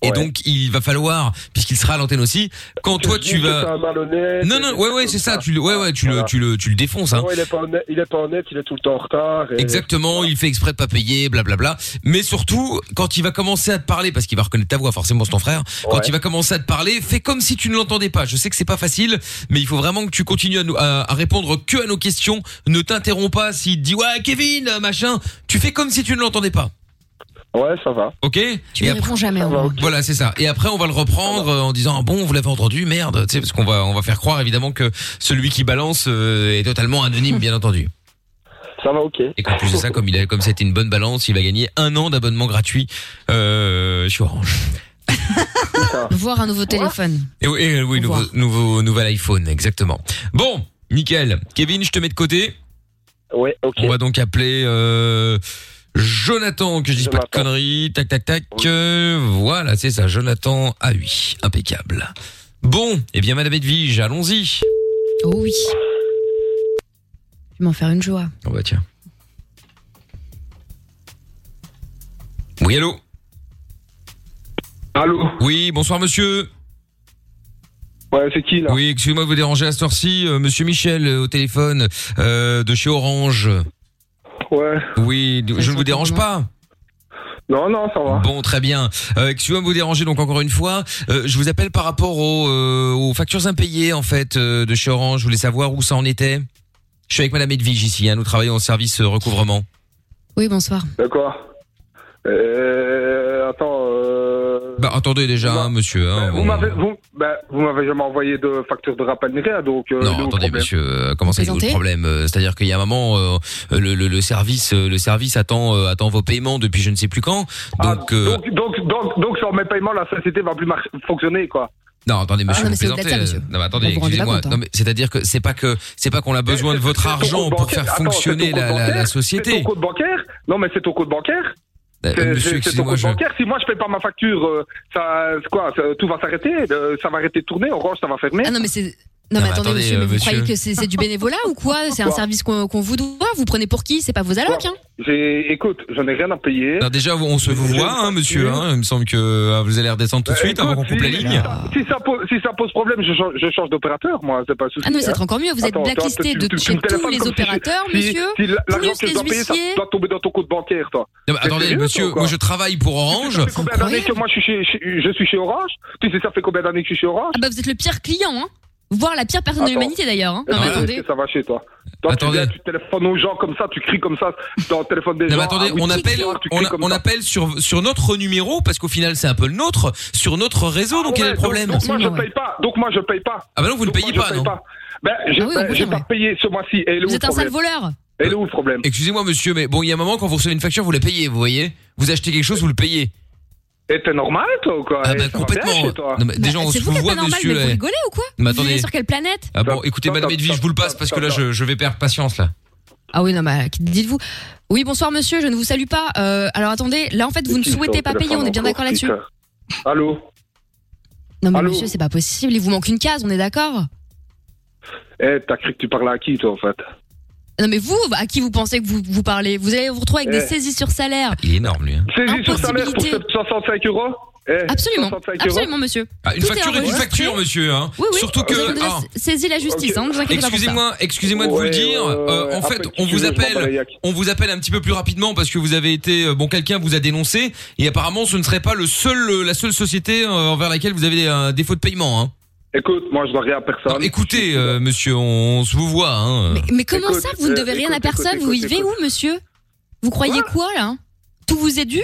Speaker 2: Et donc il va falloir, puisqu'il sera à l'antenne aussi, quand toi
Speaker 11: dis
Speaker 2: tu
Speaker 11: que t'es
Speaker 2: vas,
Speaker 11: un malhonnête,
Speaker 2: non non ouais ouais c'est ça, tu le ouais ouais tu le tu le tu le défonces hein.
Speaker 11: Non, il est pas honnête, il est pas honnête, il est tout le temps en retard. et-
Speaker 2: Exactement, il fait exprès de pas payer, blablabla. Mais surtout, quand il va commencer à te parler, parce qu'il va reconnaître ta voix, forcément, c'est ton frère. Quand il va commencer à te parler, fais comme si tu ne l'entendais pas. Je sais que c'est pas facile, mais il faut vraiment que tu continues à, nous- à- à répondre que à nos questions. Ne t'interromps pas s'il te dit ouais Kevin machin. Tu fais comme si tu ne l'entendais pas.
Speaker 11: Ouais, ça va.
Speaker 2: Ok.
Speaker 12: Tu ne réponds jamais. au moins.
Speaker 2: Voilà, c'est ça. Et après, on va le reprendre euh, en disant ah bon, vous l'avez entendu, merde, tu sais, parce qu'on va on va faire croire évidemment que celui qui balance euh, est totalement anonyme, bien entendu.
Speaker 11: Ça va, ok.
Speaker 2: Et qu'en plus de ça, comme il a comme c'était une bonne balance, il va gagner un an d'abonnement gratuit euh, chez Orange.
Speaker 12: Voir un nouveau téléphone.
Speaker 2: Et oui, et oui, nouveau, nouveau nouvel iPhone, exactement. Bon, nickel. Kevin, je te mets de côté.
Speaker 11: Ouais, ok.
Speaker 2: On va donc appeler euh, Jonathan, que je dise pas de conneries. Tac, tac, tac. Euh, voilà, c'est ça, Jonathan. Ah oui, impeccable. Bon, eh bien, Madame Edwige, allons-y.
Speaker 12: Oh oui. Je vais m'en faire une joie.
Speaker 2: Oh bah tiens. Oui, allô
Speaker 11: Allô
Speaker 2: Oui, bonsoir monsieur.
Speaker 11: Ouais, c'est qui là
Speaker 2: Oui, excusez-moi de vous déranger à cette heure-ci. euh, monsieur Michel euh, au téléphone euh, de chez Orange.
Speaker 11: Ouais.
Speaker 2: Oui, d- je ne vous dérange pas
Speaker 11: Non, non, ça va.
Speaker 2: Bon, très bien. Euh, excusez-moi de vous déranger donc encore une fois. Euh, je vous appelle par rapport aux, euh, aux factures impayées en fait euh, de chez Orange. Je voulais savoir où ça en était. Je suis avec Madame Edwige ici. hein, nous travaillons au service euh, recouvrement.
Speaker 12: Oui, bonsoir.
Speaker 11: D'accord. Euh, attends, euh,
Speaker 2: Bah attendez déjà, hein, monsieur. hein,
Speaker 11: vous
Speaker 2: bon.
Speaker 11: m'avez, vous, bah, vous m'avez jamais envoyé de facture de rappel ni rien, donc. euh,
Speaker 2: Non,
Speaker 11: le
Speaker 2: attendez,
Speaker 11: problème.
Speaker 2: monsieur, euh, comment ça, il y a
Speaker 11: Présentez.
Speaker 2: le problème Euh, C'est-à-dire qu'il y a un moment, euh, le, le- le service, euh, le service attend, euh, attend vos paiements depuis je ne sais plus quand.
Speaker 11: Ah.
Speaker 2: Donc, euh,
Speaker 11: Donc, donc, donc, donc, sans mes paiements, la société va plus mar- fonctionner, quoi.
Speaker 2: non, attendez, monsieur,
Speaker 11: Ah, non, mais
Speaker 2: vous
Speaker 11: c'est au-delà de
Speaker 2: plaisantez.
Speaker 11: ça, monsieur.
Speaker 2: euh, Non, mais
Speaker 11: Vous
Speaker 2: attendez,
Speaker 11: vous rendez pas
Speaker 2: excusez-moi.
Speaker 11: compte, hein.
Speaker 2: Non, mais c'est-à-dire que c'est pas que c'est pas qu'on a besoin de votre argent pour faire fonctionner la, la- la
Speaker 11: C'est
Speaker 2: société.
Speaker 11: ton compte bancaire Non, mais c'est ton compte bancaire.
Speaker 2: Euh,
Speaker 11: C'est-
Speaker 2: monsieur,
Speaker 11: c'est- c'est ton
Speaker 2: excusez-moi,
Speaker 11: compte
Speaker 2: je-
Speaker 11: bancaire. Si moi je paye pas ma facture, euh, ça, c'est quoi, ça- tout va s'arrêter, euh, ça va arrêter de tourner, Orange ça va fermer.
Speaker 12: Ah non, mais c'est. Non, mais attendez,
Speaker 2: Euh,
Speaker 12: monsieur, mais vous croyez que c'est c'est du bénévolat ou quoi C'est un
Speaker 11: Quoi
Speaker 12: service qu'on qu'on vous doit Vous prenez pour qui C'est pas vos allocs, hein
Speaker 11: J'ai, écoute, j'en ai rien à payer.
Speaker 2: Non, déjà, on se vous voit, hein, monsieur. hein. il me semble que ah, vous allez redescendre tout de suite avant qu'on coupe la ligne.
Speaker 11: Ben, Si ça, pose, si ça pose problème, je change, je change d'opérateur, moi, c'est pas un souci.
Speaker 12: Ah non, mais ça
Speaker 11: hein.
Speaker 12: sera encore mieux, vous êtes
Speaker 11: Attends,
Speaker 12: blacklisté
Speaker 11: toi, tu-
Speaker 12: de
Speaker 11: tu- tu
Speaker 12: chez
Speaker 11: me téléphones
Speaker 12: tous les
Speaker 11: comme si-
Speaker 12: opérateurs,
Speaker 11: si-
Speaker 12: monsieur,
Speaker 11: Si l'argent
Speaker 12: plus
Speaker 11: que je dois
Speaker 12: les
Speaker 11: payer, ça
Speaker 12: huissiers.
Speaker 11: doit tomber dans ton compte bancaire, toi.
Speaker 2: Non, mais
Speaker 11: T'es
Speaker 2: attendez,
Speaker 11: sérieux,
Speaker 2: monsieur,
Speaker 11: ou quoi
Speaker 2: moi je travaille pour Orange.
Speaker 11: Ça fait combien d'années que moi je suis chez, chez- je suis chez Orange Tu sais, ça fait combien d'années que je suis chez Orange
Speaker 12: Ah bah vous êtes le pire client, hein Voire la pire personne de
Speaker 11: Attends.
Speaker 12: l'humanité d'ailleurs, hein
Speaker 11: Est-ce
Speaker 12: Non mais
Speaker 11: que- Eh est-ce
Speaker 12: attendez.
Speaker 11: que ça va chez toi Toi, tu, viens, tu téléphones aux gens comme ça, tu cries comme ça, dans le téléphone des
Speaker 2: Non,
Speaker 11: gens.
Speaker 2: mais attendez,
Speaker 11: ah oui,
Speaker 2: on
Speaker 11: tu
Speaker 2: appelle,
Speaker 11: cries, tu
Speaker 2: on,
Speaker 11: cries
Speaker 2: a-
Speaker 11: comme
Speaker 2: on
Speaker 11: ça.
Speaker 2: appelle sur, sur notre numéro, parce qu'au final, c'est un peu le nôtre, sur notre réseau, donc
Speaker 11: Ah Ouais,
Speaker 2: quel est le problème
Speaker 11: donc moi je paye pas. Donc moi je paye pas.
Speaker 2: Ah bah non, vous ne
Speaker 11: Donc, moi,
Speaker 2: payez
Speaker 11: je
Speaker 2: pas, non
Speaker 11: Ben, j'ai
Speaker 12: Ah
Speaker 11: ben, j'ai pas payé ce mois-ci. Et le
Speaker 12: Vous êtes un sale
Speaker 11: problème
Speaker 12: voleur
Speaker 11: Et le où le problème
Speaker 2: Excusez-moi, monsieur, mais bon, il y a un moment, quand vous recevez une facture, vous la payez, vous voyez Vous achetez quelque chose, vous le payez.
Speaker 11: Et t'es normal, toi, ou quoi
Speaker 2: Ah,
Speaker 11: Eh,
Speaker 2: bah,
Speaker 11: ça va
Speaker 2: complètement.
Speaker 11: bien chez toi
Speaker 2: Non, mais déjà, on
Speaker 12: Ah,
Speaker 2: se
Speaker 12: Bah, C'est vous qui êtes
Speaker 2: voit,
Speaker 12: pas normal,
Speaker 2: monsieur.
Speaker 12: mais vous
Speaker 2: là.
Speaker 12: rigolez ou quoi
Speaker 2: Mais
Speaker 12: Vous
Speaker 2: attendez.
Speaker 12: vivez sur quelle planète
Speaker 2: Ah bon, écoutez, madame Edwige, je vous le passe parce que là, je, je vais perdre patience, là.
Speaker 12: Ah oui, non, bah, dites-vous. Oui, bonsoir monsieur, je ne vous salue pas. Euh, alors attendez, là en fait, vous ne
Speaker 11: Qui sort
Speaker 12: souhaitez
Speaker 11: au
Speaker 12: pas payer,
Speaker 11: téléphone
Speaker 12: on est bien
Speaker 11: encore,
Speaker 12: d'accord là-dessus
Speaker 11: putain. Allô
Speaker 12: Non mais
Speaker 11: Allô
Speaker 12: monsieur, c'est pas possible, il vous manque une case, on est d'accord
Speaker 11: Eh, t'as cru que tu parlais à qui, toi, en fait
Speaker 12: Non mais vous, à qui vous pensez que vous, vous parlez Vous allez vous retrouver avec des
Speaker 11: Eh.
Speaker 12: saisies sur salaire.
Speaker 2: Il est énorme, lui. hein.
Speaker 11: Saisis sur salaire pour
Speaker 12: Impossibilité.
Speaker 11: 65 euros Eh,
Speaker 12: Absolument,
Speaker 11: 65 euros
Speaker 12: absolument monsieur.
Speaker 2: Ah, une
Speaker 12: Tout est
Speaker 2: facture est une
Speaker 12: enregistré.
Speaker 2: facture, monsieur. Hein.
Speaker 12: Oui, oui,
Speaker 2: Surtout
Speaker 12: vous avez
Speaker 2: que.
Speaker 12: déjà
Speaker 2: ah.
Speaker 12: saisi la justice, hein, ne vous inquiétez pas pour ça.
Speaker 2: Excusez-moi, excusez-moi de vous le
Speaker 11: Ouais,
Speaker 2: dire.
Speaker 11: ouais,
Speaker 2: Euh,
Speaker 11: ouais,
Speaker 2: en
Speaker 11: après,
Speaker 2: fait,
Speaker 11: si
Speaker 2: on
Speaker 11: tu
Speaker 2: vous
Speaker 11: veux, je m'en bats les
Speaker 2: appelle,
Speaker 11: yaks.
Speaker 2: on vous appelle un petit peu plus rapidement parce que vous avez été, euh, bon, quelqu'un vous a dénoncé et apparemment, ce ne serait pas le seul, euh, la seule société euh, envers laquelle vous avez un défaut de paiement. Hein.
Speaker 11: Écoute, moi, je dois rien à personne.
Speaker 2: Écoutez, euh, monsieur, on, se vous voit. Hein.
Speaker 12: Mais comment
Speaker 11: Écoute,
Speaker 12: ça, vous ne
Speaker 11: euh,
Speaker 12: devez rien à
Speaker 11: écoute, écoute,
Speaker 12: personne Vous
Speaker 11: écoute,
Speaker 12: vivez où monsieur Vous croyez quoi là hein Tout vous est dû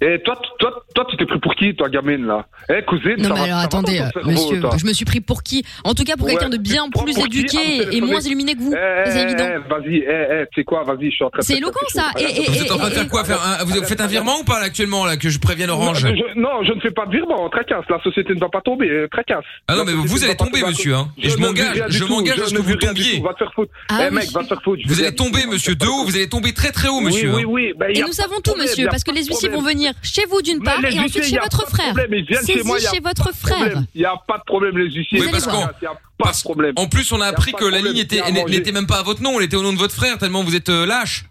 Speaker 11: Eh, toi, tu- toi, toi, tu t'es pris pour qui, toi, gamine, là Eh, cousine,
Speaker 12: Non
Speaker 11: ça va-
Speaker 12: mais alors
Speaker 11: ça va dans
Speaker 12: attendez,
Speaker 11: ton
Speaker 12: euh,
Speaker 11: cerveau,
Speaker 12: monsieur,
Speaker 11: toi
Speaker 12: je me suis pris pour qui En tout cas pour
Speaker 11: Ouais,
Speaker 12: quelqu'un de bien
Speaker 11: prends
Speaker 12: plus
Speaker 11: pour qui Ah, vous
Speaker 12: éduqué et
Speaker 11: téléphonez.
Speaker 12: moins illuminé que vous,
Speaker 11: Eh,
Speaker 12: c'est évident.
Speaker 11: eh, Vas-y, eh, eh, tu sais quoi, vas-y, je suis en train de
Speaker 12: C'est
Speaker 11: faire
Speaker 12: éloquent,
Speaker 11: quelque
Speaker 12: ça.
Speaker 11: chose.
Speaker 12: Et- et-
Speaker 2: Vous êtes en train de faire quoi faire un- Vous faites un virement ou pas là, actuellement là que je prévienne Orange
Speaker 11: Non je, non, je ne fais pas de virement, tracasse. La société ne va pas tomber, euh, tracasse.
Speaker 2: Ah non,
Speaker 11: La
Speaker 2: mais vous
Speaker 11: société
Speaker 2: allez
Speaker 11: ne va pas
Speaker 2: tomber,
Speaker 11: tomber.
Speaker 2: monsieur, hein. Et je
Speaker 11: ne
Speaker 2: m'engage-
Speaker 11: vis rien du
Speaker 2: je
Speaker 11: tout,
Speaker 2: m'engage à ce
Speaker 11: ne
Speaker 2: que vous
Speaker 11: vis rien
Speaker 2: tombiez.
Speaker 11: du tout, Va te faire foutre.
Speaker 12: Ah
Speaker 11: eh, mec,
Speaker 12: oui.
Speaker 11: va te faire foutre. je
Speaker 2: Vous
Speaker 11: viens.
Speaker 2: allez tomber, monsieur, de haut. Vous allez tomber très très haut, monsieur. hein.
Speaker 11: Oui, oui, oui. bah, y
Speaker 12: Et
Speaker 11: a
Speaker 12: nous
Speaker 11: pas de
Speaker 12: savons tout,
Speaker 11: problème, y
Speaker 12: monsieur,
Speaker 11: a
Speaker 12: parce que
Speaker 11: pas
Speaker 12: les
Speaker 11: de
Speaker 12: huissiers vont
Speaker 11: problème.
Speaker 12: venir chez vous d'une
Speaker 11: Mais
Speaker 12: part
Speaker 11: les
Speaker 12: et ensuite
Speaker 11: huissiers,
Speaker 12: chez
Speaker 11: y a
Speaker 12: votre
Speaker 11: pas de
Speaker 12: frère.
Speaker 11: problème, ils viennent chez moi, y
Speaker 12: Saisis
Speaker 11: a
Speaker 12: chez
Speaker 11: pas
Speaker 12: votre
Speaker 11: de
Speaker 12: frère.
Speaker 11: problème. Il n'y a pas de problème, les huissiers.
Speaker 2: Oui, parce
Speaker 11: Il y a
Speaker 2: qu'on-
Speaker 11: pas de problème.
Speaker 2: En plus, on a appris
Speaker 11: pas
Speaker 2: que
Speaker 11: de
Speaker 2: la
Speaker 11: problème,
Speaker 2: ligne
Speaker 11: il y
Speaker 2: était
Speaker 11: a à manger.
Speaker 2: n'était même pas à votre nom, elle était au nom de votre frère, tellement vous êtes euh, lâche.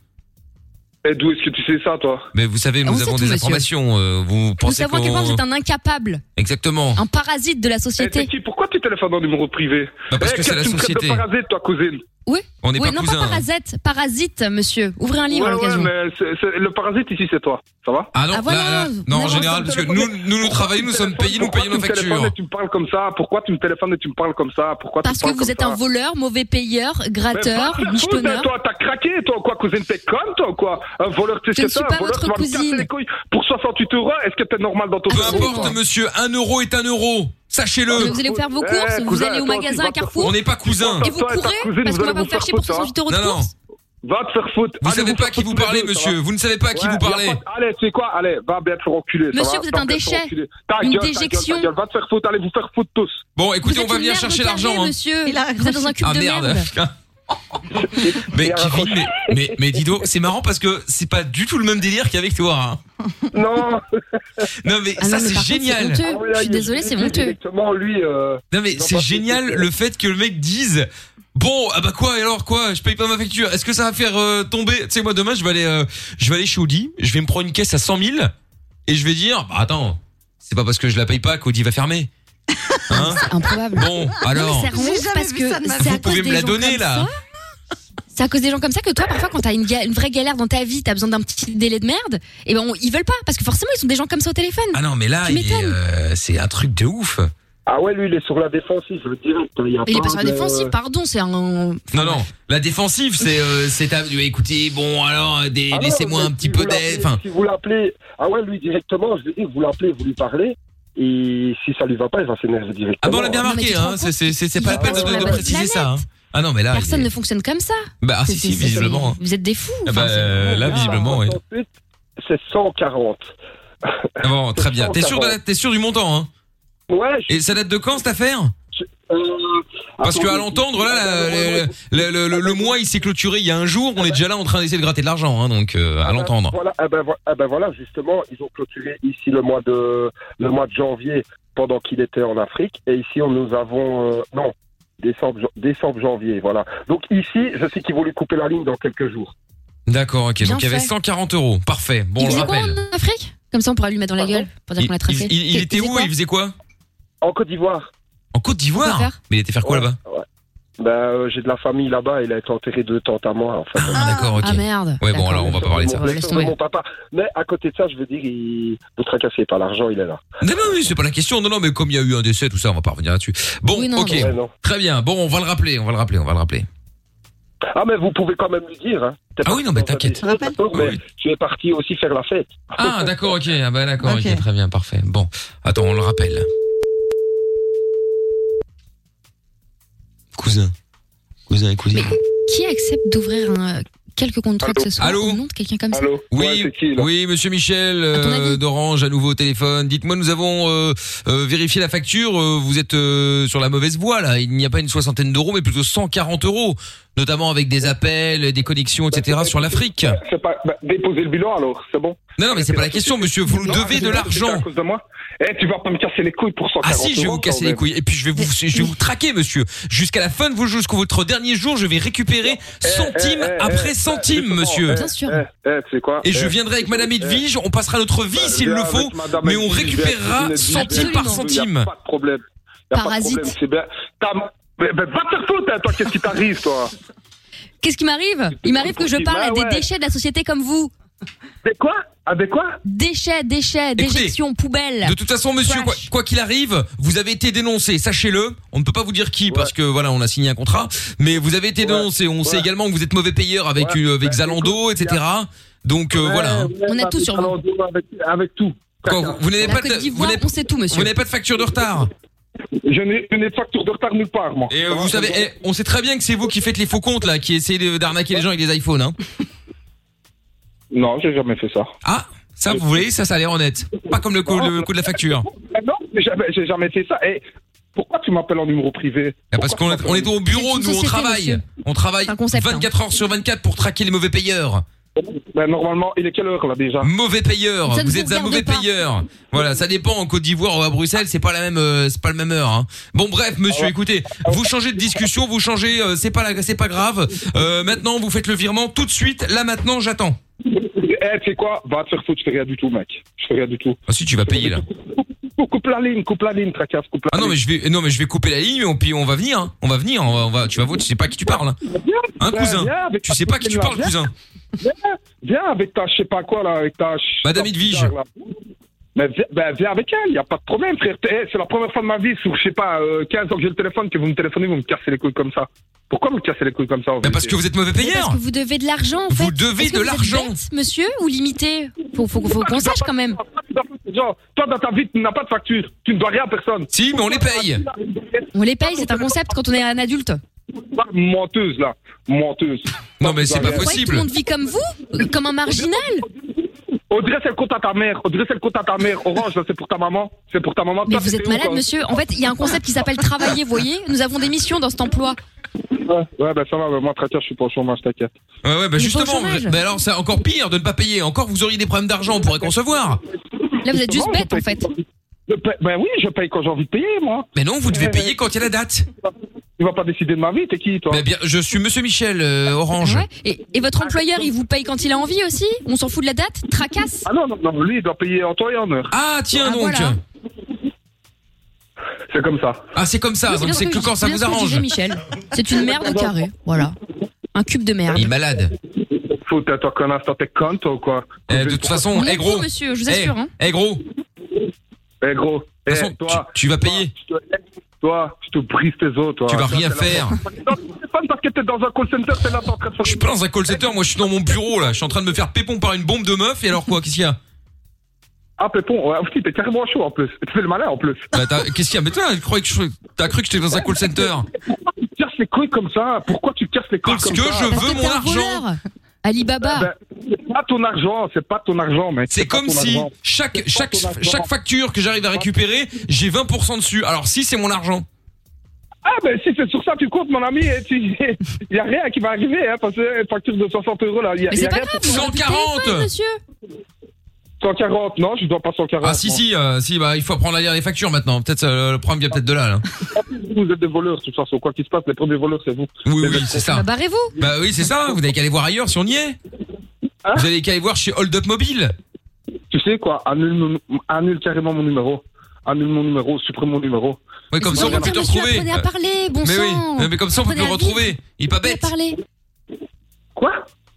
Speaker 11: Eh, d'où est-ce que tu sais ça, toi
Speaker 2: Mais vous savez,
Speaker 12: Ah, on
Speaker 2: nous
Speaker 12: sait
Speaker 2: avons
Speaker 12: tout,
Speaker 2: des
Speaker 12: monsieur.
Speaker 2: informations. euh, Vous
Speaker 12: Nous
Speaker 2: pensez
Speaker 12: savons à quel point vous
Speaker 2: qu'on...
Speaker 12: êtes un incapable,
Speaker 2: Exactement.
Speaker 12: un parasite de la
Speaker 11: Eh, t'es
Speaker 12: société.
Speaker 11: qui Pourquoi tu téléphones en numéro privé
Speaker 2: Bah, parce
Speaker 11: Eh,
Speaker 2: que c'est la
Speaker 11: qu'est-ce tu me traites
Speaker 2: société.
Speaker 11: de parasite, toi, cousine
Speaker 12: Oui.
Speaker 2: On n'est
Speaker 12: oui,
Speaker 2: pas
Speaker 12: non,
Speaker 2: cousins. hein.
Speaker 12: pas parasite, parasite, monsieur. Ouvrez un livre
Speaker 11: Ouais,
Speaker 12: à
Speaker 11: ouais,
Speaker 12: l'occasion.
Speaker 11: mais c'est- c'est- le parasite ici, c'est toi. Ça va
Speaker 2: Ah non,
Speaker 12: Ah, voilà,
Speaker 2: là, là,
Speaker 12: vous
Speaker 2: non, en
Speaker 12: n'avez
Speaker 2: général,
Speaker 12: pas
Speaker 2: parce que nous, nous, nous travaillons, nous sommes payés, nous
Speaker 11: Pourquoi
Speaker 2: payons nos
Speaker 11: tu me téléphones
Speaker 2: factures.
Speaker 11: et tu me parles comme ça Pourquoi tu me téléphones et tu me parles comme ça Pourquoi tu
Speaker 12: Parce
Speaker 11: me
Speaker 12: que
Speaker 11: parles
Speaker 12: vous
Speaker 11: comme
Speaker 12: êtes
Speaker 11: ça
Speaker 12: un voleur, mauvais payeur,
Speaker 11: Mais va
Speaker 12: gratteur,
Speaker 11: te faire foutre,
Speaker 12: michetonneur.
Speaker 11: Toi, t'as craqué, toi, ou quoi, cousine, t'es conne, toi, ou quoi Un voleur, tu
Speaker 12: Je
Speaker 11: sais
Speaker 12: ne
Speaker 11: ce que
Speaker 12: suis
Speaker 11: t'es,
Speaker 12: pas
Speaker 11: un voleur,
Speaker 12: votre
Speaker 11: tu vas me casser
Speaker 12: cousine.
Speaker 11: les couilles. Pour 68 euros, est-ce que t'es normal dans ton
Speaker 2: Peu
Speaker 11: cerveau, toi
Speaker 2: importe, monsieur, un euro est un euro. Sachez-le.
Speaker 12: Vous allez vous faire vos
Speaker 11: Eh,
Speaker 12: courses, vous
Speaker 11: cousin,
Speaker 12: allez au
Speaker 11: toi,
Speaker 12: magasin
Speaker 11: tu
Speaker 12: à
Speaker 11: vas te
Speaker 12: Carrefour.
Speaker 2: On n'est pas cousins.
Speaker 12: Et vous
Speaker 11: Toi et ta
Speaker 12: courez
Speaker 11: cousine,
Speaker 12: parce
Speaker 11: vous
Speaker 12: qu'on va
Speaker 11: allez
Speaker 12: pas
Speaker 11: vous
Speaker 12: vous faire hein.
Speaker 11: faire
Speaker 12: chier pour
Speaker 11: foutre, hein.
Speaker 12: 68 euros de
Speaker 2: Non, non.
Speaker 12: course.
Speaker 11: Va te faire foutre.
Speaker 2: Vous
Speaker 11: Allez,
Speaker 2: savez pas à
Speaker 11: faire
Speaker 2: qui
Speaker 11: foutre
Speaker 2: vous
Speaker 11: tous les
Speaker 2: parlez,
Speaker 11: deux, ça
Speaker 2: monsieur.
Speaker 11: va
Speaker 2: Vous ne savez pas à qui
Speaker 11: Ouais,
Speaker 2: vous
Speaker 11: y a
Speaker 2: parlez.
Speaker 11: pas de- Allez, tu sais quoi Allez, va bien te faire enculer. ça
Speaker 12: Monsieur,
Speaker 11: va
Speaker 12: vous êtes
Speaker 11: Va
Speaker 12: un
Speaker 11: bien te faire
Speaker 12: déchet.
Speaker 11: enculer. Ta
Speaker 12: Une
Speaker 11: gueule, ta gueule,
Speaker 12: déjection.
Speaker 11: ta gueule, Va te faire foutre, allez vous faire foutre tous.
Speaker 2: Bon, écoutez,
Speaker 12: Vous
Speaker 2: on
Speaker 12: êtes une
Speaker 2: va venir
Speaker 12: merde
Speaker 2: chercher
Speaker 12: de
Speaker 2: l'argent.
Speaker 12: carré,
Speaker 2: hein.
Speaker 12: monsieur. Vous êtes dans un cube
Speaker 2: Ah
Speaker 12: de
Speaker 2: merde.
Speaker 12: merde.
Speaker 2: mais Kevin, mais, mais, mais Dido, c'est marrant parce que c'est pas du tout le même délire qu'avec toi.
Speaker 11: Non
Speaker 2: hein. Non mais
Speaker 12: Ah non,
Speaker 2: ça
Speaker 12: mais
Speaker 2: c'est
Speaker 12: par contre,
Speaker 2: génial.
Speaker 12: c'est honteux. Je suis désolée, c'est honteux.
Speaker 11: Exactement, lui. euh,
Speaker 2: Non mais
Speaker 11: Non,
Speaker 2: c'est
Speaker 11: parce que
Speaker 2: génial
Speaker 11: c'est-
Speaker 2: le fait que le mec dise bon ah bah quoi et alors quoi je paye pas ma facture est-ce que ça va faire euh, tomber tu sais moi demain je vais aller euh, je vais aller chez Audi je vais me prendre une caisse à 100 000 et je vais dire bah attends c'est pas parce que je la paye pas qu'Audi va fermer
Speaker 11: Ah,
Speaker 2: hein
Speaker 12: Improbable.
Speaker 2: bon alors
Speaker 12: Non, mais c'est
Speaker 6: J'ai
Speaker 12: ronge
Speaker 6: jamais
Speaker 12: parce
Speaker 6: vu
Speaker 12: que
Speaker 6: ça de ma
Speaker 12: c'est à
Speaker 2: vous
Speaker 12: cause
Speaker 2: pouvez
Speaker 12: des
Speaker 2: me la
Speaker 12: gens
Speaker 2: donner
Speaker 12: comme
Speaker 2: là
Speaker 12: ça. C'est à cause des gens comme ça que toi, parfois, quand t'as une, ga- une vraie galère dans ta vie, t'as besoin d'un petit délai de merde, et ben on- ils veulent pas, parce que forcément, ils sont des gens comme ça au téléphone.
Speaker 2: ah non mais là
Speaker 12: Tu
Speaker 2: il est,
Speaker 12: m'étonnes.
Speaker 2: euh, c'est un truc de ouf
Speaker 11: Ah ouais, lui, il est sur la défensive, je veux dire. Il, y a
Speaker 12: Mais il est pas sur
Speaker 11: de-
Speaker 12: la défensive, pardon, c'est un.
Speaker 2: non non la défensive c'est euh, c'est à- écoutez bon alors euh, des-
Speaker 11: Ah non,
Speaker 2: laissez-moi
Speaker 11: mais
Speaker 2: un
Speaker 11: si
Speaker 2: petit
Speaker 11: vous
Speaker 2: peu
Speaker 11: l'appelez-
Speaker 2: d'aide enfin
Speaker 11: Si vous l'appelez, ah ouais, lui directement, je lui dis, vous l'appelez, vous lui parlez, et si ça lui va pas, il va s'énerver directement.
Speaker 2: ah bon on l'a bien
Speaker 12: Non, mais tu
Speaker 2: marqué
Speaker 12: te rends
Speaker 2: hein c'est- c'est c'est- c'est pas la
Speaker 12: qu'il
Speaker 2: peine de,
Speaker 12: est sur la
Speaker 2: de
Speaker 12: bonne
Speaker 2: préciser ça hein. ah non mais là il
Speaker 12: Personne
Speaker 2: est-
Speaker 12: ne fonctionne comme ça.
Speaker 2: bah ah, si
Speaker 12: C'est-
Speaker 2: si
Speaker 12: c'est-
Speaker 2: visiblement hein.
Speaker 12: Vous êtes des fous.
Speaker 2: Ah bah,
Speaker 12: enfin, c'est-
Speaker 2: euh, là, visiblement, oui.
Speaker 11: 68, C'est 140.
Speaker 2: Ah Bon, très bien. T'es sûr, de la- t'es sûr du montant, hein
Speaker 11: Oh, Ouais, je-
Speaker 2: Et ça date de quand, cette affaire
Speaker 11: euh,
Speaker 2: Parce que à
Speaker 11: attendez,
Speaker 2: l'entendre, là, la-
Speaker 11: attendez, ouais, ouais.
Speaker 2: le, le- le- le mois, il s'est clôturé il y a un jour. On est déjà là en train d'essayer de gratter de l'argent, hein, donc euh, à l'entendre.
Speaker 11: Voilà, ah ben, vo- ah ben voilà, justement, ils ont clôturé ici le mois de, le mois de janvier pendant qu'il était en Afrique. Et ici, on- nous avons. euh, non, décembre, jan- décembre, janvier, voilà. Donc ici, je sais qu'ils vont lui couper la ligne dans quelques jours.
Speaker 2: D'accord, ok.
Speaker 12: Bien
Speaker 2: donc il y avait
Speaker 12: fait.
Speaker 2: 140 euros. Parfait. Bon, on
Speaker 12: il
Speaker 2: le
Speaker 12: faisait quoi
Speaker 2: rappelle.
Speaker 12: en Afrique Comme ça, on pourra lui mettre dans la gueule pour dire
Speaker 2: Il,
Speaker 12: qu'on l'a tracé.
Speaker 2: il- il- il était
Speaker 12: faisait
Speaker 2: où
Speaker 12: quoi
Speaker 2: Il faisait quoi
Speaker 11: En Côte d'Ivoire.
Speaker 2: En Côte
Speaker 12: Quoi
Speaker 2: d'Ivoire
Speaker 12: faire
Speaker 2: Mais il était faire quoi
Speaker 11: Ouais,
Speaker 2: là-bas
Speaker 11: ouais. Ben, euh, j'ai de la famille là-bas, il a été enterré deux tantes à moi, en fait.
Speaker 2: Ah, d'accord, ok.
Speaker 12: Ah merde.
Speaker 2: Ouais, bon,
Speaker 12: D'accord.
Speaker 2: alors on va pas parler de ça.
Speaker 12: Ouais, laisse
Speaker 11: C'est
Speaker 12: tomber.
Speaker 11: mon papa. Mais à côté de ça, je veux dire, il... ne tracassez pas, l'argent, il est là.
Speaker 2: Non, non, oui, c'est pas la question. Non, non, mais comme il y a eu un décès, tout ça, on va pas revenir là-dessus. Bon,
Speaker 12: Oui, non,
Speaker 2: ok.
Speaker 11: Ouais, non.
Speaker 2: Très bien. Bon, on va le rappeler, on va le rappeler, on va le rappeler.
Speaker 11: Ah, mais vous pouvez quand même lui dire. Hein. T'es
Speaker 2: Ah
Speaker 11: parti
Speaker 2: oui, non, mais
Speaker 11: dans un
Speaker 2: t'inquiète.
Speaker 11: délire, d'accord, mais
Speaker 2: Oui, oui.
Speaker 11: Tu es parti aussi faire la fête.
Speaker 2: Ah, d'accord, ok. Ah, bah, d'accord,
Speaker 6: Ok.
Speaker 2: ok. Très bien, parfait. Bon, attends, on le rappelle.
Speaker 13: Cousin. Cousin et cousine.
Speaker 12: Qui accepte d'ouvrir un- quelques contrats que ce soit
Speaker 2: Allô
Speaker 12: au nom de quelqu'un comme ça
Speaker 2: Oui, oui, monsieur Michel euh, d'Orange, à nouveau au téléphone. Dites-moi, nous avons euh, euh, vérifié la facture. euh, vous êtes euh, sur la mauvaise voie là. Il n'y a pas une soixantaine d'euros, mais plutôt 140 euros, notamment avec des appels, des connexions, etc. sur l'Afrique.
Speaker 11: C'est pas, bah, déposez le bilan alors, c'est bon.
Speaker 2: Non, non, mais c'est pas la question, monsieur. Vous nous devez de l'argent.
Speaker 11: à cause de moi. Eh, tu vas pas me casser les couilles pour 140
Speaker 2: Ah si, je vais
Speaker 11: euros,
Speaker 2: vous casser
Speaker 11: Bah, quand
Speaker 2: les
Speaker 11: même.
Speaker 2: couilles. Et puis je vais vous, je vais vous traquer, monsieur. Jusqu'à la fin de vos jours, jusqu'au votre dernier jour, je vais récupérer centime
Speaker 11: eh, eh,
Speaker 2: après
Speaker 11: eh,
Speaker 2: centime,
Speaker 11: justement,
Speaker 2: monsieur.
Speaker 11: eh, Bien sûr. eh, eh, tu sais quoi
Speaker 2: Et je
Speaker 11: Eh, ah,
Speaker 2: viendrai avec Madame Edwige. On passera notre vie s'il
Speaker 11: Viens
Speaker 2: le
Speaker 11: avec
Speaker 2: faut,
Speaker 11: Madame
Speaker 2: mais on
Speaker 11: Edwige,
Speaker 2: récupérera
Speaker 11: Edwige,
Speaker 2: centime par
Speaker 11: Edwige,
Speaker 2: centime.
Speaker 11: y a Pas de problème. Y a pas de
Speaker 12: Parasite.
Speaker 11: problème, C'est bien. T'as- Mais, mais va te faire foutre, hein, toi, qu'est-ce qui t'arrive, toi
Speaker 12: Qu'est-ce qui m'arrive Il m'arrive que je parle à des déchets de la société comme vous.
Speaker 11: Des quoi Avec quoi
Speaker 12: Déchets, déchets,
Speaker 2: Écoutez,
Speaker 12: déjections, poubelles.
Speaker 2: De toute façon, monsieur, quoi quoi qu'il arrive, vous avez été dénoncé, sachez-le. On ne peut pas vous dire qui, parce que voilà, on a signé un contrat, mais vous avez été dénoncé. On sait également que vous êtes mauvais payeur avec,
Speaker 11: Ouais.
Speaker 2: euh, avec
Speaker 11: Bah,
Speaker 2: Zalando,
Speaker 11: écoute,
Speaker 2: etc. Donc euh,
Speaker 11: Ouais,
Speaker 2: voilà.
Speaker 11: ouais, avec Zalando, Avec, avec tout.
Speaker 2: Quoi, vous- vous n'avez
Speaker 12: La
Speaker 2: pas de-
Speaker 12: Côte d'Ivoire, on sait tout, monsieur.
Speaker 2: Vous n'avez pas de facture de retard
Speaker 11: Je n'ai je n'ai de facture de retard nulle part, moi.
Speaker 2: Et euh, vous savez, eh, on sait très bien que c'est vous qui faites les faux comptes là, qui essayez de- d'arnaquer les gens avec des iPhones. Hein.
Speaker 11: Non, j'ai jamais fait ça.
Speaker 2: Ah, ça vous voulez, ça, ça a l'air honnête. Pas comme le coup, le coup de la facture.
Speaker 11: Ah Non, j'ai jamais, j'ai jamais fait ça. Et pourquoi tu m'appelles en numéro privé
Speaker 2: Ah, Parce qu'on est, on est au bureau, nous on
Speaker 11: société,
Speaker 2: travaille.
Speaker 11: monsieur.
Speaker 2: On travaille
Speaker 12: hein.
Speaker 2: 24 heures sur 24 pour traquer les mauvais payeurs.
Speaker 11: Ben, normalement, il est quelle heure là déjà
Speaker 2: Mauvais payeur,
Speaker 11: Ça ne
Speaker 2: vous
Speaker 11: vous
Speaker 2: êtes un
Speaker 11: regarde
Speaker 2: mauvais
Speaker 11: pas.
Speaker 2: payeur. Voilà, ça dépend en Côte d'Ivoire ou à Bruxelles, c'est pas la même euh, c'est pas le même heure hein. Bon bref, monsieur, écoutez, vous changez de discussion, vous changez euh, c'est pas la, c'est pas grave. Euh, maintenant, vous faites le virement tout de suite, là maintenant, j'attends.
Speaker 11: Eh, tu sais quoi Va te faire foutre, je fais rien du tout, mec. Je fais rien du tout.
Speaker 2: Ah si, tu vas payer là.
Speaker 11: Coupe la ligne, coupe la ligne, tracasse, coupe la
Speaker 2: Ah non, mais je vais non mais je vais couper la ligne, on puis on va venir hein. On va venir, on va, on va- tu vas voir, tu sais pas à qui tu parles. hein. Hein, cousin. Tu sais pas à qui tu parles, cousin.
Speaker 11: Viens, viens avec ta, je sais pas quoi là, avec ta.
Speaker 2: Madame Edwige.
Speaker 11: Mais viens, ben, viens avec elle, y a pas de problème, frère. T'es- eh, c'est la première fois de ma vie, sur, je sais pas, euh, 15 ans que j'ai le téléphone, que vous me téléphonez, vous me cassez les couilles comme ça. Pourquoi me casser les couilles comme ça
Speaker 2: Bah, parce que vous êtes mauvais
Speaker 12: Mais Parce que vous devez de l'argent, en fait.
Speaker 11: Vous devez
Speaker 12: Est-ce que
Speaker 11: de
Speaker 12: vous êtes
Speaker 11: l'argent.
Speaker 12: bête, monsieur, ou limité Faut, faut, faut qu'on sache quand même.
Speaker 11: Genre, toi dans ta vie, tu n'as pas de facture, tu ne dois rien à personne.
Speaker 2: Si, mais on les paye.
Speaker 12: On les paye, c'est un concept quand on est un adulte.
Speaker 11: Menteuse là, menteuse.
Speaker 2: Non, mais c'est pas
Speaker 12: Vous croyez que tout le monde vit comme vous Comme un marginal
Speaker 11: Audrey, c'est le compte à ta mère. Audrey, c'est le compte à ta mère. Orange, là, c'est pour ta maman. C'est pour ta maman.
Speaker 12: Mais
Speaker 11: Toi,
Speaker 12: vous
Speaker 11: t'étais
Speaker 12: êtes
Speaker 11: où,
Speaker 12: malade,
Speaker 11: quand-
Speaker 12: monsieur. En fait, il y a un concept qui s'appelle travailler, vous voyez Nous avons des missions dans cet emploi.
Speaker 11: Ouais, ouais, ben ça va, ben, moi, traqueur, je suis pas au chômage, t'inquiète.
Speaker 2: Ouais, ouais, bah
Speaker 11: Mais
Speaker 2: justement,
Speaker 11: pour le chômage.
Speaker 2: bah alors c'est encore pire de ne pas payer. Encore vous auriez des problèmes d'argent, on pourrait concevoir.
Speaker 12: Là, vous êtes juste
Speaker 11: Justement,
Speaker 12: bête,
Speaker 11: je
Speaker 12: en fait.
Speaker 11: Je paye- Ben oui, je paye quand j'ai envie de payer, moi.
Speaker 2: Mais non, vous devez payer quand il y a la date.
Speaker 11: Tu vas pas décider de ma vie, t'es qui, toi
Speaker 2: Eh bien, je suis Monsieur Michel euh, Orange.
Speaker 12: Ouais. Et, et votre employeur, il vous paye quand il a envie aussi On s'en fout de la date Tracasse
Speaker 11: Ah non, non, non, lui, il doit payer en temps et en heure.
Speaker 2: Ah, tiens
Speaker 12: Ah,
Speaker 2: donc.
Speaker 12: voilà.
Speaker 11: C'est comme ça.
Speaker 2: Ah, c'est comme ça.
Speaker 12: Oui,
Speaker 2: donc
Speaker 12: bien
Speaker 2: c'est
Speaker 12: ce
Speaker 2: que
Speaker 12: je-
Speaker 2: quand ça
Speaker 12: bien
Speaker 2: vous
Speaker 12: ce que
Speaker 2: arrange.
Speaker 12: disait Michel. C'est une merde au carré. Voilà. Un cube de merde.
Speaker 2: Il est malade.
Speaker 11: Faut t'es toi connasse, toi, t'es con, toi, ou quoi
Speaker 2: Eh, de toute façon,
Speaker 12: On
Speaker 2: eh
Speaker 12: est
Speaker 2: gros.
Speaker 12: fous, monsieur, je vous
Speaker 2: Eh,
Speaker 12: assure, hein.
Speaker 2: Eh gros.
Speaker 11: Eh gros.
Speaker 2: De toute façon, tu, tu vas payer.
Speaker 11: Toi, je te brise tes os, toi.
Speaker 2: Tu vas
Speaker 11: Toi,
Speaker 2: rien
Speaker 11: t'es là-
Speaker 2: faire.
Speaker 11: Non, c'est pas parce que t'es dans un call center, t'es là, t'es en train de faire.
Speaker 2: Je suis pas dans un call center, moi je suis dans mon bureau là. Je suis en train de me faire pépon par une bombe de meuf. Et alors quoi Qu'est-ce qu'il y a
Speaker 11: Ah, Pépon, ouais, putain, t'es carrément chaud en plus. Tu fais le malin en plus.
Speaker 2: Bah, t'as- Qu'est-ce qu'il y a Mais toi, je croyais que je- t'as cru que j'étais dans un call center.
Speaker 11: Tu casses les couilles comme ça. Pourquoi tu casses les couilles
Speaker 2: Parce
Speaker 11: comme
Speaker 2: que
Speaker 11: ça
Speaker 2: je veux mon argent.
Speaker 12: Voleur Alibaba
Speaker 11: Ben, c'est pas ton argent, c'est pas ton argent, mec.
Speaker 2: C'est comme si chaque chaque chaque facture que j'arrive à récupérer, j'ai 20% dessus. Alors si c'est mon argent.
Speaker 11: Ah, ben si c'est sur ça que tu comptes, mon ami, et tu... il y a rien qui va arriver, hein, parce que une facture de 60 euros là. il Y a, il
Speaker 12: Mais
Speaker 11: y
Speaker 12: c'est
Speaker 11: a
Speaker 12: pas
Speaker 11: rien
Speaker 12: grave,
Speaker 11: pour-
Speaker 12: vous rappelez le téléphone, monsieur
Speaker 5: Bah,
Speaker 11: 140, non, je dois pas 140.
Speaker 2: Ah si
Speaker 11: moi.
Speaker 2: si euh, si bah il faut apprendre à lire les factures maintenant. Peut-être euh, le problème vient peut-être de là. là.
Speaker 11: Vous êtes des voleurs, de toute façon. Quoi qu'il se passe, les premiers voleurs, c'est vous. ben,
Speaker 2: Oui oui c'est ça.
Speaker 12: barrez-vous.
Speaker 2: Bah oui c'est ça. Vous n'avez qu'à aller voir ailleurs si on y est.
Speaker 11: Hein
Speaker 2: Vous n'avez qu'à aller voir chez Hold Up Mobile.
Speaker 11: Tu sais quoi annule, mon- annule carrément mon numéro. Annule mon numéro, supprime mon numéro.
Speaker 2: Ouais, comme ça on peut plus te retrouver. Euh,
Speaker 12: Apprenez à parler, bon
Speaker 2: mais
Speaker 12: sang.
Speaker 2: oui. Mais comme ça on peut plus
Speaker 12: Apprenez
Speaker 2: le
Speaker 12: à vivre.
Speaker 2: retrouver. Il est pas bête.
Speaker 12: Parler.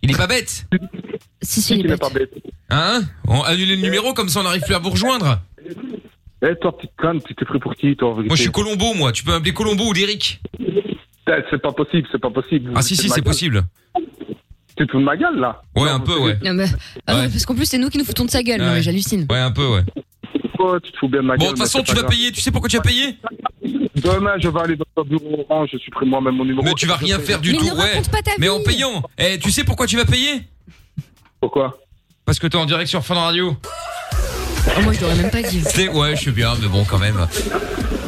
Speaker 2: Il est pas bête.
Speaker 12: Si si il est bête. Euh.
Speaker 2: Hein On annule le numéro comme ça on n'arrive plus à vous rejoindre.
Speaker 11: Eh, toi, petite conne, tu t'es pris pour qui, toi
Speaker 2: Moi je suis Colombo moi. Tu peux m'appeler Colombo ou Derrick.
Speaker 11: Eh, C'est pas possible, c'est pas possible.
Speaker 2: Ah si si c'est possible.
Speaker 11: Tu te fous de ma gueule, là
Speaker 2: Ouais un peu ouais.
Speaker 12: Non, mais- ah
Speaker 2: Ouais.
Speaker 12: ouais, parce qu'en plus, c'est nous qui nous foutons de sa gueule. Non,
Speaker 2: Ah Ouais.
Speaker 12: mais j'allèle. J'hallucine.
Speaker 2: Ouais un peu ouais.
Speaker 11: Oh, tu te fous bien de ma
Speaker 2: Bon, de
Speaker 11: gueule,
Speaker 2: toute
Speaker 11: mais
Speaker 2: façon,
Speaker 11: c'est
Speaker 2: tu
Speaker 11: pas
Speaker 2: vas
Speaker 11: grave.
Speaker 2: payer. Tu sais pourquoi tu as payé
Speaker 11: Demain, je vais aller dans ton bureau orange, je supprime moi-même mon numéro.
Speaker 2: Mais tu vas rien faire du tout, ouais. Mais en payant. Eh, tu sais pourquoi tu vas payer
Speaker 11: Pourquoi
Speaker 2: Parce que t'es en direct sur Fun Radio.
Speaker 12: Ah, moi, je t'aurais même pas dit.
Speaker 2: C'est- ouais, je suis bien, mais bon, quand même.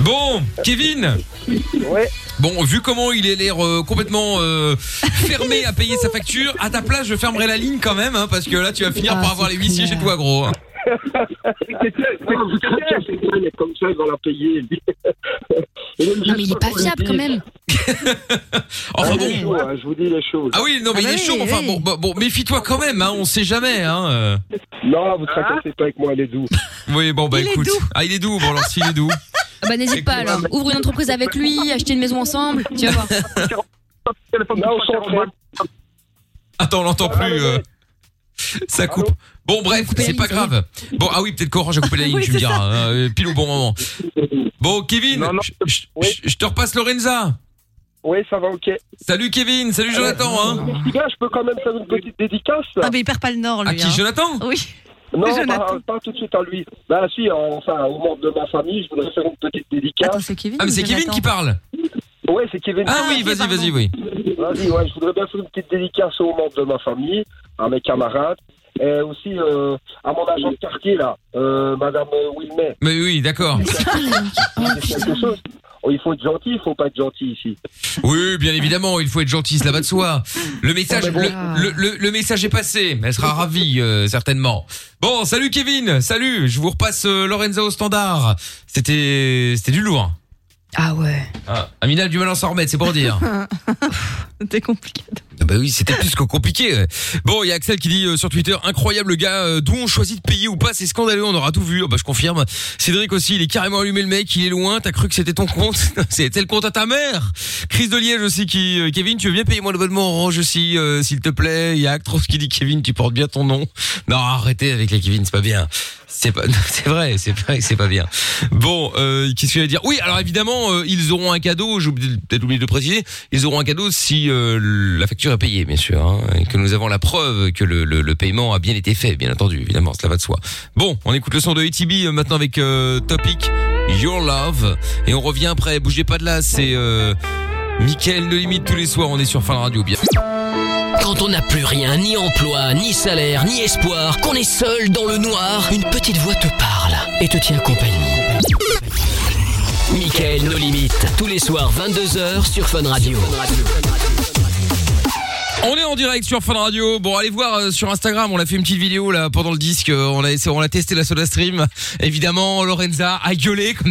Speaker 2: Bon, Kevin. Ouais. Bon, vu comment il a l'air euh, complètement euh, fermé à payer sa facture, à ta place, je fermerai la ligne quand même, hein, parce que là, tu vas
Speaker 12: Ah,
Speaker 2: finir par avoir les huissiers chez toi, gros. hein.
Speaker 11: Non, vous croyez que c'est elle est comme ça, ils vont la payer.
Speaker 12: Non, mais il est pas fiable quand même.
Speaker 2: Enfin bon.
Speaker 11: Je vous dis les choses.
Speaker 2: Ah oui, non, mais il est chaud. mais Enfin bon, bon, bon, méfie-toi quand même. Hein, on sait jamais. Hein, euh.
Speaker 11: Non, vous tracassez pas avec moi, elle est doux.
Speaker 2: Oui, bon, bah
Speaker 12: Il est
Speaker 2: écoute.
Speaker 12: doux.
Speaker 2: Ah, il est doux. Bon, alors s'il est doux.
Speaker 12: Ah bah n'hésite pas alors. Ouvre une entreprise avec lui, acheter une maison ensemble. Tu vas voir.
Speaker 11: Non, on s'entraide.
Speaker 2: Attends, on l'entend
Speaker 11: Ah,
Speaker 2: plus. euh, Ça coupe. Bon, bref, c'est pas grave. Bon, ah oui, peut-être qu'Orange a coupé la ligne,
Speaker 11: Oui,
Speaker 2: tu me
Speaker 11: c'est ça.
Speaker 2: diras. hein, euh, pile au bon moment. Bon, Kevin, je- je je- je te repasse Lorenza.
Speaker 11: Oui, ça va, ok. Euh,
Speaker 2: Salut, Kevin. Salut, Jonathan. hein.
Speaker 11: Les gars, je peux quand même faire une petite dédicace. Ah,
Speaker 6: mais il perd pas le nord,
Speaker 2: lui, À qui, hein. Jonathan
Speaker 6: Oui.
Speaker 11: Non,
Speaker 6: Jonathan.
Speaker 11: pas, pas tout de suite à lui. Bah si, enfin, au membre de ma famille, je voudrais faire une petite dédicace.
Speaker 6: Attends, c'est Kevin
Speaker 2: Ah, mais c'est Kevin qui parle.
Speaker 11: Ouais, c'est Kevin.
Speaker 2: Ah oui, vas-y, vas-y, oui.
Speaker 11: Vas-y, ouais, je voudrais bien faire une petite dédicace aux membres de ma famille, à mes camarades, et aussi euh, à mon agent de quartier, là, euh, Madame euh, Wilmet.
Speaker 2: Mais oui, d'accord.
Speaker 11: C'est quelque chose. Oh, il faut être gentil, il faut pas être gentil ici.
Speaker 2: Oui, bien évidemment, il faut être gentil, cela va de soi. Le message,
Speaker 11: Oh, mais bon.
Speaker 2: le, le- le- le message est passé. Elle sera ravie, euh, certainement. Bon, salut Kevin, salut. Je vous repasse euh, Lorenza au standard. C'était, c'était du lourd.
Speaker 12: Ah ouais.
Speaker 2: Ah, Amina a du mal à s'en remettre, c'est pour dire.
Speaker 6: C'était compliqué.
Speaker 2: Ah bah oui, c'était plus que compliqué. ouais. Bon, il y a Axel qui dit euh, sur Twitter, incroyable le gars, euh, d'où on choisit de payer ou pas, c'est scandaleux, on aura tout vu. Ah bah je confirme. Cédric aussi, il est carrément allumé le mec, il est loin, t'as cru que c'était ton compte C'était le compte à ta mère Chris de Liège aussi qui, euh, Kevin, tu veux bien payer mon abonnement Orange aussi, euh, s'il te plaît. Il y a Actros qui dit, Kevin, tu portes bien ton nom. Non, arrêtez avec les Kevin, c'est pas bien. C'est pas, c'est vrai, c'est vrai, que c'est pas bien. Bon, euh, qu'est-ce que je vais dire Oui, alors évidemment, euh, ils auront un cadeau. J'ai oublié- peut-être oublié de le préciser. Ils auront un cadeau si euh, la facture est payée, bien sûr, hein, et que nous avons la preuve que le, le- le paiement a bien été fait, bien entendu. Évidemment, cela va de soi. Bon, on écoute le son de ETB euh, maintenant avec euh, Topic Your Love, et on revient après. Bougez pas de là, c'est euh, Mickaël de limite tous les soirs. On est sur Fin Radio, bien.
Speaker 1: Quand on n'a plus rien, ni emploi, ni salaire, ni espoir, qu'on est seul dans le noir, une petite voix te parle et te tient compagnie. Michael, nos limites, tous les soirs 22h sur Fun Radio.
Speaker 2: On est en direct sur Fun Radio. Bon, allez voir euh, sur Instagram. On a fait une petite vidéo là pendant le disque. Euh, on a essayé- on a testé la Soda Stream. Évidemment, Lorenza a gueulé comme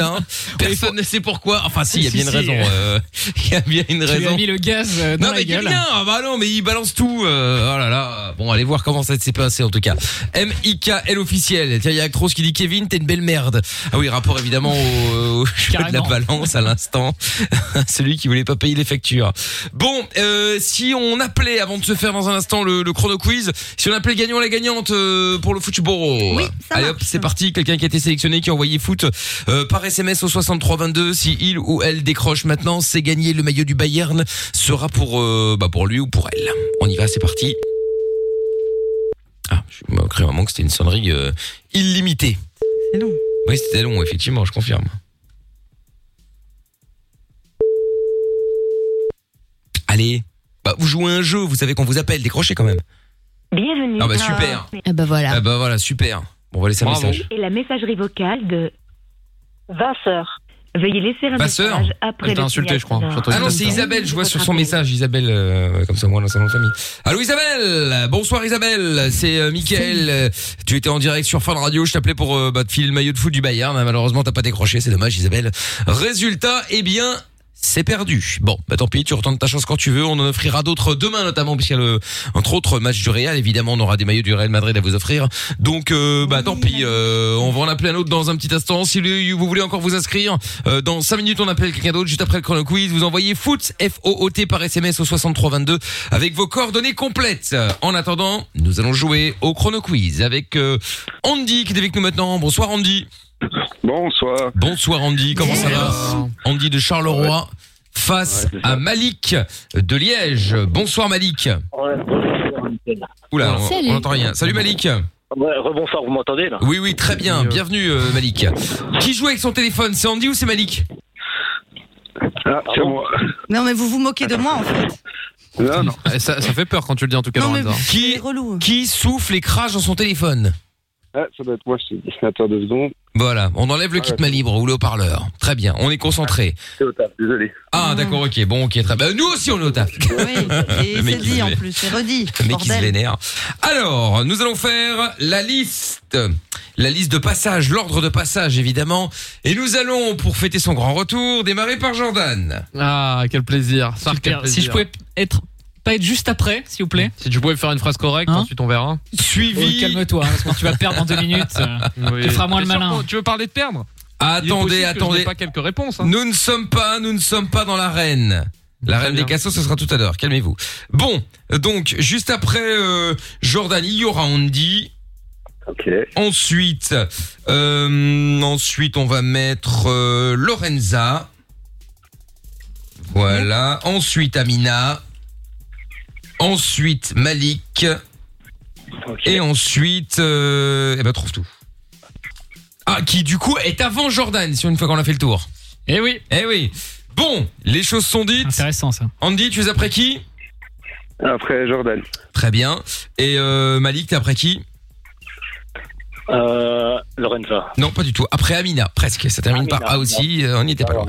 Speaker 2: hein. Personne ne sait pourquoi. Enfin, si, il y a
Speaker 5: Si,
Speaker 2: bien une
Speaker 5: si,
Speaker 2: raison.
Speaker 5: euh.
Speaker 2: euh, Il y a bien une
Speaker 5: Tu lui
Speaker 2: raison.
Speaker 5: as mis le gaz euh, dans
Speaker 2: non
Speaker 5: la
Speaker 2: mais
Speaker 5: gueule.
Speaker 2: quelqu'un, ah bah non mais il balance tout. euh, oh là là. Bon allez voir comment ça s'est passé en tout cas. M I K L officiel. Tiens il y a Actros qui dit Kevin t'es une belle merde. Ah oui rapport évidemment au, au jeu de la
Speaker 14: Carrément.
Speaker 2: balance à l'instant. Celui qui voulait pas payer les factures. Bon euh, si on appelait avant de se faire dans un instant le, le chrono quiz, si on appelait le gagnant la gagnante euh, pour le football. allez hop c'est parti. Quelqu'un qui a été sélectionné qui a envoyé foot euh, par SMS au 6322 si il ou elle décroche maintenant c'est gagné le maillot du Bayern sera pour euh, bah pour lui ou pour elle. On y va, c'est parti. Ah, je me crée un moment que c'était une sonnerie euh, illimitée.
Speaker 6: C'est long.
Speaker 2: Oui, c'était long effectivement, je confirme. Allez, bah vous jouez à un jeu, vous savez qu'on vous appelle, décrochez quand même.
Speaker 15: Bienvenue.
Speaker 2: Ah bah, super.
Speaker 12: Ah bah voilà.
Speaker 2: Ah bah voilà, super. Bon, on va laisser un
Speaker 15: Bravo.
Speaker 2: message.
Speaker 15: Et la messagerie vocale de Vasseur. Veuillez laisser un
Speaker 2: Ma sœur,
Speaker 15: message après
Speaker 2: elle t'a
Speaker 15: le
Speaker 2: insulté,
Speaker 15: signal
Speaker 2: je crois.
Speaker 15: sonore.
Speaker 2: Ah non, c'est Isabelle, je vois sur son message. Isabelle, euh, comme ça, moi, dans sa nom de famille. Allô, Isabelle Bonsoir, Isabelle. C'est euh, Mickaël. Euh, Tu étais en direct sur Fan Radio. Je t'appelais pour euh, bah, te filer le maillot de foot du Bayern. Ah, Malheureusement, t'as pas décroché. C'est dommage, Isabelle. Résultat, eh bien... C'est perdu. Bon, bah tant pis, tu retentes ta chance quand tu veux. On en offrira d'autres demain notamment, puisqu'il y a le, entre autres, match du Real. Évidemment, on aura des maillots du Real Madrid à vous offrir. Donc, euh, bah tant pis, euh, on va en appeler un autre dans un petit instant. Si le- vous voulez encore vous inscrire, euh, dans 5 minutes, on appelle quelqu'un d'autre juste après le chrono quiz. Vous envoyez foot, F-O-O-T par SMS au 6322 avec vos coordonnées complètes. Euh, En attendant, nous allons jouer au chrono quiz avec euh, Andy qui est avec nous maintenant. Bonsoir Andy.
Speaker 16: Bonsoir.
Speaker 2: Bonsoir Andy, comment ça va Andy de Charleroi face à Malik de Liège. Bonsoir Malik. Oula, on-
Speaker 16: Salut.
Speaker 2: on n'entend rien. Salut Malik.
Speaker 16: Ouais, rebonsoir, vous m'entendez là
Speaker 2: euh, Oui, oui, très bien. Bienvenue, euh, Malik. Qui joue avec son téléphone C'est Andy ou c'est Malik
Speaker 16: Ah, c'est moi.
Speaker 6: Non, mais vous vous moquez de moi en fait.
Speaker 4: Non, non.
Speaker 2: Eh,
Speaker 4: Ça, ça fait peur quand tu le dis en tout cas,
Speaker 6: Non, mais
Speaker 4: Lorenza.
Speaker 2: hein. Qui, qui souffle et crache dans son téléphone
Speaker 16: Ah, ça doit être moi, je te dis. Attends deux secondes.
Speaker 2: Voilà, on enlève le kit main libre ou le haut-parleur. Très bien, on est concentré.
Speaker 16: Ah, C'est au taf, désolé.
Speaker 2: Ah, d'accord, ok, bon, ok, très bien. Nous aussi, on est au taf.
Speaker 6: Et
Speaker 2: Le mec
Speaker 6: c'est
Speaker 2: qui se
Speaker 6: dit en
Speaker 2: vénère.
Speaker 6: plus, c'est redit.
Speaker 2: Le mec qui se
Speaker 6: bordel.
Speaker 2: vénère. Alors, nous allons faire la liste. La liste de passage, l'ordre de passage, évidemment. Et nous allons, pour fêter son grand retour, démarrer par Jordan.
Speaker 4: Ah, quel plaisir. Sark, quel
Speaker 5: Si
Speaker 4: plaisir.
Speaker 5: je pouvais être pas être juste après, s'il vous plaît.
Speaker 4: Si tu pouvais faire une phrase correcte,
Speaker 2: Hein
Speaker 4: ensuite on verra.
Speaker 5: Suivi- Oh, calme-toi, hein, parce que tu vas perdre en deux minutes, euh, tu feras moins le
Speaker 4: T'es sûr
Speaker 5: malin.
Speaker 4: qu'on- Tu veux parler de perdre Il est possible
Speaker 2: Attendez,
Speaker 4: que je
Speaker 2: attendez.
Speaker 4: n'ai pas quelques réponses. hein.
Speaker 2: Nous ne sommes pas, nous ne sommes pas dans l'arène. L'arène des cassos, ce sera tout à l'heure. Calmez-vous. Bon, donc juste après euh, Jordan, il y aura Andy.
Speaker 16: Ok.
Speaker 2: Ensuite, euh, ensuite on va mettre euh, Lorenza. Voilà. Ensuite Amina. Ensuite Malik. Et ensuite, euh, eh ben trouve tout. Ah, qui du coup est avant Jordan, si une fois qu'on a fait le tour.
Speaker 5: Eh oui.
Speaker 2: Eh oui. Bon, les choses sont dites.
Speaker 5: Intéressant ça.
Speaker 2: Andy, tu es après qui
Speaker 16: Après Jordan.
Speaker 2: Très bien. Et euh, Malik, t'es après qui
Speaker 16: Euh, Lorenza.
Speaker 2: Non, pas du tout. Après Amina, presque. Ça termine par A aussi. euh, on n'y était pas loin.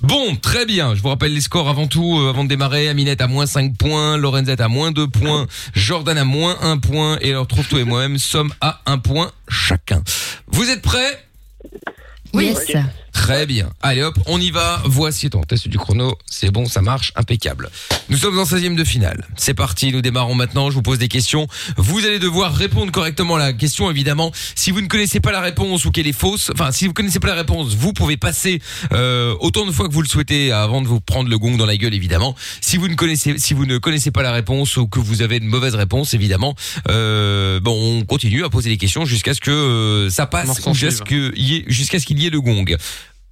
Speaker 2: Bon, très bien. Je vous rappelle les scores avant tout, euh, avant de démarrer. Aminette à moins 5 points, Lorenzette à moins 2 points, Jordan à moins 1 point et alors Trouve-Tout et moi-même sommes à 1 point chacun. Vous êtes prêts
Speaker 12: Oui.
Speaker 2: Ah. Très bien. Allez hop, on y va. Voici ton test du chrono. C'est bon, ça marche. Impeccable. Nous sommes en 16e de finale. C'est parti, nous démarrons maintenant. Je vous pose des questions. Vous allez devoir répondre correctement à la question, évidemment. Si vous ne connaissez pas la réponse ou qu'elle est fausse, enfin, si vous ne connaissez pas la réponse, vous pouvez passer euh, autant de fois que vous le souhaitez avant de vous prendre le gong dans la gueule, évidemment. Si vous ne connaissez, si vous ne connaissez pas la réponse ou que vous avez une mauvaise réponse, évidemment, euh, bon, on continue à poser des questions jusqu'à ce que euh, ça passe
Speaker 4: Morceau
Speaker 2: ou jusqu'à ce
Speaker 4: suivant.
Speaker 2: que y ait- jusqu'à ce qu'il y ait le gong.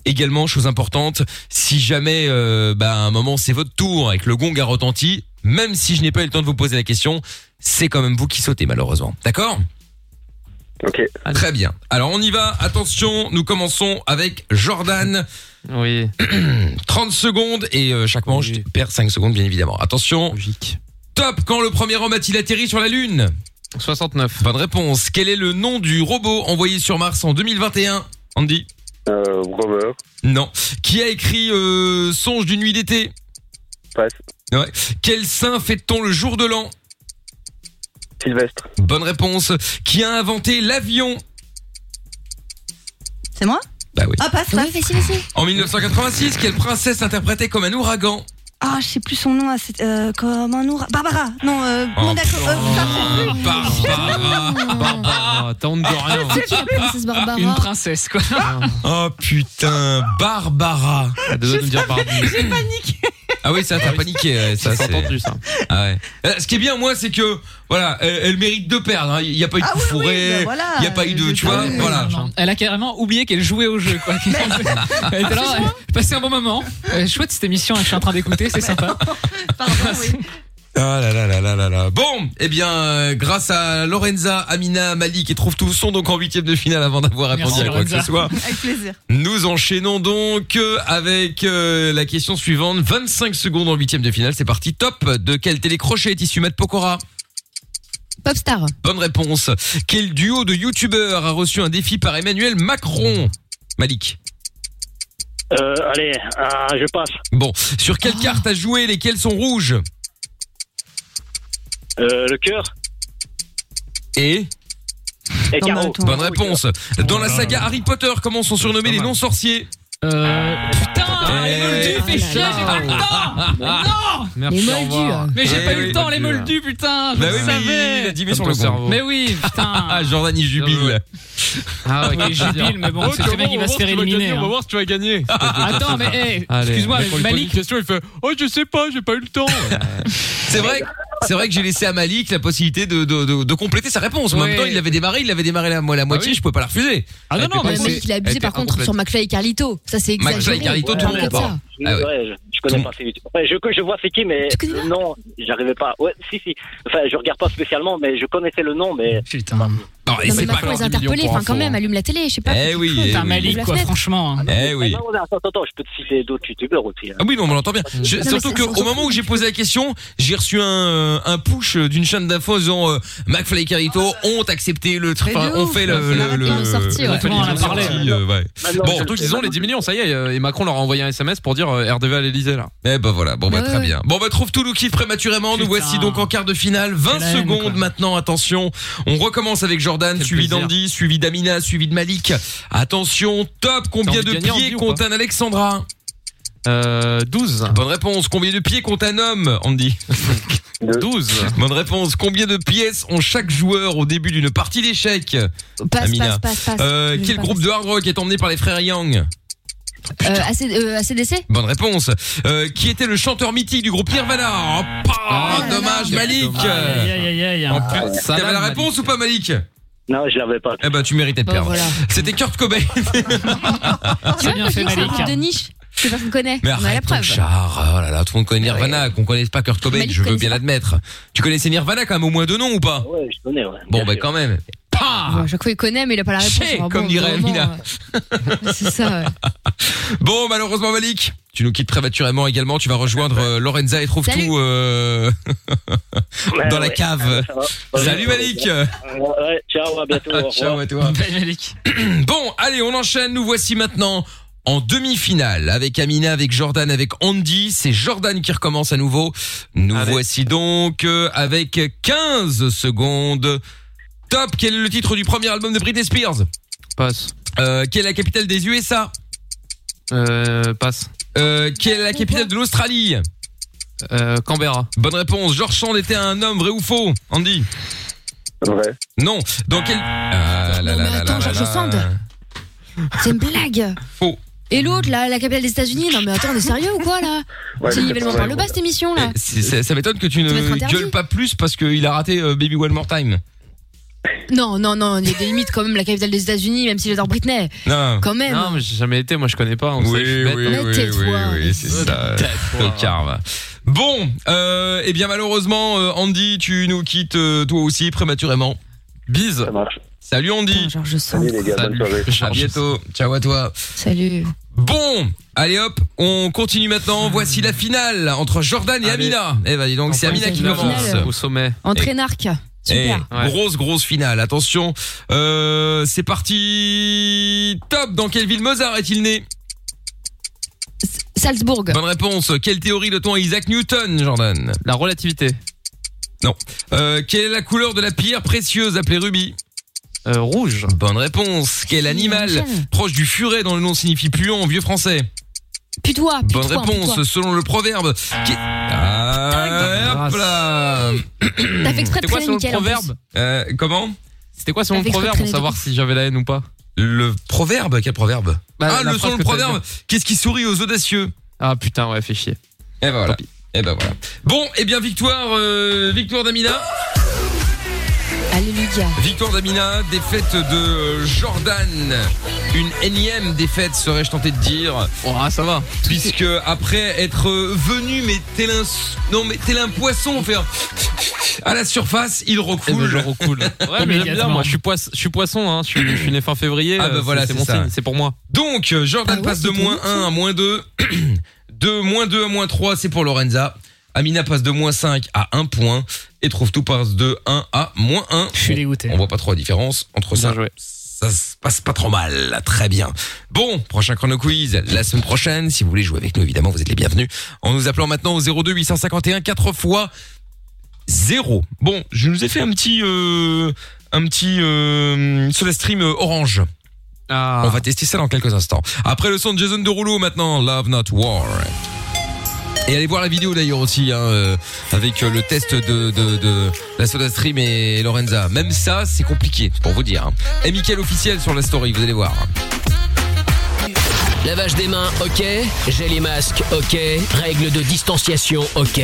Speaker 2: Également, chose importante, si jamais euh, bah, à un moment c'est votre tour et que le gong a retenti, même si je n'ai pas eu le temps de vous poser la question, c'est quand même vous qui sautez malheureusement. D'accord
Speaker 16: Ok.
Speaker 2: Très bien. Alors on y va. Attention, nous commençons avec Jordan.
Speaker 4: Oui.
Speaker 2: 30 secondes et euh, chaque manche perd 5 secondes bien évidemment. Attention. Top, quand le premier homme a-t-il atterri sur la Lune
Speaker 4: 69.
Speaker 2: Bonne réponse. Quel est le nom du robot envoyé sur Mars en 2021 Andy
Speaker 16: Euh, Robert.
Speaker 2: Non. Qui a écrit euh, Songe d'une nuit d'été
Speaker 16: Passe.
Speaker 2: Ouais. Quel saint fête-t-on le jour de l'an
Speaker 16: Sylvestre.
Speaker 2: Bonne réponse. Qui a inventé l'avion
Speaker 6: C'est moi
Speaker 2: Bah oui.
Speaker 6: Ah, passe, passe.
Speaker 2: En 1986, quelle princesse interprétait comme un ouragan
Speaker 6: Ah, je sais plus son nom. ah, c'est, euh, comme un ours. Barbara. Non, euh,
Speaker 2: Oh,
Speaker 6: Monaco. euh,
Speaker 2: putain. Barbara.
Speaker 4: Barbara. T'as honte Ah, de rien.
Speaker 5: Ah, C'est qui la princesse Barbara Ah, Une princesse, quoi.
Speaker 2: Oh putain, Barbara.
Speaker 4: Ça devait nous dire Barbie.
Speaker 2: J'ai paniqué. Ah oui, ça t'a paniqué. ouais, ça,
Speaker 4: C'est
Speaker 2: c'est-
Speaker 4: entendu, ça.
Speaker 2: Ah ouais. Euh, Ce qui est bien, moi, c'est que voilà, elle, elle mérite de perdre. hein. Il n'y a pas eu de
Speaker 5: Ah
Speaker 2: coup
Speaker 5: oui,
Speaker 2: fourré,
Speaker 5: oui, ben voilà.
Speaker 2: il n'y a pas eu de, tu vois,
Speaker 5: Ah oui,
Speaker 2: voilà.
Speaker 5: non, non. Elle a carrément oublié qu'elle jouait au jeu, quoi. elle était là, elle passait un bon moment. Euh, chouette cette émission, je suis en train d'écouter, c'est sympa.
Speaker 2: Ah là là là là là là. Bon, eh bien, euh, grâce à Lorenza, Amina, Malik et trouve tout sont donc en huitième de finale avant d'avoir répondu à quoi que ce soit.
Speaker 6: Avec plaisir.
Speaker 2: Nous enchaînons donc euh, avec euh, la question suivante. 25 secondes en huitième de finale, c'est parti. Top. De quel télécrochet est issu Matt Pokora
Speaker 12: Popstar.
Speaker 2: Bonne réponse. Quel duo de youtubeurs a reçu un défi par Emmanuel Macron Malik.
Speaker 16: Euh, allez, ah, je passe.
Speaker 2: Bon, sur quelle carte à jouer Lesquelles sont rouges
Speaker 16: Euh, le cœur.
Speaker 2: Et
Speaker 16: Et carreau.
Speaker 2: Bonne réponse. Dans la saga Harry Potter, comment sont surnommés les non-sorciers Eh
Speaker 5: Euh,
Speaker 2: Ah. putain,
Speaker 5: les Moldus, fais chier, j'ai pas le temps Ah, Non
Speaker 2: Ah. Merci, Les au Moldus. revoir.
Speaker 5: Mais j'ai
Speaker 2: Eh
Speaker 5: pas eu
Speaker 2: oui,
Speaker 5: le temps,
Speaker 2: bah
Speaker 5: les
Speaker 2: oui.
Speaker 5: Moldus, putain Je
Speaker 2: Bah
Speaker 5: le
Speaker 2: oui, mais
Speaker 5: savais.
Speaker 2: il a dit, mais sur le cerveau.
Speaker 5: Ah, Mais oui, putain
Speaker 2: Ah, Jordan, il jubile.
Speaker 4: Ah ouais,
Speaker 5: Oui,
Speaker 4: quel
Speaker 5: je jubile,
Speaker 4: plaisir.
Speaker 5: mais bon,
Speaker 4: Oh,
Speaker 5: c'est
Speaker 4: tu
Speaker 5: très
Speaker 4: vas
Speaker 5: bien qu'il
Speaker 4: voir,
Speaker 5: va se faire
Speaker 4: on va voir si tu vas
Speaker 5: éliminer,
Speaker 4: gagner, On
Speaker 5: hein.
Speaker 4: va voir si tu vas gagner.
Speaker 5: Attends, mais, hey,
Speaker 4: Allez,
Speaker 5: excuse-moi,
Speaker 4: mais quand on lui pose
Speaker 5: Malik-
Speaker 4: une question, il fait Oh, je sais pas, j'ai pas eu le temps.
Speaker 2: C'est vrai, c'est vrai que j'ai laissé à Malik la possibilité de, de, de, de compléter sa réponse. En
Speaker 5: Ouais.
Speaker 2: même temps, il avait démarré, il avait démarré la, moi,
Speaker 4: Bah
Speaker 2: la moitié, je pouvais pas la refuser.
Speaker 5: Ah non,
Speaker 2: Elle
Speaker 5: non,
Speaker 2: était
Speaker 5: mais
Speaker 2: pas-
Speaker 12: Mais il a abusé
Speaker 2: elle
Speaker 12: par
Speaker 2: était
Speaker 12: contre sur
Speaker 2: incomplète.
Speaker 12: McFly et Carlito. Ça, c'est exagéré.
Speaker 2: McFly et Carlito, tout le monde
Speaker 12: Parle
Speaker 2: est
Speaker 12: comme
Speaker 2: mort.
Speaker 12: ça.
Speaker 2: Ah ouais.
Speaker 16: Ouais, je, je connais pas c'est YouTube. Ouais, je, je vois c'est qui, mais le nom, j'arrivais pas. Ouais, si, si. Enfin, je regarde pas spécialement, mais je connaissais le nom, mais.
Speaker 5: Putain.
Speaker 2: Bah, Non, et
Speaker 12: Non, mais
Speaker 2: c'est
Speaker 12: il va
Speaker 2: pas
Speaker 12: falloir
Speaker 2: grave.
Speaker 12: les interpeller, enfin quand même, allume la télé, je sais pas.
Speaker 2: Eh
Speaker 12: fais quelque
Speaker 2: oui,
Speaker 12: chose,
Speaker 2: eh
Speaker 12: ouvre
Speaker 2: oui.
Speaker 12: la fenêtre.
Speaker 5: franchement. hein.
Speaker 2: Eh oui.
Speaker 16: Non, non, attends, attends, attends, je peux te citer d'autres youtubeurs aussi. hein.
Speaker 2: Ah oui, non, mais on l'entend bien. Je-
Speaker 16: Non, mais
Speaker 2: surtout
Speaker 16: c'est-
Speaker 2: que
Speaker 16: surtout
Speaker 2: au moment où j'ai posé la question, j'ai reçu un, euh, un push d'une chaîne d'infos disant euh, McFly et Carito ont accepté le tri-
Speaker 4: Ah, Mais de
Speaker 2: enfin, ont
Speaker 4: ouf,
Speaker 2: fait
Speaker 4: on
Speaker 2: le
Speaker 4: fait la
Speaker 2: le le-
Speaker 4: réponse sortie, ouais.
Speaker 2: on fait
Speaker 4: Tout le monde en a
Speaker 2: les
Speaker 4: parlé. hein.
Speaker 2: sorties, euh, ouais.
Speaker 4: Bon, surtout qu'ils ont les 10 millions, ça y est. euh, Et Macron leur a envoyé un SMS pour dire euh, RDV à l'Elysée là.
Speaker 2: Eh ben voilà, bon
Speaker 4: bah
Speaker 2: très bien. Bon bah trouve tout nous kiffe prématurément. Nous voici donc en quart de finale. 20
Speaker 4: Quelle haine,
Speaker 2: secondes
Speaker 4: quoi.
Speaker 2: maintenant. Attention, on recommence avec Jordan, suivi
Speaker 4: plaisir.
Speaker 2: d'Andy, suivi d'Amina, suivi de Malik. Attention, top.
Speaker 4: T'as
Speaker 2: Combien
Speaker 4: envie
Speaker 2: de
Speaker 4: de gagner,
Speaker 2: pieds
Speaker 4: Andy, ou
Speaker 2: compte
Speaker 4: pas
Speaker 2: un Alexandra
Speaker 4: Euh, 12.
Speaker 2: Bonne réponse. Combien de pieds compte un homme, Andy
Speaker 4: 12.
Speaker 2: Bonne réponse. Combien de pièces ont chaque joueur au début d'une partie d'échecs
Speaker 12: Passe,
Speaker 2: Amina.
Speaker 12: passe, passe, passe.
Speaker 2: Euh,
Speaker 12: Je
Speaker 2: quel
Speaker 12: passe.
Speaker 2: groupe de hard rock est emmené par les frères Young
Speaker 12: Euh, AC, euh, ACDC
Speaker 2: Bonne réponse. Euh, qui était le chanteur mythique du groupe Nirvana Oh, pah,
Speaker 12: Ah,
Speaker 2: Dommage, Malik.
Speaker 5: Aïe, aïe, aïe, aïe.
Speaker 2: En plus,
Speaker 16: Ah,
Speaker 2: T'avais la réponse ou pas, Malik
Speaker 16: Non, je l'avais pas.
Speaker 2: Eh ben, tu méritais de
Speaker 12: Bon,
Speaker 2: perdre.
Speaker 12: voilà.
Speaker 2: C'était Kurt Cobain.
Speaker 12: Tu vois,
Speaker 5: bien
Speaker 12: moi, je dis que Ah,
Speaker 5: fait,
Speaker 12: c'est un
Speaker 5: Malik.
Speaker 12: groupe de niche. Que personne connaît.
Speaker 2: Mais
Speaker 12: On a la
Speaker 2: arrête ton
Speaker 12: preuve.
Speaker 2: char. Oh là là, tout le monde connaît Nirvana. Qu'on connaisse pas Kurt Cobain,
Speaker 12: Malik
Speaker 2: je veux
Speaker 12: connaissait
Speaker 2: bien l'admettre. Tu connaissais Nirvana quand même au moins deux noms ou pas
Speaker 16: Ouais, je connais, ouais.
Speaker 2: Bon, ben quand même. Pah
Speaker 12: Bon, à chaque fois, il connaît, mais il a pas la réponse.
Speaker 2: Chier,
Speaker 12: Alors,
Speaker 2: comme
Speaker 12: bon,
Speaker 2: dirait
Speaker 12: vraiment,
Speaker 2: Amina.
Speaker 12: euh, C'est ça, ouais.
Speaker 2: Bon, malheureusement, Malik, tu nous quittes prématurément également. Tu vas rejoindre euh, Lorenza et trouve
Speaker 12: Salut.
Speaker 2: tout euh, dans la
Speaker 16: ouais.
Speaker 2: cave.
Speaker 16: Ça va. Ouais,
Speaker 2: Salut,
Speaker 16: ouais,
Speaker 2: Malik.
Speaker 16: ouais. Ouais, ouais, ciao, à bientôt. au revoir.
Speaker 2: Ciao à toi. bon, allez, on enchaîne. Nous voici maintenant en demi-finale avec Amina, avec Jordan, avec Andy. C'est Jordan qui recommence à nouveau. Nous voici donc euh, avec 15 secondes. Top, quel est le titre du premier album de Britney Spears
Speaker 4: Passe.
Speaker 2: Euh, quelle est la capitale des USA
Speaker 4: Euh, passe.
Speaker 2: Euh, quelle est la capitale de l'Australie
Speaker 4: Euh, Canberra.
Speaker 2: Bonne réponse. George Sand était un homme, vrai ou faux Andy
Speaker 11: Vrai.
Speaker 2: Non. Dans quel... Ah, là, là, là,
Speaker 12: attends,
Speaker 2: là,
Speaker 12: George
Speaker 2: là.
Speaker 12: Sand. C'est une blague.
Speaker 2: Faux.
Speaker 12: Et l'autre, là, la capitale des États-Unis. Non, mais attends, on est sérieux ou quoi, là
Speaker 2: Ouais,
Speaker 12: C'est
Speaker 2: mais
Speaker 12: ils veulent
Speaker 2: c'est
Speaker 12: m'en
Speaker 2: pas
Speaker 12: parler
Speaker 2: vrai.
Speaker 12: bas, cette émission, là.
Speaker 2: Eh, C'est- c'est- ça m'étonne que tu
Speaker 12: Ça va être
Speaker 2: ne
Speaker 12: interdit.
Speaker 2: gueules pas plus parce qu'il a raté euh, Baby One More Time.
Speaker 12: Non, non, non, il y a des limites quand même, la capitale des États-Unis, même si j'adore Britney.
Speaker 2: Non.
Speaker 12: Quand même.
Speaker 4: Non, mais j'ai jamais été, moi je connais pas. On sait, je suis bête.
Speaker 2: oui, oui, oui, oui, c'est ça. Tocard, va. Bon, euh, eh bien malheureusement, euh, Andy, tu nous quittes euh, toi aussi prématurément. Bise. Salut Andy.
Speaker 12: Georges
Speaker 11: Salut, les gars, bonne soirée.
Speaker 2: À bientôt. Ciao à toi.
Speaker 12: Salut.
Speaker 2: Bon, allez hop, on continue maintenant. Voici la finale entre Jordan et Amina. Eh ben dis donc, c'est Amina qui
Speaker 4: finale.
Speaker 2: commence.
Speaker 4: Au
Speaker 2: sommet.
Speaker 12: Entrée narc. Super.
Speaker 2: Eh, Grosse, grosse finale. Attention, euh, c'est parti. Top. Dans quelle ville Mozart est-il né
Speaker 12: Salzbourg.
Speaker 2: Bonne réponse. Quelle théorie de ton Isaac Newton, Jordan La relativité. Non. Euh, quelle est la couleur de la pierre précieuse appelée rubis Euh, Rouge. Bonne réponse. Quel animal
Speaker 12: Michel.
Speaker 2: proche du furet dont le nom signifie puant en vieux français
Speaker 12: Putois.
Speaker 2: Bonne
Speaker 12: putois,
Speaker 2: réponse.
Speaker 12: putois.
Speaker 2: Selon le proverbe. qui- Ah, hop là.
Speaker 12: T'as fait exprès de
Speaker 4: C'était quoi
Speaker 12: traîner
Speaker 4: selon le
Speaker 12: Mickaël, en plus.
Speaker 4: proverbe
Speaker 2: Euh, comment
Speaker 4: C'était quoi selon
Speaker 12: T'as
Speaker 4: le
Speaker 12: fait exprès de
Speaker 4: proverbe pour
Speaker 12: traîner
Speaker 4: savoir si j'avais la haine ou pas Bah,
Speaker 2: Le proverbe Quel proverbe Ah, le son, le proverbe. Qu'est-ce qui sourit aux audacieux
Speaker 4: Ah putain, ouais, fait chier.
Speaker 2: Eh ben voilà. Eh ben voilà. Bon, eh bien victoire, euh, victoire d'Amina.
Speaker 12: Alléluia.
Speaker 2: Victoire d'Amina, défaite de euh, Jordan. Une énième défaite, serais-je tenté de dire.
Speaker 4: ah, ça va.
Speaker 2: Puisque après être euh, venu, mais tel un, s- non, mais tel un poisson, faire à la surface, il recoule.
Speaker 4: Eh ben, je recoule. Ouais, mais j'aime bien, moi je suis, poisse- je suis poisson, hein. je, suis, je suis né fin février.
Speaker 2: Ah, bah
Speaker 4: euh, c'est-
Speaker 2: voilà,
Speaker 4: c'est
Speaker 2: c'est
Speaker 4: mon
Speaker 2: ça.
Speaker 4: signe, c'est pour moi.
Speaker 2: Donc, euh, Jordan passe de moins 1 à moins 2. de moins 2 à moins 3, c'est pour Lorenza. Amina passe de moins 5 à 1 point. Et trouve tout passe de 1 à moins 1. Je suis
Speaker 5: dégoûté.
Speaker 2: On voit pas trop la différence entre ça. Ça se passe pas trop mal, là. très bien. Bon, prochain chrono quiz la semaine prochaine. Si vous voulez jouer avec nous, évidemment, vous êtes les bienvenus. En nous appelant maintenant au 02 851 4 fois 0. Bon, je nous ai fait un petit, euh, un petit euh, Soda Stream euh, orange.
Speaker 4: Ah.
Speaker 2: On va tester ça dans quelques instants. Après le son de Jason Derulo maintenant, Love Not War. Et allez voir la vidéo d'ailleurs aussi hein, euh, avec euh, le test de, de, de la Soda Stream et Lorenza. Même ça, c'est compliqué c'est pour vous dire. hein. Et Mickaël officiel sur la story, vous allez voir.
Speaker 1: Lavage des mains, ok. J'ai les masques, ok. Règles de distanciation, ok.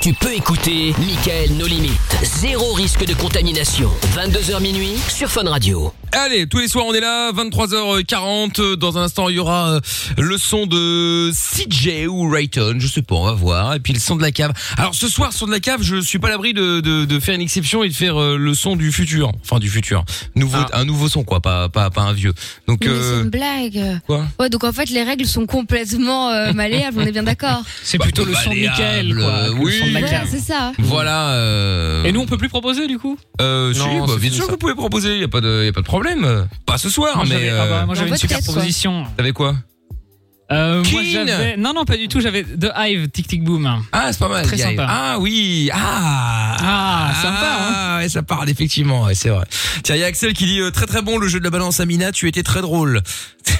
Speaker 1: Tu peux écouter Michael No Limites. Zéro risque de contamination. 22h minuit sur Fun Radio.
Speaker 2: Allez, tous les soirs on est là, 23h40. Dans un instant, il y aura euh, le son de CJ ou Rayton, je sais pas, on va voir. Et puis le son de la cave. Alors ce soir, son de la cave, je suis pas à l'abri de, de, de faire une exception et de faire euh, le son du futur. Enfin, du futur. Nouveau,
Speaker 5: Ah.
Speaker 2: Un nouveau son, quoi, pas, pas, pas un vieux. Donc,
Speaker 12: Mais
Speaker 2: euh,
Speaker 12: c'est une blague.
Speaker 2: quoi
Speaker 12: Ouais, donc en fait, les règles sont complètement euh, malléables, on est bien d'accord.
Speaker 2: Bah,
Speaker 5: C'est plutôt le son de Michael,
Speaker 2: Malléable,
Speaker 5: quoi, que le
Speaker 2: oui.
Speaker 5: son de la
Speaker 12: Voilà,
Speaker 5: cave.
Speaker 12: c'est ça.
Speaker 2: Voilà. euh,
Speaker 5: Et nous, on peut plus proposer du coup
Speaker 2: Euh, si,
Speaker 5: Non,
Speaker 2: bah,
Speaker 5: c'est
Speaker 2: bien
Speaker 5: fini,
Speaker 2: sûr,
Speaker 5: ça.
Speaker 2: vous pouvez proposer, y a pas de, y a pas de problème. Pas ce soir,
Speaker 5: Moi,
Speaker 2: mais. euh,
Speaker 5: j'avais- ah bah, moi, j'avais Dans une votre super tête, quoi. proposition.
Speaker 2: T'avais quoi
Speaker 5: Euh, moi,
Speaker 2: Keane
Speaker 5: j'avais- Non, non, pas du tout. J'avais The Hive, Tic Tic Boom.
Speaker 2: Ah, c'est pas mal.
Speaker 5: Très
Speaker 2: The Hive.
Speaker 5: sympa.
Speaker 2: Ah oui. Ah.
Speaker 5: Ah,
Speaker 2: sympa. Ah, ouais, ça parle effectivement. Ouais, c'est vrai. Tiens, il y a Axel qui dit euh, très très bon le jeu de la balance Amina. Tu étais très drôle.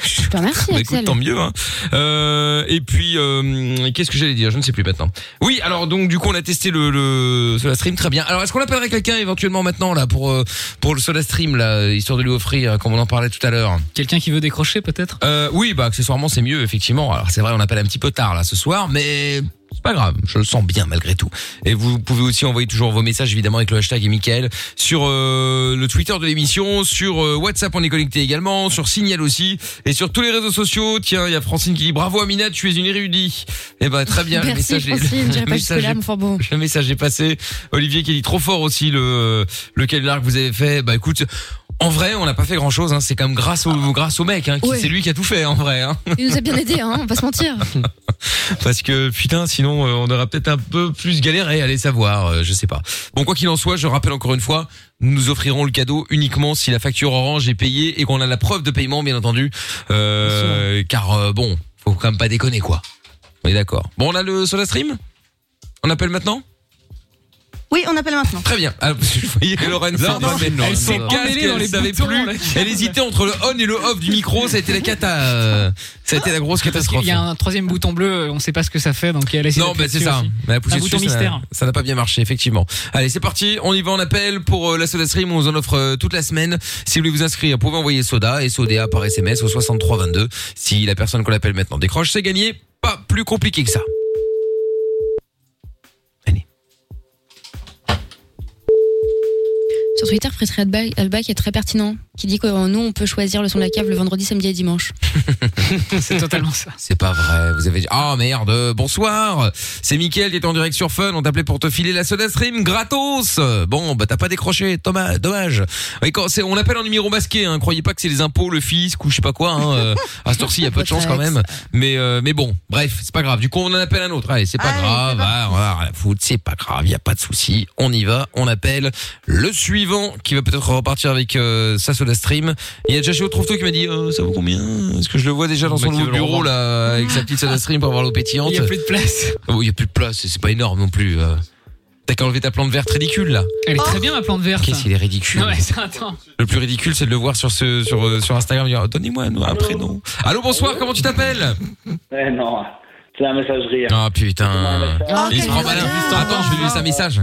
Speaker 12: Je te remercie,
Speaker 2: Bah,
Speaker 12: Axel.
Speaker 2: écoute, tant mieux. hein. Euh, et puis, euh, qu'est-ce que j'allais dire Je ne sais plus maintenant. Oui, alors donc du coup, on a testé le, le Soda Stream, très bien. Alors, est-ce qu'on appellerait quelqu'un éventuellement maintenant là pour euh, pour le Soda Stream là, histoire de lui offrir, euh, comme on en parlait tout à l'heure
Speaker 5: Quelqu'un qui veut décrocher peut-être
Speaker 2: euh, Oui, bah accessoirement, c'est mieux effectivement. Alors c'est vrai, on appelle un petit peu tard là ce soir, mais c'est pas grave. Je le sens bien malgré tout. Et vous pouvez aussi envoyer toujours vos messages évidemment avec le hashtag et Michael sur euh, le Twitter de l'émission, sur euh, WhatsApp on est connecté également, sur Signal aussi et sur tous les réseaux sociaux. Tiens, il y a Francine qui dit bravo Amina, tu es une érudite. Eh ben très bien.
Speaker 12: Merci,
Speaker 2: le message est-
Speaker 12: Francine, j'irai
Speaker 2: le
Speaker 12: pas
Speaker 2: message
Speaker 12: jusque-là,
Speaker 2: est-
Speaker 12: mais enfin bon.
Speaker 2: le message est passé. Olivier qui dit trop fort aussi le le canular que vous avez fait. Bah écoute, en vrai, on n'a pas fait grand chose. Hein. C'est quand même grâce au grâce au mec. Hein, qui-
Speaker 12: Ouais.
Speaker 2: C'est lui qui a tout fait en vrai. Hein.
Speaker 12: Il nous a bien aidé, hein, on va pas se mentir.
Speaker 2: Parce que putain, sinon euh, on aura peut-être un peu plus galéré. Allez savoir, euh, je sais pas. Bon, quoi qu'il en soit, je rappelle encore une fois, nous offrirons le cadeau uniquement si la facture Orange est payée et qu'on a la preuve de paiement, bien entendu. Euh, car euh, bon, faut quand même pas déconner quoi. On est d'accord. Bon, on a le Soda Stream. On appelle maintenant.
Speaker 6: Oui, on appelle maintenant.
Speaker 2: Très bien. Alors, je voyais que Lorraine
Speaker 6: Non, non,
Speaker 2: s'en
Speaker 6: elle s'est
Speaker 2: casque,
Speaker 6: emmêlée dans
Speaker 2: elle
Speaker 6: les
Speaker 2: savait
Speaker 6: boutons,
Speaker 2: plus.
Speaker 6: là.
Speaker 2: Elle hésitait entre le on et le off du micro. Ça a été la cata. euh, Ça a été la grosse catastrophe.
Speaker 5: Il y a un troisième bouton bleu, on sait pas ce que ça fait, donc elle a essayé
Speaker 2: Non,
Speaker 5: d'appuyer
Speaker 2: mais c'est
Speaker 5: dessus
Speaker 2: ça.
Speaker 5: aussi.
Speaker 2: Mais la poussée
Speaker 5: Un
Speaker 2: dessus,
Speaker 5: bouton
Speaker 2: ça n'a-
Speaker 5: mystère.
Speaker 2: Ça n'a pas bien marché, effectivement. Allez, c'est parti. On y va en appel pour euh, la Soda Stream. On vous en offre euh, toute la semaine. Si vous voulez vous inscrire, vous pouvez envoyer Soda et Soda par SMS au 6322. Si la personne qu'on appelle maintenant décroche, c'est gagné. Pas plus compliqué que ça.
Speaker 12: Sur Twitter, Frédéric Alba, Alba qui est très pertinent, qui dit que euh, nous, on peut choisir le son de la cave le vendredi, samedi et dimanche.
Speaker 5: c'est totalement ça.
Speaker 2: C'est pas vrai. Vous avez dit, ah merde, euh, bonsoir. C'est Mickaël qui est en direct sur Fun. On t'appelait pour te filer la Soda Stream gratos. Bon, bah, t'as pas décroché. Thomas, dommage. Oui, quand c'est, on appelle en numéro masqué, hein. Croyez pas que c'est les impôts, le fisc ou je sais pas quoi, hein. Euh, À cette heure-ci, y a peu de chance quand même. Mais, euh, mais bon. Bref, c'est pas grave. Du coup, on en appelle un autre. Allez, c'est pas grave. Ah, on a rien à foutre. C'est pas grave. Y a pas de souci. On y va. On appelle le suivant qui va peut-être repartir avec, euh, sa Soda Stream. Il y a déjà chez Trouve-toi qui m'a dit, euh, ça vaut combien? Est-ce que je le vois déjà dans
Speaker 13: Bah,
Speaker 2: son
Speaker 13: qui
Speaker 2: nouveau
Speaker 13: veut le
Speaker 2: bureau,
Speaker 13: revendre.
Speaker 2: là, avec sa petite Soda Stream pour avoir l'eau pétillante?
Speaker 5: Il y a plus de place.
Speaker 2: Oh, il y a plus de place, c'est pas énorme non plus. euh. T'as qu'à enlever ta plante verte ridicule là.
Speaker 5: Elle est très bien ma plante verte.
Speaker 2: Qu'est-ce qu'il est ridicule.
Speaker 5: Ouais, ça, attends.
Speaker 2: Le plus ridicule, c'est de le voir sur ce sur euh, sur Instagram. dire, Donnez-moi un, un prénom. Allô, bonsoir. Comment tu t'appelles
Speaker 16: Eh non, c'est la messagerie. hein.
Speaker 2: Ah putain. Il se prend malin. Attends, je vais lui laisser un message.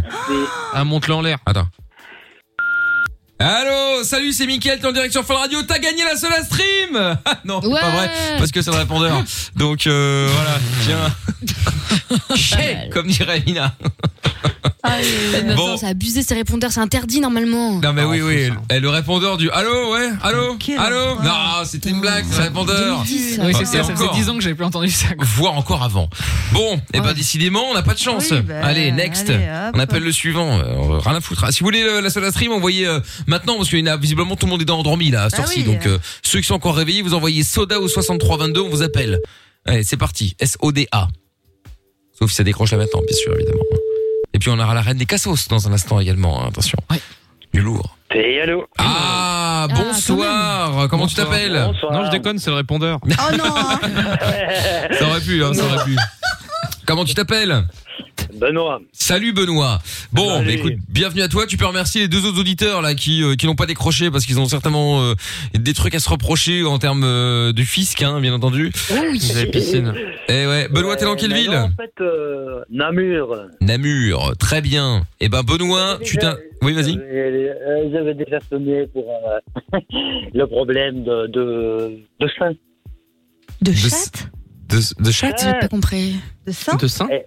Speaker 5: Ah,
Speaker 2: Un monte-le en l'air. Attends. Allô, salut, c'est Mickaël, t'es en direct sur Fun Radio, t'as gagné la seule à stream Ah, Non, c'est pas vrai, parce que c'est le répondeur. Donc, euh, voilà, tiens. Chez, comme dirait Mina.
Speaker 12: Ah, bon. ça a abusé, ces répondeurs, c'est interdit normalement.
Speaker 2: Non mais
Speaker 5: Ah,
Speaker 2: oui oui, et le répondeur du allô ouais, allô, allô. Non, c'était une blague, c'est le répondeur.
Speaker 5: Oui, c'est ça, ça faisait
Speaker 2: Encore.
Speaker 5: 10 ans que j'avais plus entendu ça.
Speaker 2: Voire encore avant. Bon, et ben décidément, on n'a pas de chance.
Speaker 5: Oui, bah,
Speaker 2: allez, next.
Speaker 5: allez, hop.
Speaker 2: on appelle le suivant. Euh, on- rien à foutre. Ah, si vous voulez euh, la seule stream, envoyez euh, maintenant parce qu'il y en a visiblement tout le monde est endormi là à ce ci Donc euh, ceux qui sont encore réveillés, vous envoyez Soda au 6322, on vous appelle. Allez, c'est parti. S O D A. Sauf si ça décroche là maintenant, bien sûr évidemment. Et puis on aura la reine des cassos dans un instant également. hein, attention. Du lourd.
Speaker 16: Et allô
Speaker 2: Ah, bonsoir. Comment tu t'appelles
Speaker 4: Non, je déconne, c'est le répondeur.
Speaker 6: Oh non
Speaker 2: Ça aurait pu, hein, ça aurait pu. Comment tu t'appelles
Speaker 16: Benoît.
Speaker 2: Salut Benoît. Bon, bah, écoute, bienvenue à toi. Tu peux remercier les deux autres auditeurs là qui euh, qui n'ont pas décroché parce qu'ils ont certainement euh, des trucs à se reprocher en termes euh, du fisc, hein, bien entendu.
Speaker 16: oui.
Speaker 2: Vous avez piscine. Eh ouais, Benoît, t'es dans quelle
Speaker 16: mais
Speaker 2: ville
Speaker 16: non, En fait, euh, Namur.
Speaker 2: Namur. Très bien. Eh ben Benoît, tu t'in- Oui, vas-y.
Speaker 16: Euh, euh, J'avais déjà sonné pour euh, le problème de de, de sein.
Speaker 6: De chatte
Speaker 2: De, de
Speaker 12: J'ai pas compris.
Speaker 6: De ça
Speaker 16: Eh,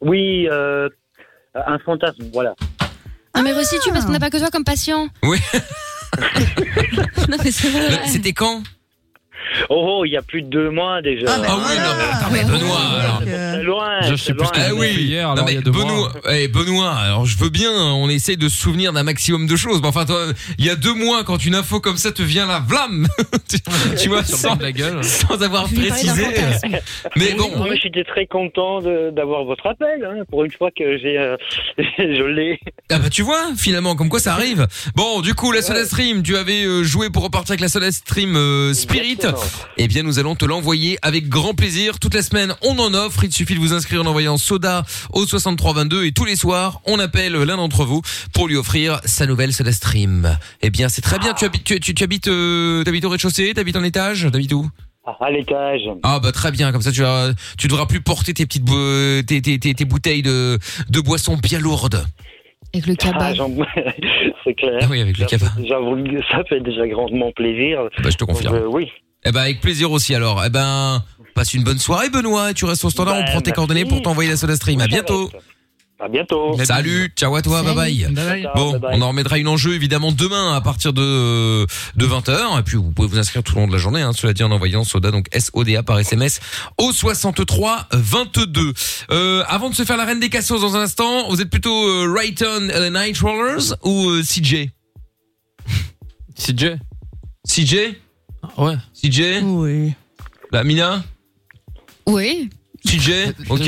Speaker 16: Oui, euh, un fantasme, voilà.
Speaker 12: Ah mais reçis-tu parce qu'on n'a pas que toi comme patient.
Speaker 2: Oui. C'était quand bah
Speaker 16: Oh, oh, il y a plus de deux mois déjà. Ah,
Speaker 2: oui, non, mais attends, mais Benoît, alors.
Speaker 16: C'est loin. c'est hein. loin.
Speaker 2: Eh oui. Non, mais Benoît,
Speaker 4: hein.
Speaker 2: eh, Benoît, alors je veux bien, on essaye de se souvenir d'un maximum de choses. Mais enfin, toi, il y a deux mois, quand une info comme ça te vient là, vlam Tu, tu vois,
Speaker 4: Sur le
Speaker 2: sans,
Speaker 4: bord de la gueule.
Speaker 2: sans avoir précisé. Mais bon.
Speaker 16: Moi, j'étais très content de- d'avoir votre appel. hein, pour une fois que j'ai, euh, je l'ai.
Speaker 2: Ah bah tu vois, finalement, comme quoi ça arrive. Bon, du coup, la Soda Stream, tu avais euh, joué pour repartir avec la Soda Stream euh, Spirit. Eh bien, nous allons te l'envoyer avec grand plaisir. Toute la semaine, on en offre. Il suffit de vous inscrire en envoyant Soda au 6322 et tous les soirs, on appelle l'un d'entre vous pour lui offrir sa nouvelle Soda Stream. Eh bien, c'est très bien. Tu habites, tu, tu- tu habites, euh, t'habites au rez-de-chaussée, t'habites en étage, t'habites où
Speaker 16: Ah, À l'étage.
Speaker 2: ah bah très bien, comme ça tu ne tu devras plus porter tes petites bou- tes, tes- tes- tes bouteilles de, de boissons bien lourdes.
Speaker 12: Avec le cabas.
Speaker 16: Ah, j'en- c'est clair.
Speaker 2: Ah oui, avec le cabas.
Speaker 16: J'avoue que ça fait déjà grandement plaisir. euh,
Speaker 2: Bah, je te confirme.
Speaker 16: oui.
Speaker 2: Eh ben avec plaisir aussi alors. Eh ben passe une bonne soirée Benoît, tu restes au standard,
Speaker 16: Ben,
Speaker 2: on prend tes
Speaker 16: merci.
Speaker 2: coordonnées pour t'envoyer la soda stream. À
Speaker 16: Ça
Speaker 2: bientôt.
Speaker 16: reste. À bientôt.
Speaker 2: Salut, ciao à toi,
Speaker 16: Salut.
Speaker 2: bye
Speaker 16: Bye
Speaker 2: bye.
Speaker 16: bye.
Speaker 2: Bon,
Speaker 16: Bye bye.
Speaker 2: on en remettra une en jeu évidemment demain à partir de de 20h et puis vous pouvez vous inscrire tout le long de la journée hein, cela dit en envoyant soda donc S O D A par SMS au 63 22. Euh, avant de se faire la reine des cassos dans un instant, vous êtes plutôt euh, Rayton euh, Night Rollers ou euh, CJ CJ CJ Ouais. CJ Oui. La Bah, Mina
Speaker 12: Oui.
Speaker 2: CJ, OK.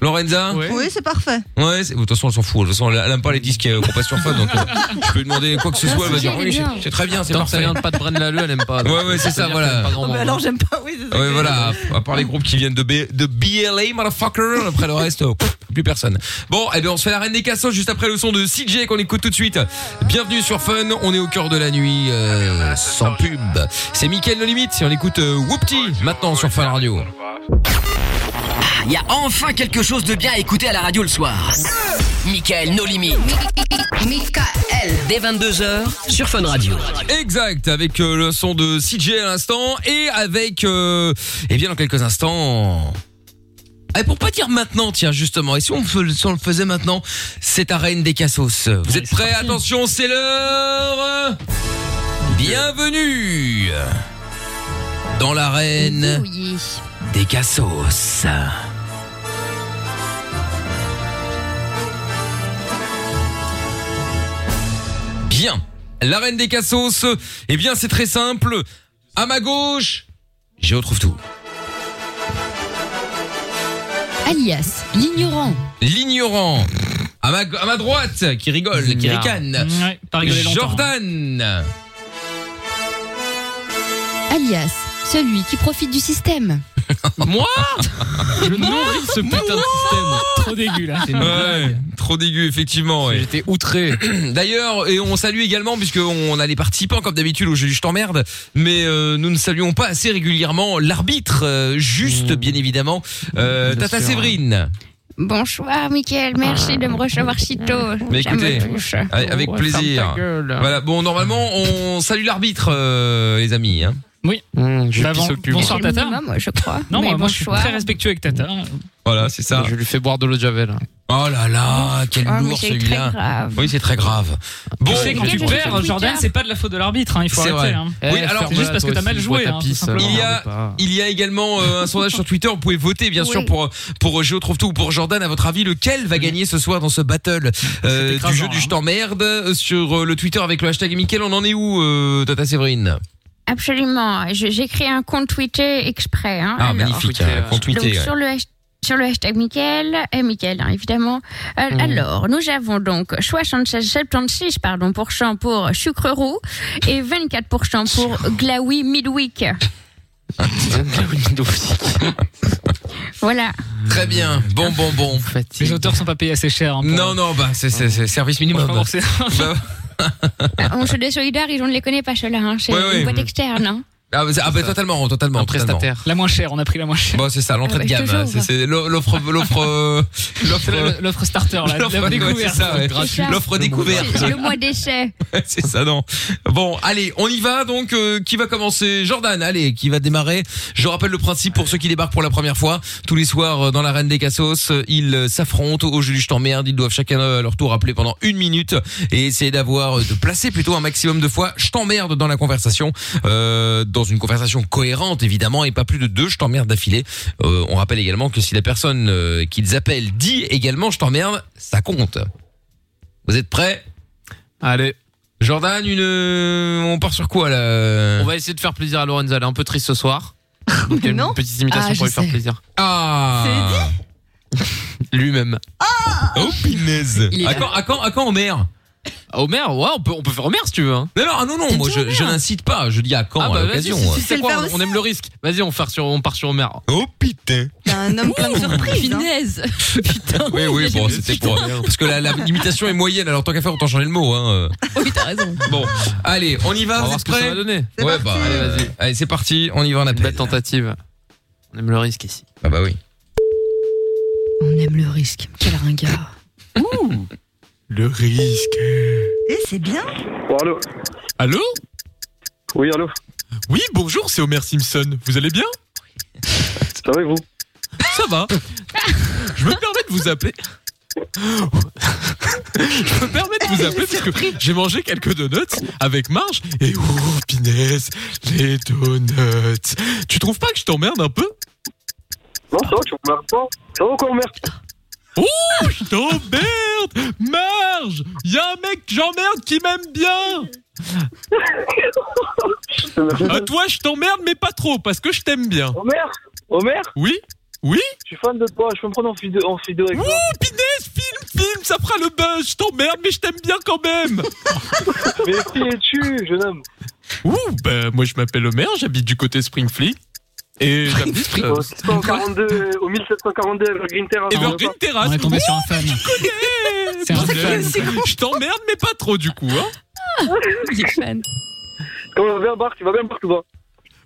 Speaker 2: Lorenza
Speaker 6: Oui, c'est parfait.
Speaker 2: Ouais, c'est- de toute façon, elle s'en fout. De toute façon, elle, elle aime pas les disques euh, qu'on passe sur Fun, donc euh, je peux lui demander quoi que ce
Speaker 4: Non,
Speaker 2: soit, elle va
Speaker 4: c'est
Speaker 2: dire
Speaker 4: bien,
Speaker 2: oui,
Speaker 4: elle est
Speaker 2: c'est-
Speaker 4: bien.
Speaker 2: c'est très bien, c'est
Speaker 4: Tant que
Speaker 2: parfait.
Speaker 4: ça vient de pas de Bren Laleu, elle aime pas. donc,
Speaker 2: Ouais, ouais, c'est ça,
Speaker 4: c'est-à-dire qu'elle
Speaker 2: voilà.
Speaker 4: aime pas grand
Speaker 2: Oh, mais
Speaker 4: monde.
Speaker 2: alors,
Speaker 6: j'aime pas, oui.
Speaker 2: Ouais, voilà, à, à part les groupes qui viennent de, B- de BLA, motherfucker, après le reste, oh, pff, plus personne. Bon, eh bien, on se fait la reine des cassos juste après le son de CJ qu'on écoute tout de suite. Bienvenue sur Fun, on est au cœur de la nuit, euh, sans pub. C'est Mickaël No Limite, et on écoute euh, Whoopty maintenant sur Fun Radio.
Speaker 1: Il Ah, y a enfin quelque chose de bien à écouter à la radio le soir. Michael No Limit. Michael. Dès 22h sur Fun Radio.
Speaker 2: Exact, avec euh, le son de CJ à l'instant et avec, euh, eh bien, dans quelques instants. Et pour pas dire maintenant, tiens, justement, et si on, fe- si on le faisait maintenant, c'est ta reine des cassos. Vous êtes prêts Attention, c'est l'heure Bienvenue dans l'arène des cassos. Bien. La reine des cassos, eh bien c'est très simple. À ma gauche, je retrouve tout.
Speaker 12: Alias, l'ignorant.
Speaker 2: L'ignorant. À ma, à ma droite, qui rigole, qui
Speaker 5: Non.
Speaker 2: ricane.
Speaker 5: Ouais, pas rigoler longtemps.
Speaker 2: Jordan.
Speaker 12: Alias, celui qui profite du système.
Speaker 2: Moi
Speaker 5: Je nourris ce putain de système. Trop dégueu là.
Speaker 2: Ouais, trop dégueu effectivement. J'étais outré. D'ailleurs, et on salue également puisque on a les participants comme d'habitude au jeu du je t'emmerde, mais euh, nous ne saluons pas assez régulièrement l'arbitre, euh,
Speaker 5: Mmh.
Speaker 2: juste bien évidemment, euh, Tata Séverine.
Speaker 14: Bonsoir, Mickaël. Merci de me recevoir si tôt.
Speaker 5: Bah,
Speaker 2: Mais
Speaker 14: Ça me
Speaker 2: écoutez,
Speaker 14: touche.
Speaker 2: avec avec
Speaker 14: Ouais,
Speaker 2: plaisir.
Speaker 14: ferme ta gueule.
Speaker 2: Voilà, bon normalement on salue l'arbitre, euh, les amis. Hein.
Speaker 5: Oui.
Speaker 14: Mmh,
Speaker 2: je
Speaker 5: Bah, bon-
Speaker 2: pisse au cul,
Speaker 5: bonsoir
Speaker 2: moi.
Speaker 5: Tata.
Speaker 14: minimum, moi, je crois.
Speaker 5: Non, bah,
Speaker 14: Mais
Speaker 5: moi, moi, je suis
Speaker 14: bonsoir. Ah,
Speaker 5: très respectueux avec
Speaker 2: Oh,
Speaker 5: Tata.
Speaker 2: Voilà, c'est ça.
Speaker 4: Je lui fais boire de l'eau de javel.
Speaker 2: Oh là là, quel
Speaker 5: Ah,
Speaker 14: Oh, mais
Speaker 2: lourd
Speaker 14: c'est très
Speaker 2: celui-là.
Speaker 14: grave.
Speaker 2: Oui, c'est très grave.
Speaker 5: Bon, tu sais, quand tu
Speaker 2: Bon.
Speaker 5: perds, Jordan, c'est pas de la faute de l'arbitre, hein, il faut
Speaker 2: C'est
Speaker 5: arrêter.
Speaker 2: vrai.
Speaker 5: hein.
Speaker 2: Oui, alors
Speaker 5: c'est juste parce que t'as mal joué. hein, tout simplement.
Speaker 2: il y a il y a également euh, un sondage sur Twitter, vous pouvez voter bien sûr pour pour Géo trouve tout ou pour Jordan à votre avis lequel va gagner ce soir dans ce battle euh, du jeu
Speaker 5: hein.
Speaker 2: du je t'emmerde euh, sur euh, le Twitter avec le hashtag Mickaël, on en est où euh, Tata Séverine
Speaker 14: Absolument. Je- J'ai créé un compte Twitter exprès. hein.
Speaker 2: Ah
Speaker 14: Alors,
Speaker 2: magnifique, hein, compte
Speaker 14: Donc,
Speaker 2: tweeté, ouais.
Speaker 14: sur, le hash- sur le hashtag Mickaël, et Mickaël, hein, évidemment. Euh,
Speaker 2: Mm.
Speaker 14: Alors, nous avons donc 76, 76 pardon, pour cent pour Sucre Roux et 24% pour Glaoui Midweek. Voilà.
Speaker 2: Très bien. Bon bon bon.
Speaker 5: Les auteurs sont pas payés assez cher. hein, pour-
Speaker 2: Non non bah c'est c'est- c'est service minimum.
Speaker 5: Pour rembourser.
Speaker 2: Bah,
Speaker 14: On se désolidarise, on ne les connaît pas ceux-là. hein. C'est
Speaker 2: Ouais, ouais.
Speaker 14: une boîte externe. hein.
Speaker 2: Ah, mais c'est- ah, bah, totalement, totalement, totalement.
Speaker 5: La moins chère, on a pris la moins chère.
Speaker 2: Bon, c'est ça, l'entrée
Speaker 5: Ah bah,
Speaker 2: de gamme. hein. C'est- C'est l'o- l'offre, l'offre, euh, l'offre,
Speaker 5: Le- L'offre starter, là,
Speaker 2: l'offre-
Speaker 5: la
Speaker 2: ouais,
Speaker 5: découverte.
Speaker 2: c'est ça, ouais.
Speaker 14: Déjà,
Speaker 2: L'offre découverte.
Speaker 14: C'est le mois déchet.
Speaker 2: Ouais, c'est ça, non. Bon, allez, on y va. Donc, euh, qui va commencer Jordan, allez, qui va démarrer. Je rappelle le principe pour ceux qui débarquent pour la première fois. Tous les soirs, euh, dans l'arène des Cassos, euh, ils euh, s'affrontent. Au jeu du je t'emmerde, ils doivent chacun euh, à leur tour appeler pendant une minute et essayer d'avoir, euh, de placer plutôt un maximum de fois je t'emmerde dans la conversation. Euh, dans une conversation cohérente, évidemment, et pas plus de deux je t'emmerde d'affilée. Euh, on rappelle également que si la personne euh, qu'ils appellent dit également je t'emmerde, ça compte. Vous êtes prêts
Speaker 4: Allez.
Speaker 2: Jordan, une... euh, on part sur quoi là
Speaker 4: On va essayer de faire plaisir à Lorenza, elle est un peu triste ce soir. Donc il y a une petite imitation
Speaker 2: Ah, je
Speaker 4: pour lui faire
Speaker 2: sais.
Speaker 4: plaisir.
Speaker 2: Ah Lui-même. Oh, punaise
Speaker 4: Ah. Il est
Speaker 2: À
Speaker 4: là.
Speaker 2: quand, à quand, à quand Homer
Speaker 4: Homer, Ah, ouais, on peut, on peut faire Homer si tu veux. hein.
Speaker 2: Non, non, ah, non, non, moi je, je n'incite pas, je dis à quand,
Speaker 4: Ah bah,
Speaker 2: à
Speaker 4: vas-y,
Speaker 2: l'occasion.
Speaker 4: si- si,
Speaker 2: ouais.
Speaker 4: c'est quoi, on- on aime le risque. Vas-y, on, part sur- on part sur Homer.
Speaker 2: Oh putain
Speaker 6: T'as un homme plein de surprises. hein.
Speaker 2: Oui, oui, bon, c'était pour. Parce que la, la limitation est moyenne, alors tant qu'à faire, autant changer le mot. Hein.
Speaker 12: Oui, t'as raison.
Speaker 2: Bon, allez, on y va,
Speaker 4: On va
Speaker 2: vous
Speaker 4: voir
Speaker 2: êtes
Speaker 4: ce que ça
Speaker 2: prêts
Speaker 4: va donner. C'est
Speaker 2: Ouais,
Speaker 4: parti.
Speaker 2: bah, allez, vas-y. Allez, c'est parti, on y va, on appelle. Belle
Speaker 4: tentative. On aime le risque ici.
Speaker 2: Ah bah oui.
Speaker 12: On aime le risque. Quel ringard.
Speaker 4: Le risque.
Speaker 6: Eh, c'est bien.
Speaker 4: allô Allô
Speaker 17: Oui, allô
Speaker 4: Oui, bonjour, c'est Homer Simpson. Vous allez bien
Speaker 17: Ça va et vous
Speaker 4: Ça va. Je me permets de vous appeler. Je me permets de vous appeler parce que j'ai mangé quelques donuts avec marge et oh, pinaise, les donuts. Tu trouves pas que je t'emmerde un peu
Speaker 17: Non, ça va, tu m'emmerdes pas Ça va encore, merde
Speaker 4: Oh, je t'emmerde Marge Y'a un mec que j'emmerde qui m'aime bien Euh, Toi, je t'emmerde, mais pas trop, parce que je t'aime bien.
Speaker 17: Homer Homer
Speaker 4: Oui Oui
Speaker 17: Je suis fan de toi, je peux me prendre en fille de, en fille de avec
Speaker 4: Ouh,
Speaker 17: toi.
Speaker 4: Pinès, film, film, ça fera le buzz, je t'emmerde, mais je t'aime bien quand même
Speaker 17: Mais qui es-tu, jeune homme
Speaker 4: Ouh, bah, moi je m'appelle Homer, j'habite du côté Springfleet. Et j'habite euh,
Speaker 17: Au 642, au 1742 Evergreen Terrace.
Speaker 4: Evergreen Terrace.
Speaker 5: On est tombé sur un fan.
Speaker 4: C'est un
Speaker 5: C'est
Speaker 4: jeune.
Speaker 5: c'est con.
Speaker 4: Je t'emmerde, mais pas trop du coup, hein
Speaker 17: Comment va bien Bart Tu vas bien Bart ou pas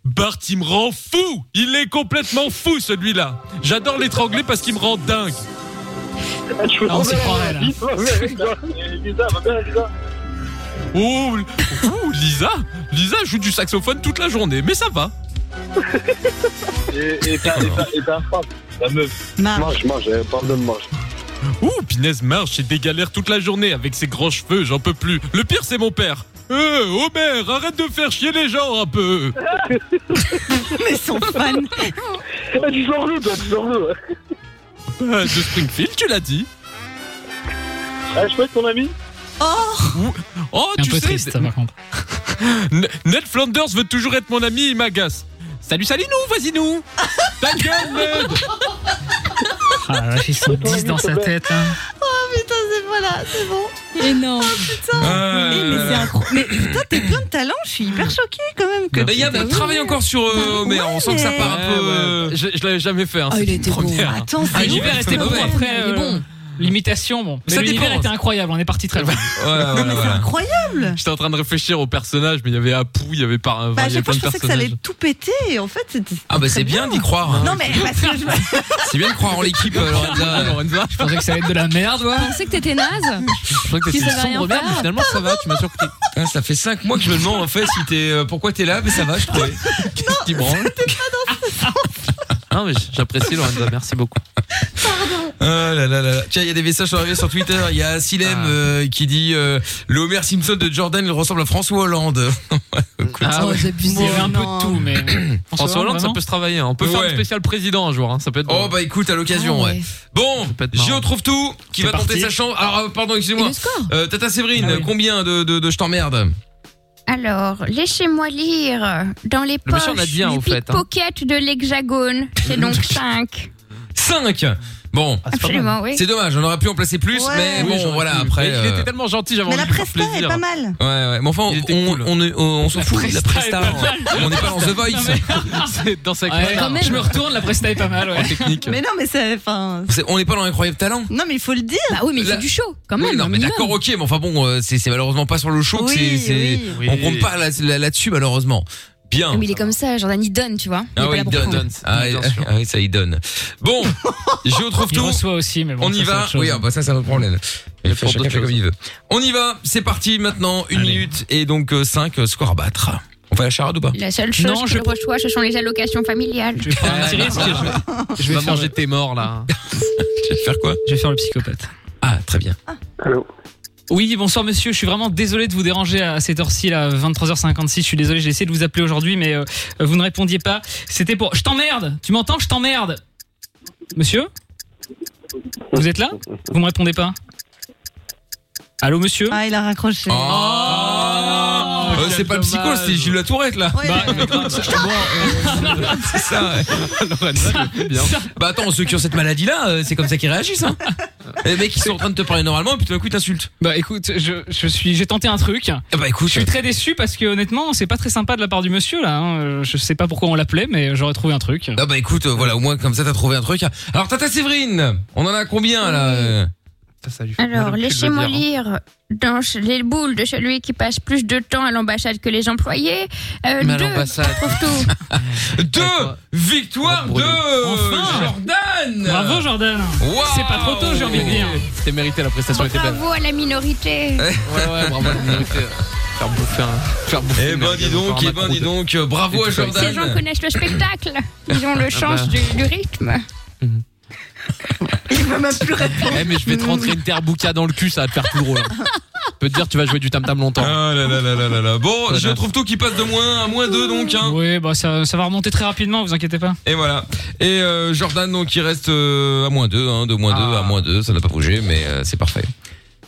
Speaker 4: Bart, il me rend fou Il est complètement fou, celui-là J'adore l'étrangler parce qu'il me rend dingue
Speaker 17: Ah, tu veux
Speaker 4: Ah, on
Speaker 17: t'emmerder,
Speaker 4: s'y
Speaker 17: là.
Speaker 4: croirait, là.
Speaker 17: Dis, toi, merde, Lisa, va bien Lisa
Speaker 4: Oh, ouh, Lisa Lisa joue du saxophone toute la journée, mais ça va
Speaker 17: Et et ta et ta- et ta femme, la meuf. Marche, marche,
Speaker 11: hein,
Speaker 17: euh, pardonne, marche.
Speaker 4: Ouh, Pinez marche et des galères toute la journée avec ses grands cheveux, j'en peux plus. Le pire, c'est mon père. Euh, Homer, arrête de faire chier les gens un peu.
Speaker 6: Mais son fan.
Speaker 17: Tu sors le, toi, tu sors le.
Speaker 4: Euh, de Springfield, tu l'as dit.
Speaker 17: Ah, je peux être ton ami
Speaker 6: Oh
Speaker 4: Ouh, Oh,
Speaker 5: Un
Speaker 4: tu
Speaker 5: peu
Speaker 4: sais.
Speaker 5: triste, ça, par contre.
Speaker 4: N- Ned Flanders veut toujours être mon ami, il m'agace. Salut, salut nous, vas-y nous. Ta gueule, Ned.
Speaker 5: Ah la vache, ils sont 10 dans sa tête. hein.
Speaker 6: Oh putain, c'est voilà, c'est bon.
Speaker 12: Énorme.
Speaker 6: Oh putain.
Speaker 4: Euh,
Speaker 6: Eh, mais c'est incroyable. Mais putain, t'es plein de talent, je suis hyper choquée quand même. Que
Speaker 2: Bah, Yann, travaille encore sur euh,
Speaker 4: oh,
Speaker 2: Homer, on sent que ça part un
Speaker 4: Ouais,
Speaker 2: peu. euh,
Speaker 4: Je, je l'avais jamais fait. Hein,
Speaker 6: Oh,
Speaker 5: Ah, il
Speaker 4: c'était
Speaker 5: était
Speaker 4: une
Speaker 5: beau.
Speaker 4: première.
Speaker 5: Attends, c'est Ah, j'y vais ouf. rester beaucoup Ouais. après, Il est euh, bon. L'imitation, bon. Mais
Speaker 4: Ça
Speaker 5: l'univers
Speaker 4: dépend.
Speaker 5: était incroyable, on est parti très loin. Ah.
Speaker 4: Voilà, voilà, voilà.
Speaker 6: Incroyable.
Speaker 4: J'étais en train de réfléchir au personnage, mais il y avait Apu, il y avait par un.
Speaker 6: Bah, à
Speaker 4: il y
Speaker 6: chaque
Speaker 4: avait
Speaker 6: fois,
Speaker 4: plein
Speaker 6: je
Speaker 4: de
Speaker 6: pensais que ça
Speaker 4: personnages.
Speaker 6: allait tout péter. Et en fait, c'était.
Speaker 2: Ah bah c'est bien d'y croire. hein.
Speaker 6: Non, mais parce que je.
Speaker 2: C'est bien de croire en l'équipe, euh, Lorenza.
Speaker 5: Je pensais que ça allait être de la merde, ouais.
Speaker 12: Je pensais Ah, que t'étais naze.
Speaker 4: Je crois que
Speaker 12: Qui
Speaker 4: t'étais une
Speaker 12: savait rien
Speaker 4: sombre merde,
Speaker 12: faire.
Speaker 4: mais finalement ça va, tu m'as surpris.
Speaker 2: Ah, ça fait 5 mois que je me demande en fait si t'es, euh, pourquoi t'es là, mais ça va, je trouvais. Qu'est-ce qui branle
Speaker 4: Non, Ah, mais j'apprécie Lorenza, merci beaucoup.
Speaker 2: Ah là là là. là. Tiens, il y a des messages qui sont arrivés sur Twitter. Il y a Silem
Speaker 4: Ah.
Speaker 2: euh, qui dit euh, le Homer Simpson de Jordan, il ressemble à François Hollande. Écoute.
Speaker 4: Ah ouais.
Speaker 5: Il y avait un peu de tout, mais.
Speaker 4: François Hollande, ça peut se travailler. hein. On
Speaker 5: Euh,
Speaker 4: peut faire
Speaker 2: Ouais.
Speaker 4: un spécial président un jour. hein. Ça peut être.
Speaker 2: Oh bah écoute, à l'occasion,
Speaker 4: Ah ouais.
Speaker 2: ouais. Bon, j'y retrouve tout. Qui
Speaker 4: C'est
Speaker 2: va tenter
Speaker 4: parti.
Speaker 2: sa chance Alors, euh, pardon, excusez-moi. Euh, Tata
Speaker 14: Ah
Speaker 2: Séverine, combien de, de, de je t'emmerde
Speaker 14: Alors, laissez-moi lire dans les
Speaker 2: Le
Speaker 14: poches
Speaker 2: monsieur en a dit un,
Speaker 14: du
Speaker 2: au fait, hein.
Speaker 14: pickpocket de l'hexagone. C'est donc 5.
Speaker 2: 5 Bon,
Speaker 14: Ah, pas mal. Absolument, oui.
Speaker 2: c'est dommage, on aurait pu en placer plus,
Speaker 14: Ouais.
Speaker 2: mais
Speaker 14: Oui,
Speaker 2: bon,
Speaker 14: j'aurais
Speaker 2: voilà,
Speaker 14: pu.
Speaker 2: après. euh,
Speaker 4: Mais il était
Speaker 2: tellement gentil,
Speaker 4: j'avais Mais envie la de lui faire
Speaker 6: presta est plaisir. pas mal.
Speaker 2: Ouais, ouais, mais enfin, on, on, est- on, on s'en fout de la presta.
Speaker 5: est pas mal.
Speaker 2: on n'est pas dans The
Speaker 5: Non,
Speaker 2: Voice.
Speaker 4: C'est dans sa
Speaker 5: Ouais,
Speaker 2: Quand même.
Speaker 5: je me retourne, la presta est pas mal, ouais.
Speaker 6: Mais non, mais c'est. Enfin.
Speaker 2: C'est- On n'est pas dans incroyable talent.
Speaker 6: Non, mais il faut le dire.
Speaker 12: Bah oui, mais
Speaker 2: La-
Speaker 12: c'est du show quand même.
Speaker 2: Oui, non, mais d'accord, ok, mais enfin bon, euh, c'est c'est malheureusement pas sur le show que
Speaker 12: Oui,
Speaker 2: c'est. c'est-
Speaker 12: oui.
Speaker 2: On compte pas là- là- là-dessus, malheureusement. Bien.
Speaker 12: Mais il est comme ça, Jordan, il donne, tu vois.
Speaker 2: Ah oui, il donne. Ah,
Speaker 12: Bien
Speaker 2: ah,
Speaker 12: sûr.
Speaker 2: ah oui, ça, il donne. Bon, je retrouve
Speaker 5: Il
Speaker 2: tout.
Speaker 5: reçoit aussi, mais bon,
Speaker 2: On
Speaker 5: ça,
Speaker 2: y
Speaker 5: c'est
Speaker 2: va.
Speaker 5: autre chose. hein.
Speaker 2: Oui, ah bah ça, c'est un autre problème.
Speaker 5: Il
Speaker 2: Il
Speaker 5: faut
Speaker 2: fait chacun
Speaker 5: d'autres
Speaker 2: fait comme
Speaker 5: choses.
Speaker 2: il veut. On y va. C'est parti maintenant. Une minute et donc euh, 5 scores à battre. On fait la charade ou pas
Speaker 14: La seule chose que je reçois, ce sont les allocations familiales.
Speaker 2: petit risque.
Speaker 4: Je vais manger tes morts là.
Speaker 2: Je vais faire quoi
Speaker 5: Je vais faire le psychopathe.
Speaker 2: Ah, très bien.
Speaker 5: Allô Oui, bonsoir monsieur, je suis vraiment désolé de vous déranger à cette heure-ci, là, 23h56, je suis désolé, j'ai essayé de vous appeler aujourd'hui, mais euh, vous ne répondiez pas. C'était pour... Je t'emmerde Tu m'entends Je t'emmerde Monsieur Vous êtes là Vous me répondez pas Allô monsieur Oh.
Speaker 6: Ah, il a raccroché.
Speaker 2: Euh, c'est pas le psycho, c'est Gilles Latourette là.
Speaker 6: Bah,
Speaker 2: c'est ça. ouais. Lorenza, le fait bien. Bah attends, ceux qui ont cette maladie là, c'est comme ça qu'ils réagissent. Hein. Les mecs qui sont en train de te parler normalement, et puis tout d'un coup ils t'insultent.
Speaker 5: Bah écoute, je, je suis, j'ai tenté un truc.
Speaker 2: bah écoute,
Speaker 5: Je suis très déçu parce que honnêtement, c'est pas très sympa de la part du monsieur là. hein. Euh, Je sais pas pourquoi on l'appelait, mais j'aurais trouvé un truc.
Speaker 2: Ah bah écoute, euh, voilà, au moins comme ça t'as trouvé un truc. Alors Tata Séverine, on en a combien là euh
Speaker 14: Alors, laissez-moi
Speaker 5: hein.
Speaker 2: le dire,
Speaker 14: lire dans les boules de celui qui passe plus de temps à l'ambassade que les employés. Euh,
Speaker 2: Mais à
Speaker 14: deux,
Speaker 2: l'ambassade.
Speaker 14: je trouve tout.
Speaker 2: Deux victoires de
Speaker 4: Euh,
Speaker 2: Jordan
Speaker 5: Bravo Jordan C'est pas trop tôt, j'ai envie de dire.
Speaker 4: C'était mérité, la prestation était belle.
Speaker 14: Bravo à la minorité.
Speaker 4: Ouais, ouais, bravo à la minorité. Faire bouffer un. Faire bouffer
Speaker 2: Eh ben dis donc, eh ben dis donc, euh, bravo à
Speaker 14: Ces gens
Speaker 2: Jordan
Speaker 14: connaissent le spectacle. Ils ont le sens
Speaker 4: Ah bah.
Speaker 14: du, du rythme.
Speaker 4: Il va même plus répondre. Eh, mais je vais te rentrer une terre bouca dans le cul, ça va te faire plus drôle. hein. Je peux te dire, tu vas jouer du tam-tam longtemps.
Speaker 2: Ah là là là là là là. Bon, je trouve tout qui passe de moins à moins 2 donc. Hein.
Speaker 5: Oui, bah ça, ça va remonter très rapidement, vous inquiétez pas.
Speaker 2: Et voilà. Et euh, Jordan donc il reste euh, à moins 2, hein, de moins 2
Speaker 4: Ah.
Speaker 2: à moins 2, ça n'a pas bougé mais euh, c'est parfait.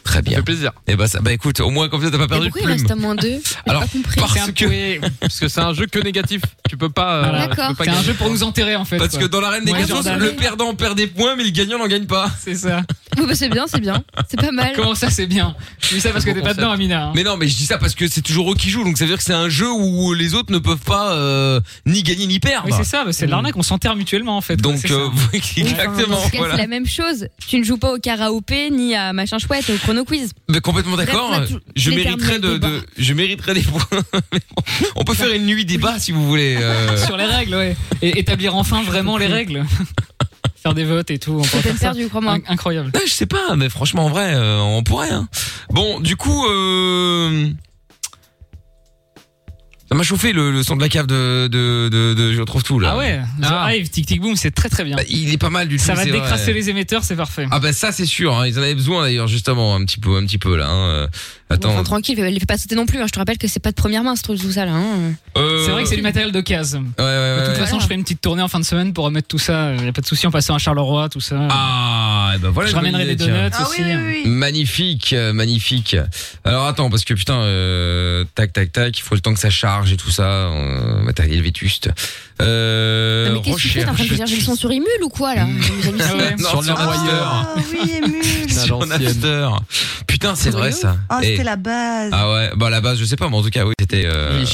Speaker 2: Très bien. Ça fait plaisir. Et bah ça, bah écoute, au moins comme ça t'as pas perdu de
Speaker 12: Pourquoi il reste
Speaker 2: plume.
Speaker 12: à moins 2
Speaker 2: Alors, parce que
Speaker 4: parce que c'est un jeu que négatif. Tu peux pas. euh,
Speaker 5: Voilà.
Speaker 4: tu peux pas
Speaker 5: D'accord. C'est
Speaker 4: gagner.
Speaker 5: un jeu pour nous enterrer en fait.
Speaker 2: Parce
Speaker 5: quoi.
Speaker 2: que dans l'arène des
Speaker 5: Ouais,
Speaker 2: questions,
Speaker 5: Jordan.
Speaker 2: le perdant perd des points mais le gagnant n'en gagne pas.
Speaker 5: C'est ça.
Speaker 12: Oui, bah, c'est bien, c'est bien. C'est pas mal.
Speaker 5: Comment ça, c'est bien Je dis ça parce que t'es pas dedans, Amina. hein.
Speaker 2: Mais non, mais je dis ça parce que c'est toujours eux qui jouent, donc ça veut dire que c'est un jeu où les autres ne peuvent pas euh, ni gagner ni perdre. Mm.
Speaker 5: Oui, c'est ça, bah, c'est de l'arnaque, on s'enterre mutuellement en fait.
Speaker 2: Donc,
Speaker 5: c'est ça.
Speaker 2: euh, exactement.
Speaker 12: En tout cas,
Speaker 2: voilà.
Speaker 12: c'est la même chose. Tu ne joues pas au karaopé ni à machin chouette, au chrono quiz.
Speaker 2: Mais complètement
Speaker 12: Bref,
Speaker 2: d'accord.
Speaker 12: on a tout-
Speaker 2: Je
Speaker 12: les
Speaker 2: mériterais
Speaker 12: termes
Speaker 2: de,
Speaker 12: de
Speaker 2: de- je mériterais des points. Mais bon, on peut faire une nuit débat si vous voulez. euh.
Speaker 5: Sur les règles, ouais. Et établir enfin vraiment les règles. Faire des votes et tout. On pourrait faire ça. Inc- Incroyable.
Speaker 2: Ah, je sais pas, mais franchement, en vrai, euh, on pourrait. hein. Bon, du coup, euh, ça m'a chauffé le, le son de la cave de, de, de, de- je retrouve tout là.
Speaker 5: Ah ouais, The Hive, Tic Tic Boom, c'est très très bien.
Speaker 2: Bah, il est pas mal du
Speaker 5: Ça
Speaker 2: tout,
Speaker 5: va
Speaker 2: c'est vrai.
Speaker 5: décrasser les émetteurs, c'est parfait.
Speaker 2: Ah bah ça c'est sûr, hein. ils en avaient besoin d'ailleurs justement un petit peu, un petit peu là. hein. Euh, Attends.
Speaker 12: Enfin, tranquille, elle les fait pas sauter non plus. hein. Je te rappelle que c'est pas de première main, ce truc, tout ça là. hein.
Speaker 2: Euh,
Speaker 5: C'est vrai que c'est du matériel d'occasion.
Speaker 2: Ouais, ouais, ouais,
Speaker 5: De toute
Speaker 2: ouais.
Speaker 5: façon, je ferai une petite tournée en fin de semaine pour remettre tout ça. Il a pas de souci, on passera à Charleroi, tout ça.
Speaker 2: Ah, et ben voilà.
Speaker 5: Je
Speaker 2: une bonne
Speaker 5: ramènerai
Speaker 2: idée,
Speaker 5: des
Speaker 2: tiens.
Speaker 5: donuts
Speaker 6: Ah
Speaker 5: aussi.
Speaker 2: Magnifique, euh, magnifique. Alors attends, parce que putain, euh, tac, tac, tac, il faut le temps que ça charge et tout ça, euh, matériel vétuste. Euh,
Speaker 12: Non, mais qu'est-ce que tu fais T'es en train de
Speaker 2: recherche-
Speaker 12: dire j'ai le son sur Imul ou quoi là
Speaker 2: Non,
Speaker 4: Sur
Speaker 2: sur
Speaker 4: l'After.
Speaker 5: Ah
Speaker 2: l'After. Sur l'After. Putain, c'est vrai ça.
Speaker 6: Oh,
Speaker 2: Et-
Speaker 6: c'était la base.
Speaker 2: Ah ouais, bah à la base, je sais pas, mais en tout cas, oui, c'était. euh,
Speaker 5: Et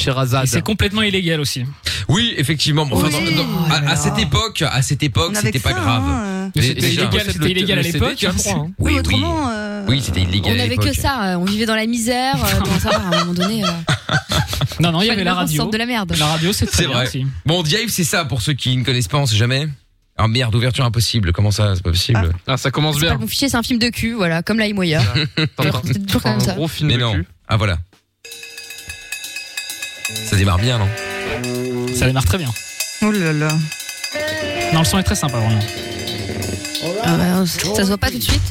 Speaker 5: C'est complètement illégal aussi.
Speaker 2: Oui, effectivement. mais enfin,
Speaker 5: Oui.
Speaker 2: dans- dans- à, à cette époque, à cette époque, c'était pas grave.
Speaker 5: Mais
Speaker 12: hein.
Speaker 2: Les-
Speaker 5: c'était
Speaker 2: déjà-
Speaker 5: illégal, c'était illégal à
Speaker 2: le CD,
Speaker 5: l'époque,
Speaker 2: tu vois,
Speaker 5: je crois, hein.
Speaker 2: Oui, oui,
Speaker 6: Autrement, euh,
Speaker 2: oui, c'était illégal
Speaker 12: On
Speaker 2: à
Speaker 12: avait que
Speaker 2: l'époque.
Speaker 12: ça, euh, on vivait dans la misère. euh, bon, ça va, à un moment donné. euh,
Speaker 5: Non, non, il y
Speaker 12: fallait
Speaker 5: avait
Speaker 12: bien qu'on
Speaker 5: la
Speaker 12: se
Speaker 5: radio.
Speaker 12: sorte de la merde.
Speaker 5: La radio, c'est très
Speaker 2: C'est
Speaker 5: bien
Speaker 2: vrai.
Speaker 5: aussi.
Speaker 2: Bon, Dive, c'est ça pour ceux qui ne connaissent pas, on sait jamais. Ah merde, ouverture impossible. Comment ça, c'est pas possible
Speaker 4: Ah, ça commence
Speaker 12: C'est pas mon fichier, c'est un film de cul, voilà, comme la Moya. C'est toujours comme ça.
Speaker 2: Mais non. Ah voilà. Ça démarre bien, non
Speaker 5: Ça démarre très bien.
Speaker 6: Oh là là.
Speaker 5: Non, le son est très sympa, vraiment.
Speaker 12: Ah bah, ça se voit pas tout de suite.